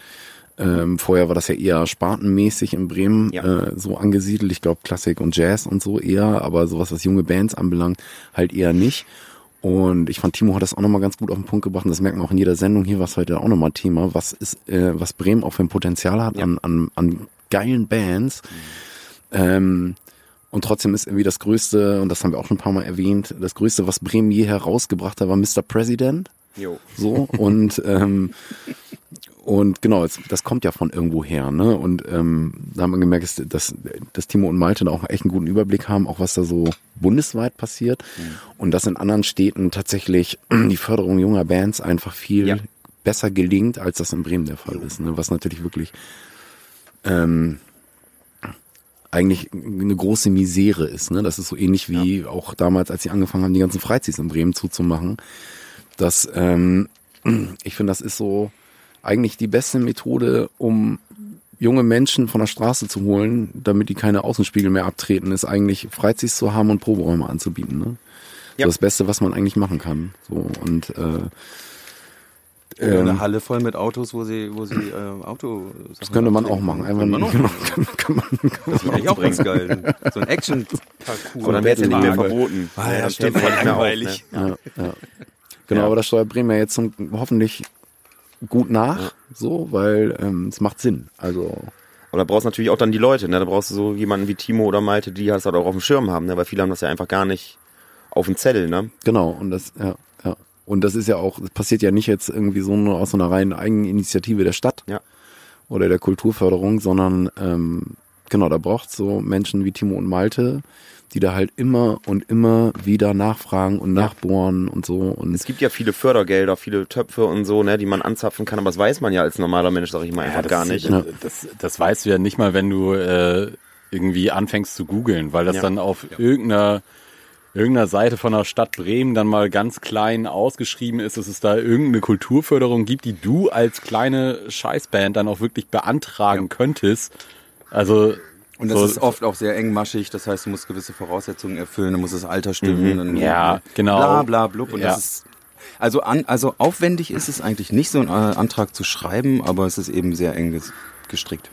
Ähm, vorher war das ja eher spartenmäßig in Bremen
Ja.
äh, so angesiedelt. Ich glaube, Klassik und Jazz und so eher, aber sowas, was junge Bands anbelangt, halt eher nicht. Und ich fand, Timo hat das auch nochmal ganz gut auf den Punkt gebracht. Und das merkt man auch in jeder Sendung hier, was heute auch nochmal Thema, was ist, äh, was Bremen auch für ein Potenzial hat an, an, an geilen Bands. Ähm, und trotzdem ist irgendwie das Größte, und das haben wir auch schon ein paar Mal erwähnt, das Größte, was Bremen je herausgebracht hat, war Mr. President.
jo.
So, und, ähm, und genau, jetzt, das kommt ja von irgendwo her, ne? Und ähm, da haben wir gemerkt, dass- dass, dass Timo und Malte da auch echt einen guten Überblick haben, auch was da so bundesweit passiert.
Mhm.
Und dass in anderen Städten tatsächlich die Förderung junger Bands einfach viel
Ja.
besser gelingt, als das in Bremen der Fall ist. Ne? Was natürlich wirklich eigentlich eine große Misere ist. Ne? Das ist so ähnlich wie auch damals, als sie angefangen haben, die ganzen Freizis in Bremen zuzumachen. Das, ähm, ich finde, das ist so eigentlich die beste Methode, um junge Menschen von der Straße zu holen, damit die keine Außenspiegel mehr abtreten, ist eigentlich Freizis zu haben und Proberäume anzubieten. Ne?
Ja.
So das Beste, was man eigentlich machen kann. So und äh,
Oder
Ähm.
eine Halle voll mit Autos, wo sie, wo sie äh, Auto.
das könnte man auch machen. Einfach
Könnte man auch machen.
kann, kann man, kann man
Das wäre auch ganz geil. So ein Action-Parcours.
Aber dann wäre es ja nicht mehr verboten.
Ah, ja,
dann
stimmt,
stürzt man nicht mehr auf, ne?
langweilig.
Ja, ja. Genau, aber das steuert Bremen ja jetzt zum, hoffentlich gut nach, so, weil ähm, es macht Sinn. Also
Aber da brauchst du natürlich auch dann die Leute, ne? Da brauchst du so jemanden wie Timo oder Malte, die das halt auch auf dem Schirm haben, ne? Weil viele haben das ja einfach gar nicht auf dem Zettel, ne?
genau und das ja, ja. und das ist ja auch, das passiert ja nicht jetzt irgendwie so nur aus so einer reinen Eigeninitiative der Stadt
Ja.
oder der Kulturförderung, sondern ähm, genau, da braucht so Menschen wie Timo und Malte, die da halt immer und immer wieder nachfragen und nachbohren und so und
Es gibt ja viele Fördergelder, viele Töpfe und so, ne, die man anzapfen kann, aber das weiß man ja als normaler Mensch, sag ich mal, einfach
das
gar
ist-
nicht.
Das, das, das weißt du ja nicht mal, wenn du äh, irgendwie anfängst zu googeln, weil das
Ja.
dann auf irgendeiner irgendeiner Seite von der Stadt Bremen dann mal ganz klein ausgeschrieben ist, dass es da irgendeine Kulturförderung gibt, die du als kleine Scheißband dann auch wirklich beantragen könntest. Also
Und das
so-
ist oft auch sehr engmaschig, das heißt, du musst gewisse Voraussetzungen erfüllen, dann muss das Alter stimmen. Dann,
Ja, genau.
Bla, bla, blub. Und
Ja.
das ist, also, an, also aufwendig ist es eigentlich nicht, so einen äh, Antrag zu schreiben, aber es ist eben sehr eng ges- gestrickt.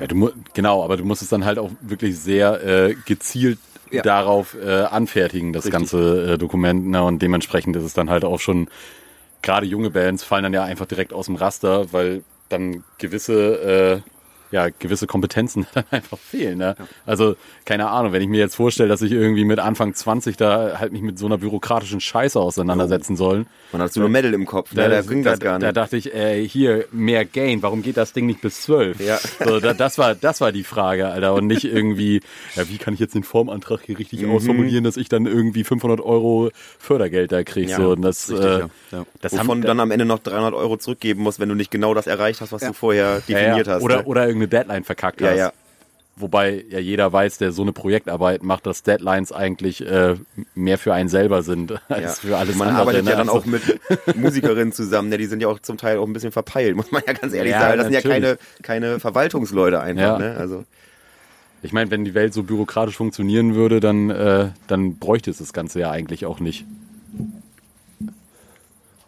Ja, du, mu- genau, aber du musst es dann halt auch wirklich sehr äh, gezielt
Ja.
darauf äh, anfertigen, das
Richtig.
ganze äh, Dokument. Ne? Und dementsprechend ist es dann halt auch schon, gerade junge Bands fallen dann ja einfach direkt aus dem Raster, weil dann gewisse äh, ja, gewisse Kompetenzen dann einfach fehlen. Ne? Also, keine Ahnung, wenn ich mir jetzt vorstelle, dass ich irgendwie mit Anfang 20 da halt mich mit so einer bürokratischen Scheiße
Oh.
auseinandersetzen sollen.
Man hat so eine Medal im Kopf, ne? da ging das gar
Da
nicht.
dachte ich, ey, hier, mehr Gain, warum geht das Ding nicht bis 12?
Ja.
So, da, das, war, das war die Frage, Alter. Und nicht irgendwie, ja, wie kann ich jetzt den Formantrag hier richtig
Mhm.
ausformulieren, dass ich dann irgendwie 500 Euro Fördergeld da kriege.
Ja,
so, und das,
richtig,
äh,
ja. Ja.
das
Wovon
haben,
du dann am Ende noch 300 Euro zurückgeben musst, wenn du nicht genau das erreicht hast, was du vorher
Ja,
definiert
ja.
hast.
Oder,
ne?
oder irgendeine Deadline verkackt
Ja,
hast.
ja.
Wobei ja jeder weiß, der so eine Projektarbeit macht, dass Deadlines eigentlich äh, mehr für einen selber sind als für alles
man
andere.
arbeitet
ne?
ja dann
Also-
auch mit Musikerinnen zusammen, ne? die sind ja auch zum Teil auch ein bisschen verpeilt, muss man ja ganz ehrlich
Ja,
sagen. Das sind ja keine,
natürlich.
keine Verwaltungsleute einfach.
Ja.
Ne? Also,
Ich meine, wenn die Welt so bürokratisch funktionieren würde, dann, äh, dann bräuchte es das Ganze ja eigentlich auch nicht.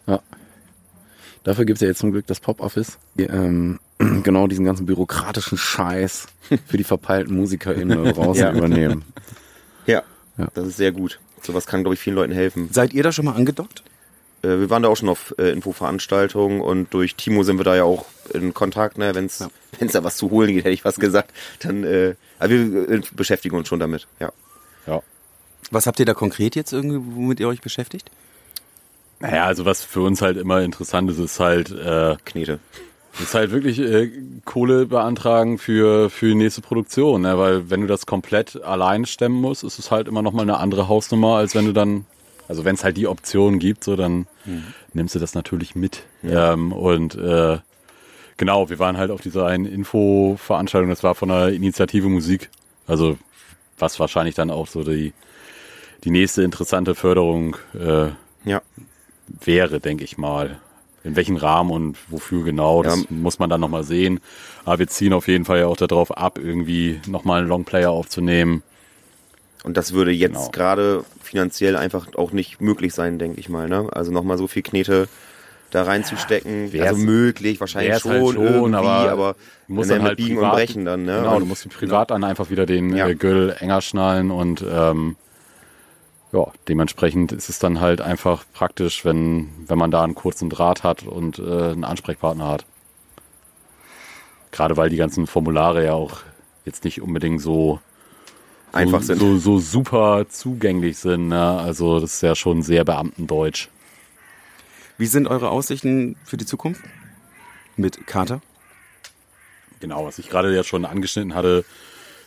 Ja. Dafür gibt es ja jetzt zum Glück das Pop-Office. die, Ähm, genau diesen ganzen bürokratischen Scheiß für die verpeilten MusikerInnen da draußen
Ja.
übernehmen.
ja. das ist sehr gut. Sowas kann, glaube ich, vielen Leuten helfen.
Seid ihr da schon mal angedockt?
Äh, wir waren da auch schon auf äh, Infoveranstaltungen und durch Timo sind wir da ja auch in Kontakt. Ne? Wenn es da was zu holen geht, hätte ich was gesagt, dann äh, aber wir äh, beschäftigen uns schon damit. Ja.
Ja.
Was habt ihr da konkret jetzt irgendwie, womit ihr euch beschäftigt?
Naja, also was für uns halt immer interessant ist, ist halt äh,
Knete.
Ist halt wirklich äh, Kohle beantragen für für die nächste Produktion, ne? weil wenn du das komplett allein stemmen musst, ist es halt immer noch mal eine andere Hausnummer, als wenn du dann, also wenn es halt die Option gibt, so dann nimmst du das natürlich mit. Ähm, und äh, genau, wir waren halt auf dieser einen Info-Veranstaltung, das war von der Initiative Musik, also was wahrscheinlich dann auch so die die nächste interessante Förderung äh,
Ja.
wäre, denke ich mal. In welchem Rahmen und wofür genau, das
Ja.
muss man dann nochmal sehen. Aber wir ziehen auf jeden Fall ja auch darauf ab, irgendwie nochmal einen Longplayer aufzunehmen.
Und das würde jetzt
Genau.
gerade finanziell einfach auch nicht möglich sein, denke ich mal. Ne? Also nochmal so viel Knete da reinzustecken.
wär's-
also möglich, wahrscheinlich
Wär's
schon,
halt
irgendwie,
aber,
aber
du musst
wenn
dann
wir
halt
biegen
privat,
und brechen dann. Ne?
Genau,
und,
du musst dir privat dann einfach wieder den
Ja.
äh, Gürtel enger schnallen und ähm, ja, dementsprechend ist es dann halt einfach praktisch, wenn, wenn man da einen kurzen Draht hat und äh, einen Ansprechpartner hat. Gerade weil die ganzen Formulare ja auch jetzt nicht unbedingt so so-
Einfach sind.
So, so super zugänglich sind. Ne? Also das ist ja schon sehr Beamtendeutsch.
Wie sind eure Aussichten für die Zukunft? Mit Kater?
Genau, was ich gerade ja schon angeschnitten hatte.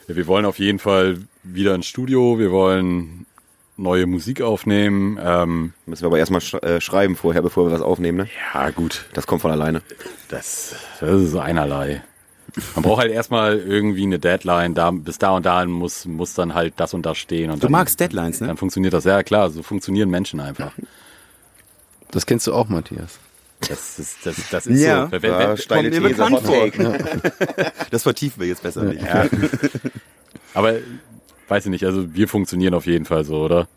Wir wollen auf jeden Fall wieder ins Studio, wir wollen neue Musik aufnehmen. Ähm,
Müssen wir aber erstmal sch äh, schreiben vorher, bevor wir was aufnehmen. Ne?
ja, gut,
Das kommt von alleine.
das, das ist einerlei. Man braucht halt erstmal irgendwie eine Deadline, da, bis da und dahin muss, muss dann halt das und das stehen. Und
Du
dann,
magst Deadlines, ne?
Dann funktioniert das, ja klar, so funktionieren Menschen einfach.
Das kennst du auch, Matthias.
Das ist, das, das ist
Ja,
so. Wenn,
War
wenn,
steile
kommt mir bekannt
Hot Take.
Das vertiefen wir jetzt besser nicht.
Ja. Aber weiß ich nicht, also wir funktionieren auf jeden Fall so, oder?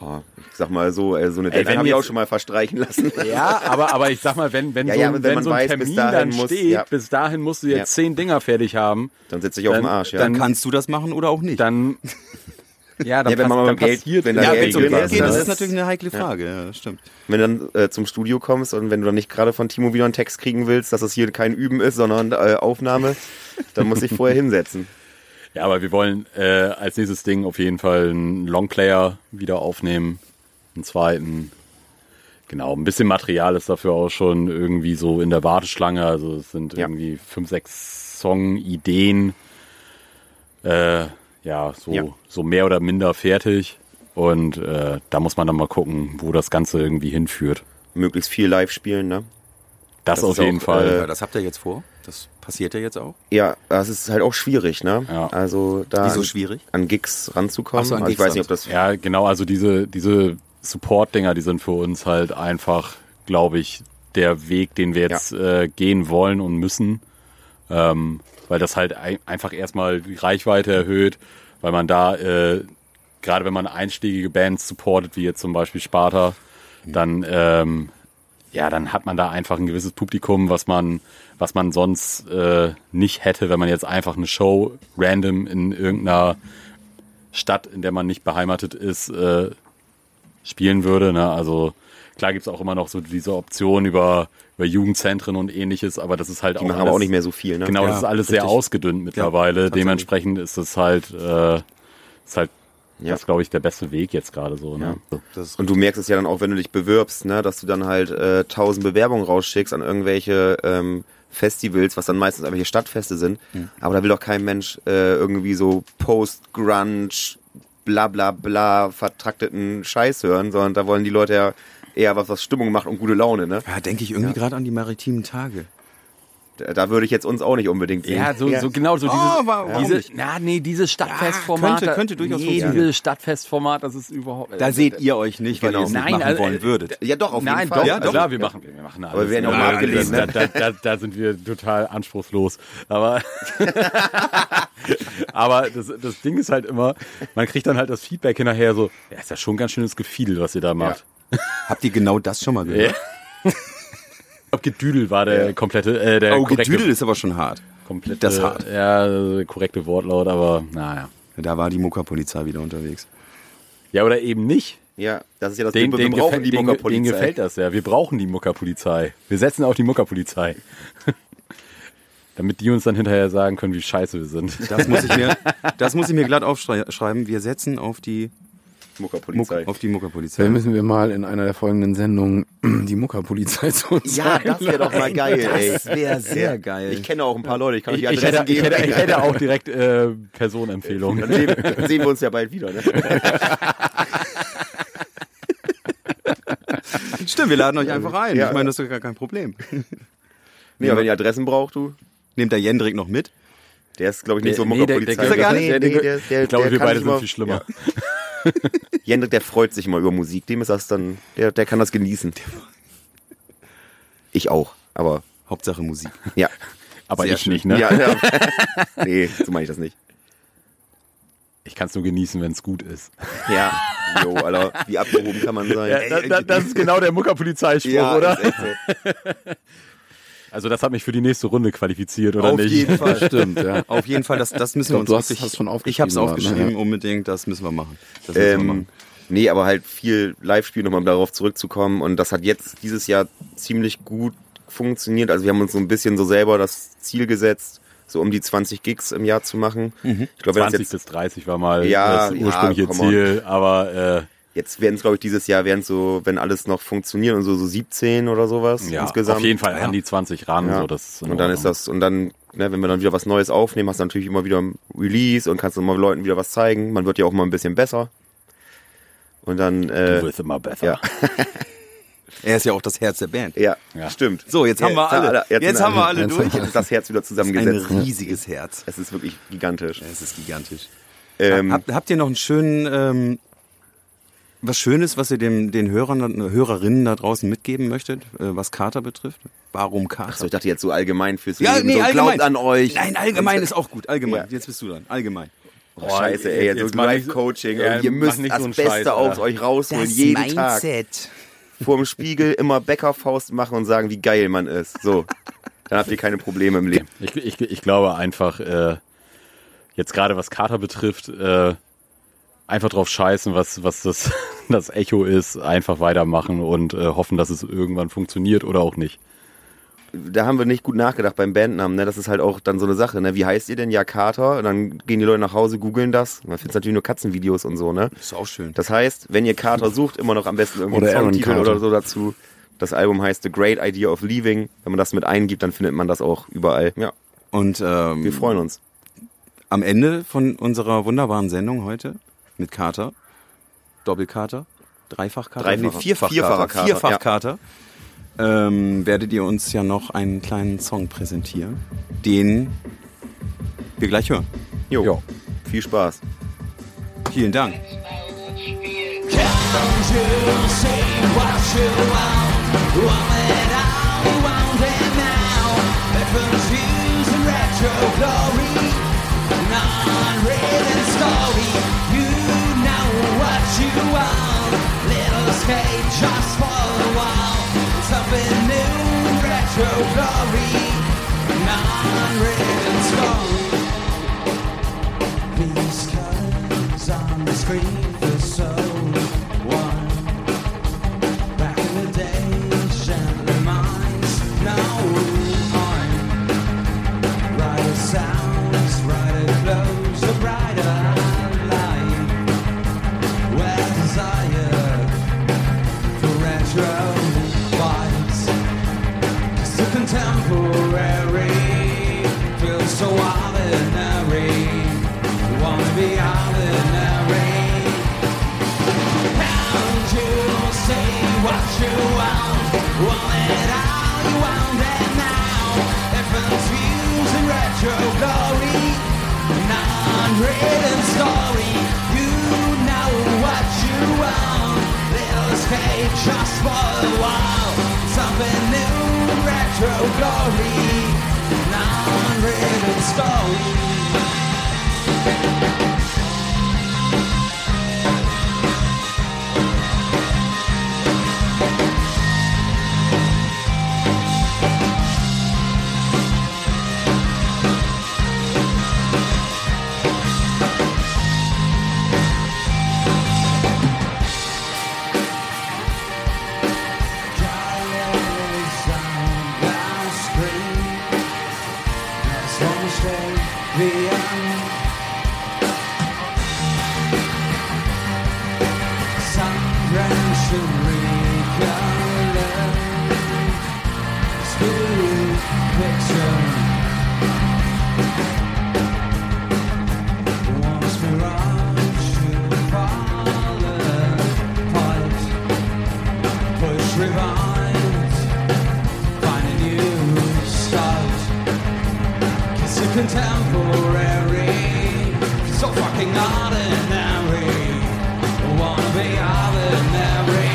Oh, ich sag mal so, äh, so eine
Ey, wenn
Deadline habe ich
jetzt-
auch schon mal verstreichen lassen.
Ja, aber, aber ich sag mal, wenn, wenn
Ja,
so,
ja,
ein-
wenn
wenn
man
so ein
weiß, bis
Termin
dahin
dann
muss-
steht,
ja.
bis dahin musst du jetzt
Ja.
zehn Dinger fertig haben,
Dann sitze ich auf
Dann-
dem Arsch. Ja.
dann-
Kannst du das machen oder auch nicht?
dann. Ja, dann,
Ja, wenn
pass-
man mal
dann
mit Geld-
passiert
wenn da
ja,
in der
wenn es um
Regel
Geld
was,
Geld
geht,
ne?
das
ne?
ist natürlich eine heikle Frage. Ja, das stimmt.
wenn du dann äh, zum Studio kommst und wenn du dann nicht gerade von Timo wieder einen Text kriegen willst, dass es hier kein Üben ist, sondern äh, Aufnahme, dann muss ich vorher hinsetzen.
Ja, aber wir wollen äh, als nächstes Ding auf jeden Fall einen Longplayer wieder aufnehmen. Einen zweiten. Genau, ein bisschen Material ist dafür auch schon irgendwie so in der Warteschlange. Also es sind
Ja.
irgendwie fünf, sechs Song-Ideen. Äh, ja, so,
Ja.
so mehr oder minder fertig. Und äh, da muss man dann mal gucken, wo das Ganze irgendwie hinführt.
Möglichst viel live spielen, ne?
Das,
Das
auf
ist auch, äh,
jeden Fall.
Ja, das habt ihr jetzt vor. Das passiert ja jetzt auch.
Ja, das ist halt auch schwierig, ne?
Ja.
Also da
Wieso
an-
schwierig?
an Gigs ranzukommen.
Ach so, an
also ich
Gigs
weiß nicht, ob das
Ja, genau, also diese, diese Support-Dinger, die sind für uns halt einfach, glaube ich, der Weg, den wir jetzt äh, gehen wollen und müssen. Ähm, weil das halt ein, einfach erstmal die Reichweite erhöht, weil man da, äh, gerade wenn man einstiegige Bands supportet, wie jetzt zum Beispiel Sparta, dann, ähm, ja, dann hat man da einfach ein gewisses Publikum, was man, was man sonst äh, nicht hätte, wenn man jetzt einfach eine Show random in irgendeiner Stadt, in der man nicht beheimatet ist, äh, spielen würde. Ne? Also klar gibt's auch immer noch so diese Option über über Jugendzentren und ähnliches, aber das ist halt
Die
auch.
machen aber auch nicht mehr so viel, ne?
Genau,
Ja,
das ist alles sehr
richtig.
ausgedünnt mittlerweile. Dementsprechend ist es halt, äh, ist halt das, glaube ich, der beste Weg jetzt gerade so. Ne?
Und du merkst es ja dann auch, wenn du dich bewirbst, ne, dass du dann halt äh, tausend Bewerbungen rausschickst an irgendwelche ähm, Festivals, was dann meistens irgendwelche Stadtfeste sind.
Mhm.
Aber da will doch kein Mensch äh, irgendwie so Post-Grunge, bla bla bla, vertrakteten Scheiß hören, sondern da wollen die Leute ja eher was, was Stimmung macht und gute Laune. Ne?
Ja, denke ich irgendwie gerade an die maritimen Tage.
Da, da würde ich jetzt uns auch nicht unbedingt sehen.
Ja, so, so genau so
Oh,
dieses,
wa- warum
diese,
nicht?
na, nee, dieses Stadtfestformat.
könnte- könnte durchaus
nee,
funktionieren.
dieses Stadtfestformat, das ist überhaupt. äh,
Da seht ihr euch nicht, weil ihr es nicht
Nein,
machen
also,
wollen
äh,
würdet.
Ja, doch, auf
Nein,
jeden Fall.
doch,
Ja, doch.
klar, wir
Ja.
machen, wir machen alles.
Aber wir werden auch mal
Nein,
abgelehnt,
Da,
ne?
da, da, da sind wir total anspruchslos. Aber, aber das, das Ding ist halt immer, man kriegt dann halt das Feedback hinterher so, ja, ist ja schon ein ganz schönes Gefiedel, was ihr da macht.
Habt ihr genau das schon mal gehört?
Ich glaube, Gedüdel war der komplette, äh, der
oh,
korrekte,
Gedüdel ist aber schon hart.
komplette,
Das ist hart.
Ja, also korrekte Wortlaut, aber naja.
Da war die Mokka-Polizei wieder unterwegs.
Ja, oder eben nicht.
Ja, das ist ja das
Den,
wir, wir
den
brauchen
gefällt,
die
den,
Muckerpolizei.
denen gefällt das ja. Wir brauchen die Muckerpolizei. Wir setzen auf die Muckerpolizei. Damit die uns dann hinterher sagen können, wie scheiße wir sind.
Das muss ich mir, das muss ich mir glatt aufschreiben. Wir setzen auf die
Muckerpolizei.
Muck- auf die Muckerpolizei.
Dann müssen wir mal in einer der folgenden Sendungen die Muckerpolizei zu uns
Ja, das wäre doch mal geil, ey.
Das wäre sehr
Ja.
geil.
Ich kenne auch ein paar Leute, ich kann euch
Ich,
die
ich,
Adressen
hätte, ich,
geben. Äh,
hätte, ich hätte auch direkt äh, Personenempfehlungen.
Dann sehen, dann sehen wir uns ja bald wieder. Ne?
Stimmt, wir laden euch einfach ein.
Ja.
Ich meine, das ist doch gar kein Problem.
Nee, aber wenn ihr Adressen braucht, du,
Nehmt der Jendrik noch mit?
der ist, glaube ich, nicht so
Nee, nee, der-
Mockerpolizei.
der- der-
der, der, der, der,
Ich glaube,
der
wir
kann
beide
sich
sind
mal-
viel schlimmer.
Ja. Jendrik, der freut sich immer über Musik. Dem ist das dann, der, der kann das genießen. Ich auch, aber
Hauptsache Musik.
ja.
Aber
Sehr
ich
schön.
nicht, ne?
ja, ja. Nee, so meine ich das nicht.
Ich kann es nur genießen, wenn es gut ist.
Ja. Jo, Alter, wie abgehoben kann man sein?
Ja, da, da, das ist genau der Muckerpolizeispruch,
Ja,
oder?
ist echt so.
Also das hat mich für die nächste Runde qualifiziert, oder
Auf
nicht?
jeden Fall.
Stimmt, ja.
Auf jeden Fall, das, das müssen
Ich glaub,
wir
du
uns
hast- hast schon aufgeschrieben
Ich habe es
gehabt,
aufgeschrieben,
ne? Ja.
unbedingt. Das müssen wir machen. Das müssen wir
Ähm,
machen.
nee, aber halt viel Live-Spiel, nochmal um darauf zurückzukommen. Und das hat jetzt dieses Jahr ziemlich gut funktioniert. Also wir haben uns so ein bisschen so selber das Ziel gesetzt, so um die 20 Gigs im Jahr zu machen.
Mhm.
Ich glaube, wenn das
20
jetzt,
bis 30 war mal
Ja,
das
ja,
ursprüngliche
come on.
Ziel, aber äh,
jetzt werden es, glaube ich, dieses Jahr wären so, wenn alles noch funktioniert und so, so 17 oder sowas
äh, ja,
insgesamt.
auf jeden Fall an die 20 ran.
Ja.
So, das ist in
und dann ist
Ordnung.
das, und dann, ne, wenn wir dann wieder was Neues aufnehmen, hast du natürlich immer wieder ein Release und kannst immer Leuten wieder was zeigen. Man wird ja auch mal ein bisschen besser. Und dann,
Du
äh,
wirst immer besser.
ja,
Er ist ja auch das Herz der Band.
ja,
Ja.
stimmt.
So, jetzt haben wir
Ja,
alle. Jetzt,
sind
haben wir alle durch.
Jetzt ist das Herz wieder zusammengesetzt.
Ein riesiges Herz.
Es ist wirklich gigantisch.
Es ist gigantisch.
Ähm,
Habt, habt ihr noch einen schönen, ähm, was Schönes, was ihr dem, den Hörern, Hörerinnen da draußen mitgeben möchtet, äh, was Kater betrifft? Warum
so,
Kater?
ich dachte jetzt so allgemein fürs
Ja,
Leben.
nee,
so,
allgemein.
Glaubt an euch.
Nein, allgemein ist auch gut. Allgemein.
Ja.
Jetzt bist du dran. Allgemein.
Oh, scheiße, ey, jetzt,
Jetzt
so
mach nicht-
Live-Coaching.
Ja,
und ihr
mach
müsst
nicht
das
so einen
Beste
Scheiß,
aus
Alter.
euch rausholen, jeden Tag. Vorm Spiegel immer Bäckerfaust machen und sagen, wie geil man ist. So, dann habt ihr keine Probleme im Leben.
Ich, ich, ich glaube einfach, äh, jetzt gerade was Kater betrifft, äh, einfach drauf scheißen, was, was das, das Echo ist, einfach weitermachen und äh, hoffen, dass es irgendwann funktioniert oder auch nicht.
Da haben wir nicht gut nachgedacht beim Bandnamen. Ne? Das ist halt auch dann so eine Sache. Ne? Wie heißt ihr denn? Ja, Kater. Und dann gehen die Leute nach Hause, googeln das. Man findet natürlich nur Katzenvideos und so. Ne?
Ist auch schön.
Das heißt, wenn ihr Carter sucht, immer noch am besten irgendwie
Oder
einen
Aaron
Songtitel
Carter.
oder so dazu. Das Album heißt The Great Idea of Leaving. Wenn man das mit eingibt, dann findet man das auch überall. Ja,
Und ähm,
wir freuen uns.
am Ende von unserer wunderbaren Sendung heute mit Kater, Doppelkater, Dreifachkater,
Dreifacher. Vierfacher Kater,
Vierfachkater, ähm, werdet ihr uns ja noch einen kleinen Song präsentieren, den wir gleich hören.
Jo.
Jo.
Viel Spaß.
Vielen Dank.
Back in the day, shadow minds just for a while. Something new, retro glory, non-written story. Rewind, find a new start. It's a contemporary, so fucking ordinary. Wanna be ordinary?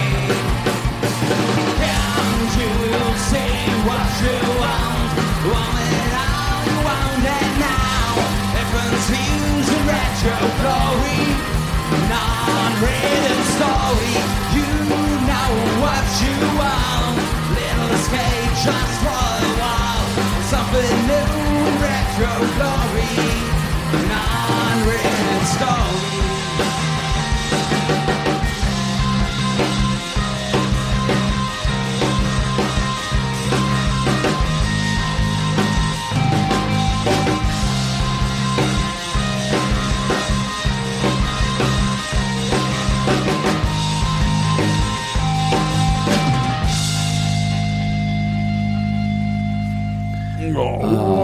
Can't you see what you want? Want it all, you want it now. Different views and retro glory, non-written story. You know what you want. Little escape just for a while. Something new, retro glory, non-written story.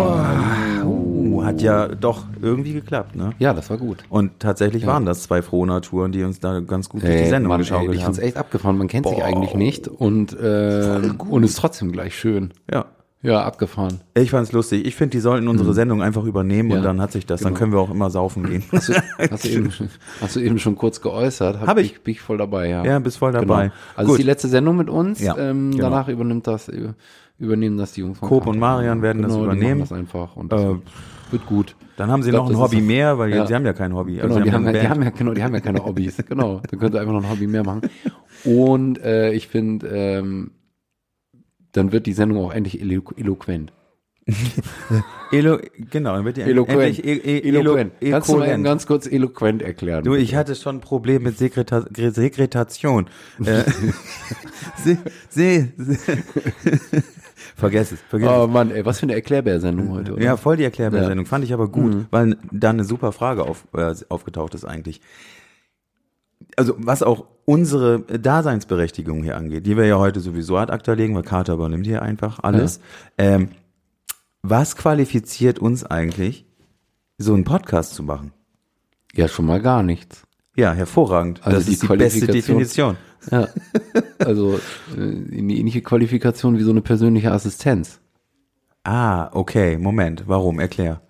Uh, hat ja doch irgendwie geklappt, ne?
Ja, das war gut.
Und tatsächlich
Ja.
waren das zwei Frohnaturen, die uns da ganz gut durch
Ey,
die Sendung
Mann, ey,
geschaukelt
ich
haben.
find's echt abgefahren. Man kennt sich eigentlich nicht und, äh, und ist trotzdem gleich schön.
Ja.
Ja, abgefahren.
Ich fand's lustig. Ich finde, die sollten unsere Sendung einfach übernehmen
Ja,
und dann hat sich das. Dann
genau.
können wir auch immer saufen gehen.
Hast du, hast du, eben, schon- hast du eben schon kurz geäußert?
Hab ich.
Bin, bin ich voll dabei, ja.
Ja, bist voll dabei.
Genau. Also
Gut.
ist die letzte Sendung mit uns.
Ja,
ähm,
genau.
Danach übernimmt das, äh, übernehmen das die Jungs von
Coop und
Kraftwerk.
Marian werden das
Genau, die machen
übernehmen.
Das einfach und das
Äh,
wird gut.
dann haben sie
Ich glaub,
noch ein
das ist-
Hobby mehr, weil sie haben ja kein Hobby.
Genau,
Also sie
die, haben
haben ja
ja, die,
eine Band.
haben ja, genau, die haben ja keine Hobbys. genau, dann könnt ihr einfach noch ein Hobby mehr machen. Und äh, ich finde, ähm, dann wird die Sendung auch endlich elo eloquent.
Elo, genau, dann wird die endlich e e
eloquent.
elo-
Kannst du mal eben
eloquent.
ganz kurz eloquent erklären?
Du, ich hatte schon ein Problem mit Sekreta Gre- Sekretation. Äh, se, se, se. vergess es, vergess
Oh Mann, ey, was für eine Erklärbär-Sendung heute.
es.
oder?
Ja, voll die Erklärbär-Sendung. Fand ich aber gut,
Mhm.
weil da eine super Frage auf, äh, aufgetaucht ist eigentlich. Also was auch unsere Daseinsberechtigung hier angeht, die wir ja heute sowieso ad acta legen, weil Carter übernimmt hier einfach alles. Ähm, was qualifiziert uns eigentlich, so einen Podcast zu machen?
Ja, schon mal gar nichts.
Ja, hervorragend.
Also
das
die
ist die beste
Qualifikation-
Definition.
Ja. Also äh, eine ähnliche Qualifikation wie so eine persönliche Assistenz.
Ah, okay, Moment, warum? Erklär.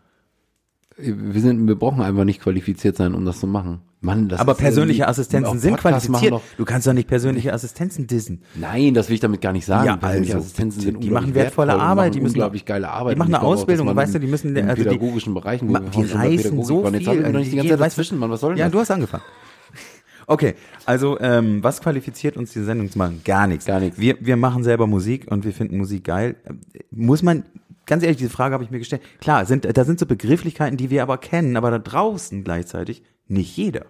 Wir, sind, wir brauchen einfach nicht qualifiziert sein, um das zu machen. Mann, das
Aber
ist
persönliche
irgendwie-
Assistenzen
Auch
sind
Podcasts machen
qualifiziert.
doch-
Du kannst doch nicht persönliche Assistenzen dissen.
Nein, das will ich damit gar nicht sagen.
Ja,
Persönliche
also,
Assistenzen sind
die machen
unglaublich
wertvolle
wertvoll und
Arbeit,
machen
die müssen-
unglaublich geile Arbeit.
die machen
Und ich
eine
glaube auch,
Ausbildung,
dass man
weißt du, die müssen-
in
also die-
pädagogischen Bereichen, wo
Ma-
wir
die
vorhin schon bei
reißen
Pädagogik
so
waren.
viel.
Jetzt haben wir doch nicht die ganze Zeit
weißt
dazwischen, Mann, was soll denn
Ja,
das?
du hast angefangen. Okay, also ähm, was qualifiziert uns die Sendung zu machen? Gar nichts. Gar nichts. Wir, wir machen selber Musik und wir finden Musik geil. Ähm, Muss man, ganz ehrlich, diese Frage habe ich mir gestellt. Klar, sind, da sind so Begrifflichkeiten, die wir aber kennen, aber da draußen gleichzeitig nicht jeder.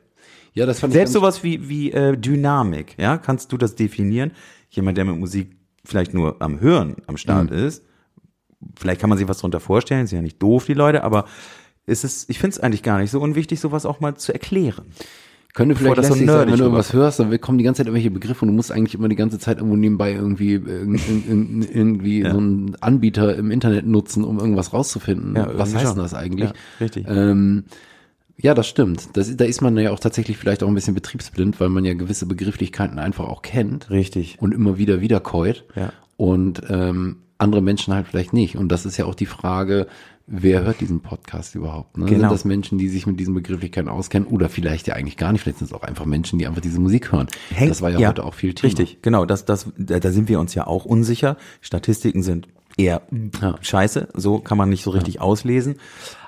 Ja, das fand ich ganz-
Selbst sowas wie, wie äh, Dynamik, ja, kannst du das definieren? Jemand, der mit Musik vielleicht nur am Hören am
Mhm.
Start ist, vielleicht kann man sich was drunter vorstellen, sind ja nicht doof, die Leute, aber es ist, ich finde es eigentlich gar nicht so unwichtig, sowas auch mal zu erklären.
Könnte
Bevor
vielleicht
das so
lästig sein,
nerdig
wenn du irgendwas hörst, dann kommen die ganze Zeit irgendwelche Begriffe und du musst eigentlich immer die ganze Zeit irgendwo nebenbei irgendwie, äh, irgend- irgend- irgendwie so einen Anbieter im Internet nutzen, um irgendwas rauszufinden.
Ja,
Was
irgendwie
heißt
schon.
denn das eigentlich?
Ja, richtig.
Ähm, ja, das stimmt. Das, da ist man ja auch tatsächlich vielleicht auch ein bisschen betriebsblind, weil man ja gewisse Begrifflichkeiten einfach auch kennt.
Richtig.
Und immer wieder wiederkäut.
Ja.
Und ähm, andere Menschen halt vielleicht nicht. Und das ist ja auch die Frage, wer hört diesen Podcast überhaupt? Ne?
Genau.
Sind das Menschen, die sich mit diesen Begrifflichkeiten auskennen oder vielleicht ja eigentlich gar nicht? Vielleicht sind es auch einfach Menschen, die einfach diese Musik hören.
Hängt-
das war ja, heute auch viel Thema.
Richtig, genau. Das, das, da, da sind wir uns ja auch unsicher. Statistiken sind eher scheiße. So kann man nicht so richtig auslesen.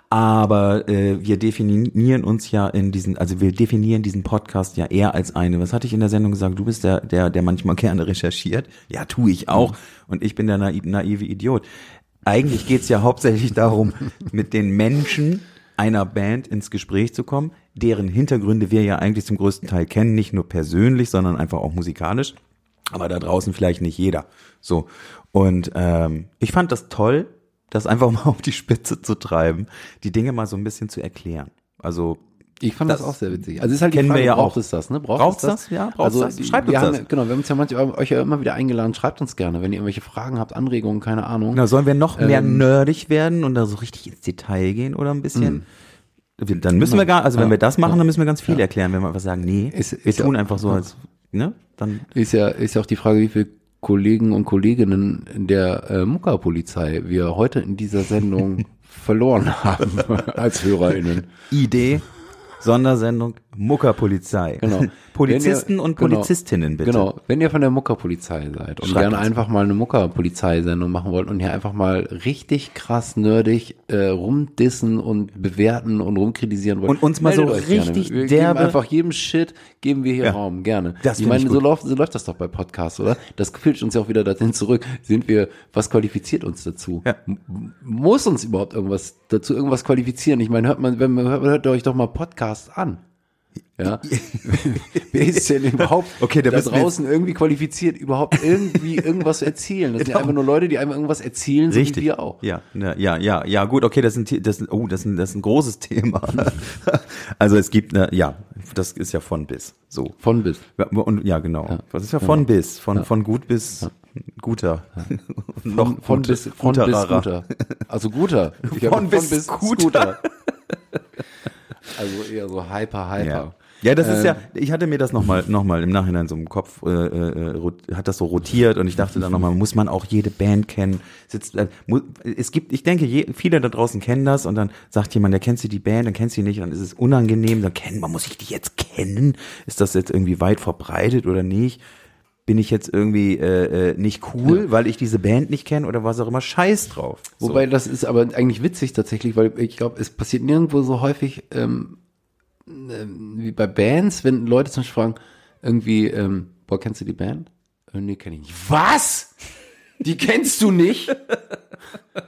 Aber äh, wir definieren uns ja in diesen, also wir definieren diesen Podcast ja eher als eine. Was hatte ich in der Sendung gesagt? Du bist der, der, der manchmal gerne recherchiert. Ja, tue ich auch. Und ich bin der naiv, naive Idiot. Eigentlich geht's ja hauptsächlich darum, mit den Menschen einer Band ins Gespräch zu kommen, deren Hintergründe wir ja eigentlich zum größten Teil kennen, nicht nur persönlich, sondern einfach auch musikalisch. Aber da draußen vielleicht nicht jeder. So. Und ähm, ich fand das toll, das einfach mal auf die Spitze zu treiben, die Dinge mal so ein bisschen zu erklären. Also
Ich fand das, auch sehr witzig. Also es ist halt
halt
die
kennen
Frage,
wir ja
braucht
auch.
es das? Ne? Braucht,
Braucht's
es das? Also
das? Ja, braucht's das?
die-
Schreibt
wir
uns
haben,
das.
Genau, wir haben uns ja manchmal euch ja immer wieder eingeladen. Schreibt uns gerne, wenn ihr irgendwelche Fragen habt, Anregungen, keine Ahnung.
Na, sollen wir noch mehr
Ähm,
nerdig werden und da so richtig ins Detail gehen oder ein bisschen? Wir- Dann müssen wir gar, also wenn
Mhm. Genau. Ja.
wir das machen,
Ja.
dann müssen wir ganz viel erklären, wenn wir einfach sagen, nee, wir tun einfach so, als, ne? Dann
Ist ja, ist ja auch die Frage, wie viele Kollegen und Kolleginnen der äh, Muckerpolizei wir heute in dieser Sendung verloren haben als HörerInnen.
Idee, Sondersendung Muckerpolizei.
Genau. Wenn
Polizisten
ihr-
und
genau.
Polizistinnen bitte.
Genau, wenn ihr von der Muckerpolizei seid und
Schreibt
gerne
uns.
einfach mal eine Muckerpolizei-Sendung machen wollt und hier einfach mal richtig krass nerdig äh, rumdissen und bewerten und rumkritisieren wollt.
Und uns mal so
meldet euch gerne.
richtig
wir
derbe-
Geben einfach jedem Shit geben wir hier Raum, gerne.
Das
ich
find ich
meine, so
gut.
läuft, so läuft das doch bei Podcasts, oder? Das führt uns ja auch wieder dorthin zurück. Sind wir, was qualifiziert uns dazu? M- Muss uns überhaupt irgendwas dazu irgendwas qualifizieren? Ich meine, hört man, wenn man hört, hört euch doch mal Podcasts an. Ja. Wer ist denn überhaupt
Okay, da
da
müssen wir
draußen irgendwie qualifiziert, überhaupt irgendwie irgendwas zu erzielen? Das sind ja einfach nur Leute, die einem irgendwas erzielen, so wie
Genau. Richtig.
wir auch.
Ja, ja, ja, ja, ja, gut, okay, das ist ein, das, ist- oh, das ist ein, das ist ein großes Thema. also es gibt, eine, ja, das ist ja von bis, so.
Von bis.
Ja, Und, ja, genau. Das ist ja von bis, von, von gut bis guter. Von,
Von, von bis, von bis guter. Also guter. Ich habe
Von bis guter.
Also eher so hyper, hyper.
Ja. Ja, das ist
Ähm,
ja, ich hatte mir das nochmal noch mal im Nachhinein so im Kopf, äh, äh, rot- hat das so rotiert und ich dachte dann nochmal, muss man auch jede Band kennen? Sitzt, äh, mu- es gibt, ich denke, je, viele da draußen kennen das und dann sagt jemand, ja, kennst du die Band, dann kennst du die nicht, dann ist es unangenehm, dann kennen, man muss ich die jetzt kennen? Ist das jetzt irgendwie weit verbreitet oder nicht? Bin ich jetzt irgendwie äh, äh, nicht cool, weil ich diese Band nicht kenne oder was auch immer? Scheiß drauf. So.
Wobei das ist aber eigentlich witzig tatsächlich, weil ich glaube, es passiert nirgendwo so häufig ähm, ähm, wie bei Bands, wenn Leute zum Beispiel fragen, irgendwie, ähm, boah, kennst du die Band? Äh, nee, kenn ich nicht. Was? Die kennst du nicht?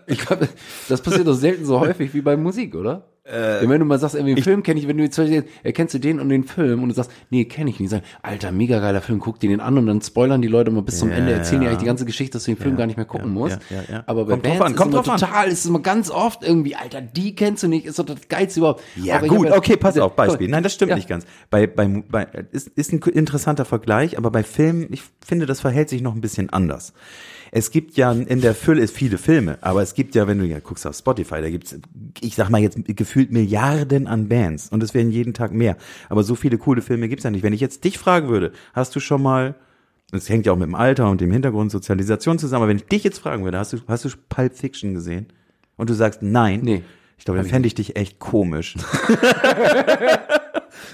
Ich glaube, das passiert doch selten so häufig wie bei Musik, oder?
Äh,
Denn wenn du mal sagst, irgendwie einen Film kenne ich, wenn du jetzt zum Beispiel, sagst, äh, kennst du den und den Film und du sagst, nee, kenne ich nicht, sagen, Alter, mega geiler Film, guck dir den an und dann spoilern die Leute mal bis zum
Ja,
Ende, erzählen dir
ja.
eigentlich die ganze Geschichte, dass du den Film gar nicht mehr gucken musst.
ja, ja, ja.
Aber bei
Kommt drauf
Bands
an, kommt
ist immer
drauf an.
total, ist immer ganz oft irgendwie, Alter, die kennst du nicht, ist doch das Geilste überhaupt.
Ja,
Aber ich
gut,
hab ja-
okay, pass auf, Beispiel.
Guck,
Nein, das stimmt
ja.
nicht ganz. Bei, bei, bei, ist, ist ein interessanter Vergleich, aber bei Filmen, ich finde, das verhält sich noch ein bisschen anders. Es gibt ja in der Fülle ist viele Filme, aber es gibt ja, wenn du ja guckst auf Spotify, da gibt's, ich sag mal jetzt gefühlt Milliarden an Bands und es werden jeden Tag mehr. Aber so viele coole Filme gibt's ja nicht. Wenn ich jetzt dich fragen würde, hast du schon mal, das hängt ja auch mit dem Alter und dem Hintergrund Sozialisation zusammen, aber wenn ich dich jetzt fragen würde, hast du, hast du Pulp Fiction gesehen? Und du sagst nein,
Nee.
ich glaube, dann fände ich dich echt komisch.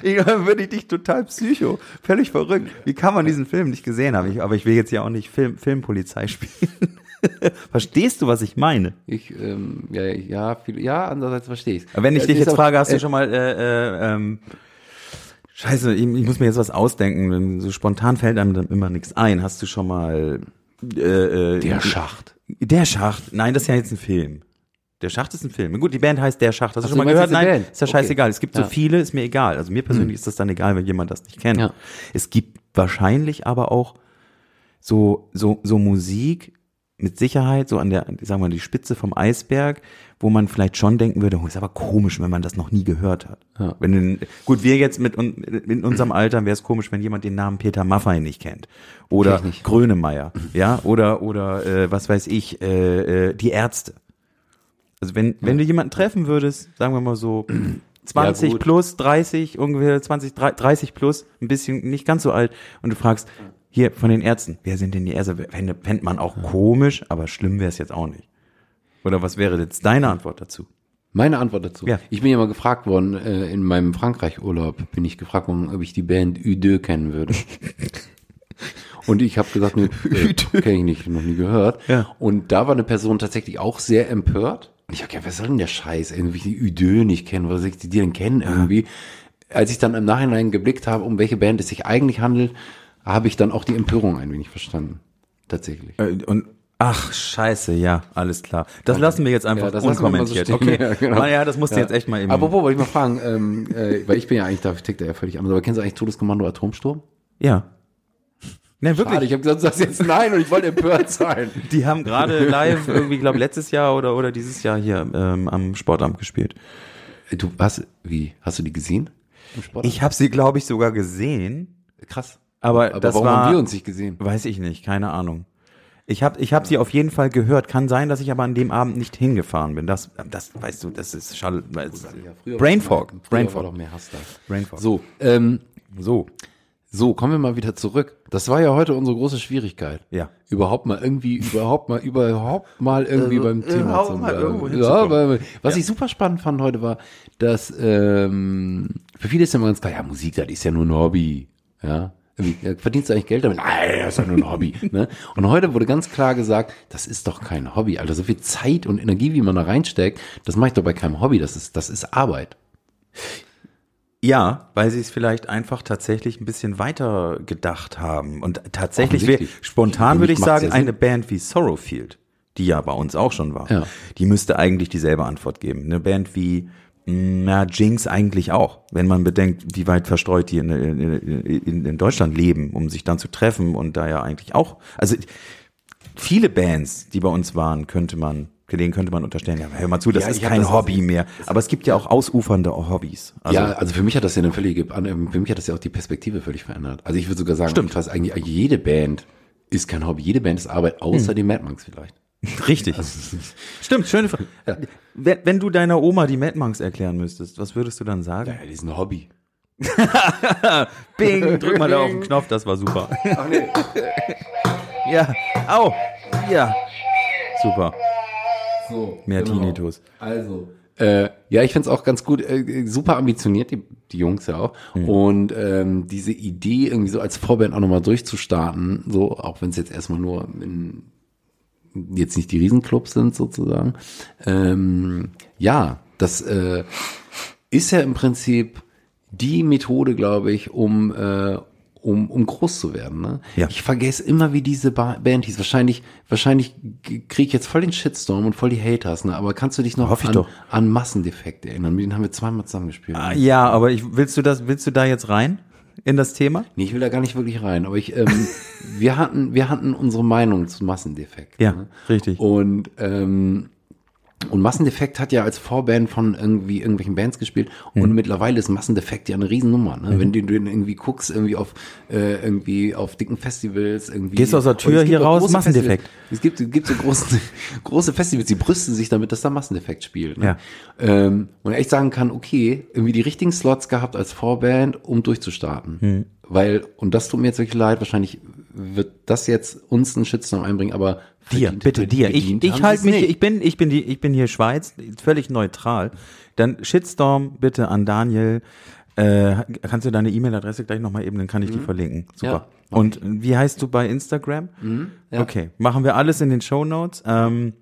Ich- Dann würde ich dich total psycho, völlig verrückt. Wie kann man diesen Film nicht gesehen haben? Ich, aber ich will jetzt ja auch nicht Film, Filmpolizei spielen. Verstehst du, was ich meine?
Ich, ähm, ja, ja, viel, ja, andererseits verstehe ich
Aber Wenn ich dich jetzt frage, hast du schon mal, äh, äh, ähm, scheiße, ich, ich muss mir jetzt was ausdenken. So spontan fällt einem dann immer nichts ein. Hast du schon mal äh, äh,
Der Schacht.
Der Schacht. Nein, das ist ja jetzt ein Film. Der Schacht ist ein Film. Gut, die Band heißt Der Schacht. Hast
Ach
du
so,
schon mal
meinst
gehört?
jetzt die
Nein,
Band?
ist ja
Okay.
scheißegal. Es gibt
Ja. Hm.
so viele, ist mir egal. Also mir persönlich ist das dann egal, wenn jemand das nicht kennt.
Ja.
Es gibt wahrscheinlich aber auch so, so, so Musik mit Sicherheit so an der, sagen wir mal, die Spitze vom Eisberg, wo man vielleicht schon denken würde, oh, ist aber komisch, wenn man das noch nie gehört hat.
Ja.
Wenn, gut, wir jetzt mit un- in unserem Alter wäre es komisch, wenn jemand den Namen Peter Maffay nicht kennt oder
Kenn ich nicht.
Grönemeyer, ja, oder oder äh, was weiß ich, äh, äh, die Ärzte. Also wenn wenn du jemanden treffen würdest, sagen wir mal so 20
Ja, gut.
plus, 30, ungefähr 20, 30 plus, ein bisschen nicht ganz so alt, und du fragst, hier von den Ärzten, wer sind denn die Ärzte? Fände- Fände man auch komisch, aber schlimm wäre es jetzt auch nicht. Oder was wäre jetzt deine Antwort dazu?
Meine Antwort dazu.
Ja.
Ich bin ja mal gefragt worden, äh, in meinem Frankreich-Urlaub bin ich gefragt worden, ob ich die Band Udeux kennen würde. Und ich habe gesagt, nee, äh, kenne ich nicht, noch nie gehört.
Ja.
Und da war eine Person tatsächlich auch sehr empört. Und ich habe ja, was soll denn der Scheiß? Irgendwie die Udeux nicht kennen, was soll ich die denn kennen irgendwie? Als ich dann im Nachhinein geblickt habe, um welche Band es sich eigentlich handelt, habe ich dann auch die Empörung ein wenig verstanden. Tatsächlich.
Äh, Und ach scheiße, ja, alles klar. Das lassen wir jetzt einfach
Ja, das lassen wir mal so
unkommentiert.
stehen.
okay,
Ja, genau.
Mann, ja, das musst du
Ja.
jetzt echt mal eben.
Apropos, wollte ich mal fragen, ähm, äh, weil ich bin ja eigentlich, da tickt er ja völlig anders, aber kennst du eigentlich Todeskommando Atomsturm?
ja. Nein, wirklich.
Schade, ich habe gesagt, du sagst jetzt nein und ich wollte empört sein.
Die haben gerade live irgendwie, glaube letztes Jahr oder, oder dieses Jahr hier ähm, am Sportamt gespielt.
Du hast, wie, hast du die gesehen? Im Sport?
Ich habe sie, glaube ich, sogar gesehen.
Krass.
Aber,
Aber
Äh, das
warum
war,
haben wir uns nicht gesehen?
Weiß ich nicht, keine Ahnung. Ich habe ich hab sie auf jeden Fall gehört. Kann sein, dass ich aber an dem Abend nicht hingefahren bin. Das, das weißt du, das ist Schall. Brainfog.
Brain war doch
Brainfog.
mehr Hass da.
Brainfog.
So, ähm,
So.
so, kommen wir mal wieder zurück. Das war ja heute unsere große Schwierigkeit.
Ja.
Überhaupt mal irgendwie, überhaupt mal, überhaupt mal irgendwie beim Thema
Also, überhaupt
zu
mal irgendwo
bleiben.
hinzukommen.
Ja, weil, was ich super spannend fand heute war, dass ähm, für viele ist ja immer ganz klar, ja, Musik, das ist ja nur ein Hobby. Ja. Irgendwie, ja, Verdienst du eigentlich Geld damit? Nein, das ist ja nur ein Hobby. ne? Und heute wurde ganz klar gesagt, das ist doch kein Hobby. Alter, so viel Zeit und Energie, wie man da reinsteckt, das mache ich doch bei keinem Hobby. Das ist, das ist Arbeit.
Ja, weil sie es vielleicht einfach tatsächlich ein bisschen weiter gedacht haben. Und tatsächlich, wär,
Offensichtlich.
spontan
Für
würde
mich
ich
macht's
sagen,
ja Sinn.
eine Band wie Sorrowfield, die ja bei uns auch schon war,
Ja.
die müsste eigentlich dieselbe Antwort geben. Eine Band wie mh, na, Jinx eigentlich auch, wenn man bedenkt, wie weit verstreut die in, in, in, in Deutschland leben, um sich dann zu treffen und da ja eigentlich auch. Also viele Bands, die bei uns waren, könnte man, denen könnte man unterstellen, ja, hör mal zu, das
Ja,
ist
ich hab
kein
das-
Hobby mehr. Aber es gibt ja auch ausufernde Hobbys. Also-
ja, also für mich hat das ja eine völlige, an- ähm, für mich hat das ja auch die Perspektive völlig verändert. Also ich würde sogar sagen, Stimmt. fast eigentlich jede Band ist kein Hobby, jede Band ist Arbeit,
Hm.
außer die Mad Monks vielleicht.
Richtig. Also, Stimmt, schöne Frage. Wenn, wenn du deiner Oma die Mad Monks erklären müsstest, was würdest du dann sagen?
Ja, die ist ein Hobby.
Bing, drück mal da auf den Knopf, das war super. ja, au, ja, super.
So, genau.
Mehr Tinnitus.
Also, äh, ja, ich find's auch ganz gut, äh, super ambitioniert, die, die Jungs ja auch.
Hm.
Und ähm, diese Idee, irgendwie so als Vorband auch nochmal durchzustarten, so, auch wenn's jetzt erstmal nur in, jetzt nicht die Riesenclubs sind sozusagen. Ähm, ja, das äh, ist ja im Prinzip die Methode, glaube ich, um, äh, um, um groß zu werden. Ne?
Ja.
Ich vergesse immer, wie diese ba Band hieß. Wahrscheinlich, wahrscheinlich kriege ich jetzt voll den Shitstorm und voll die Haters. Ne? Aber kannst du dich noch
Hoffe ich
an,
doch.
an Massendefekt erinnern? Mit denen haben wir zweimal zusammengespielt.
Ah, Ja, aber ich, willst du das, willst du da jetzt rein? In das Thema?
Nee, ich will da gar nicht wirklich rein, aber ich, ähm, wir hatten, wir hatten unsere Meinung zu Massendefekt.
Ja,
ne?
richtig.
Und, ähm, und Massendefekt hat ja als Vorband von irgendwie irgendwelchen Bands gespielt
Mhm.
und mittlerweile ist Massendefekt ja eine Riesennummer. Ne? Wenn du den irgendwie guckst, irgendwie auf äh, irgendwie auf dicken Festivals, irgendwie
Gehst aus der
Und es
Tür
gibt
hier
auch
raus,
große
Massendefekt.
Festivals. Es gibt, es gibt so große, große Festivals, die brüsten sich damit, dass da Massendefekt spielt. Ne?
Ja.
Ähm, und echt sagen kann, okay, irgendwie die richtigen Slots gehabt als Vorband, um durchzustarten.
Hm.
Weil, und das tut mir jetzt wirklich leid, wahrscheinlich wird das jetzt uns einen Shitstorm einbringen, aber
Dir,
verdient-
bitte dir. Ich,
verdient
ich
haben
halte
sie's
mich,
nicht.
ich bin, ich bin die, ich bin hier Schweiz, völlig neutral. Dann Shitstorm bitte an Daniel. Äh, kannst du deine E-Mail-Adresse gleich nochmal eben, dann kann ich die verlinken. Super.
Mhm. mach Mhm,
Und wie heißt du bei Instagram?
ja.
Okay, machen wir alles in den Show Notes. Ähm,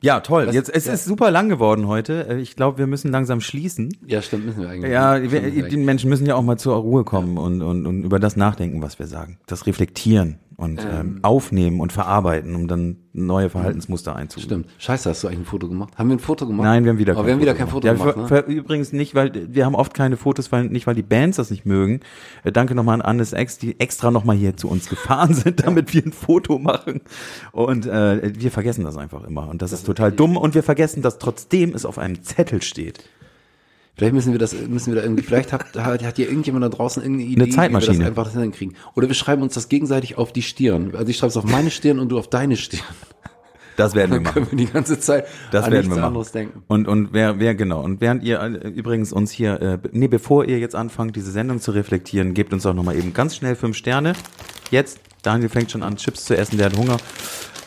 ja, toll. Jetzt, es ist super lang geworden heute. Äh, Ich glaube, wir müssen langsam schließen.
ja, stimmt, müssen wir eigentlich.
Ja,
Stimmt,
wir,
vielleicht.
die Menschen müssen ja auch mal zur Ruhe kommen und, und, und über das nachdenken, was wir sagen. Das reflektieren und ähm, aufnehmen und verarbeiten, um dann neue Verhaltensmuster einzubauen.
Mhm. stimmt. Scheiße, hast du eigentlich ein Foto gemacht? Haben wir ein Foto gemacht?
Nein, wir haben wieder
Aber wir haben wieder kein Foto gemacht.
Ja,
ne?
ver- ver- Übrigens nicht, weil wir haben oft keine Fotos, weil nicht, weil die Bands das nicht mögen. Äh, danke nochmal an Annes Ex, die extra nochmal hier zu uns gefahren sind, damit wir ein Foto machen. Und äh, wir vergessen das einfach immer. Und das, ist total dumm. Und wir vergessen, dass trotzdem es auf einem Zettel steht.
Vielleicht müssen wir das, müssen wir da irgendwie, vielleicht hat, hat, hat hier irgendjemand da draußen irgendeine Idee,
Eine Zeitmaschine.
wie wir das einfach das hinkriegen. Oder wir schreiben uns das gegenseitig auf die Stirn. Also ich schreibe es auf meine Stirn und du auf deine Stirn.
Das werden wir
Dann
machen.
können wir die ganze Zeit
Das
an
werden
nichts
wir machen.
anderes denken.
Und, und wer, wer, genau. Und während ihr alle- übrigens uns hier, äh, be- nee, bevor ihr jetzt anfangt, diese Sendung zu reflektieren, gebt uns doch nochmal eben ganz schnell fünf Sterne. Jetzt, Daniel fängt schon an, Chips zu essen, der hat Hunger.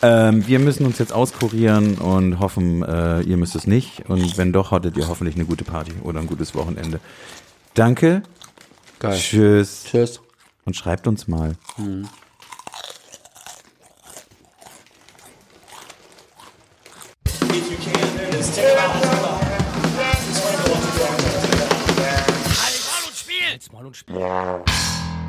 Ähm, wir müssen uns jetzt auskurieren und hoffen, äh, ihr müsst es nicht. Und wenn doch, hattet ihr hoffentlich eine gute Party oder ein gutes Wochenende. Danke.
Geil.
Tschüss. Tschüss. Und schreibt uns mal.
Mhm.
Alles mal und spielen! Jetzt mal und spielen!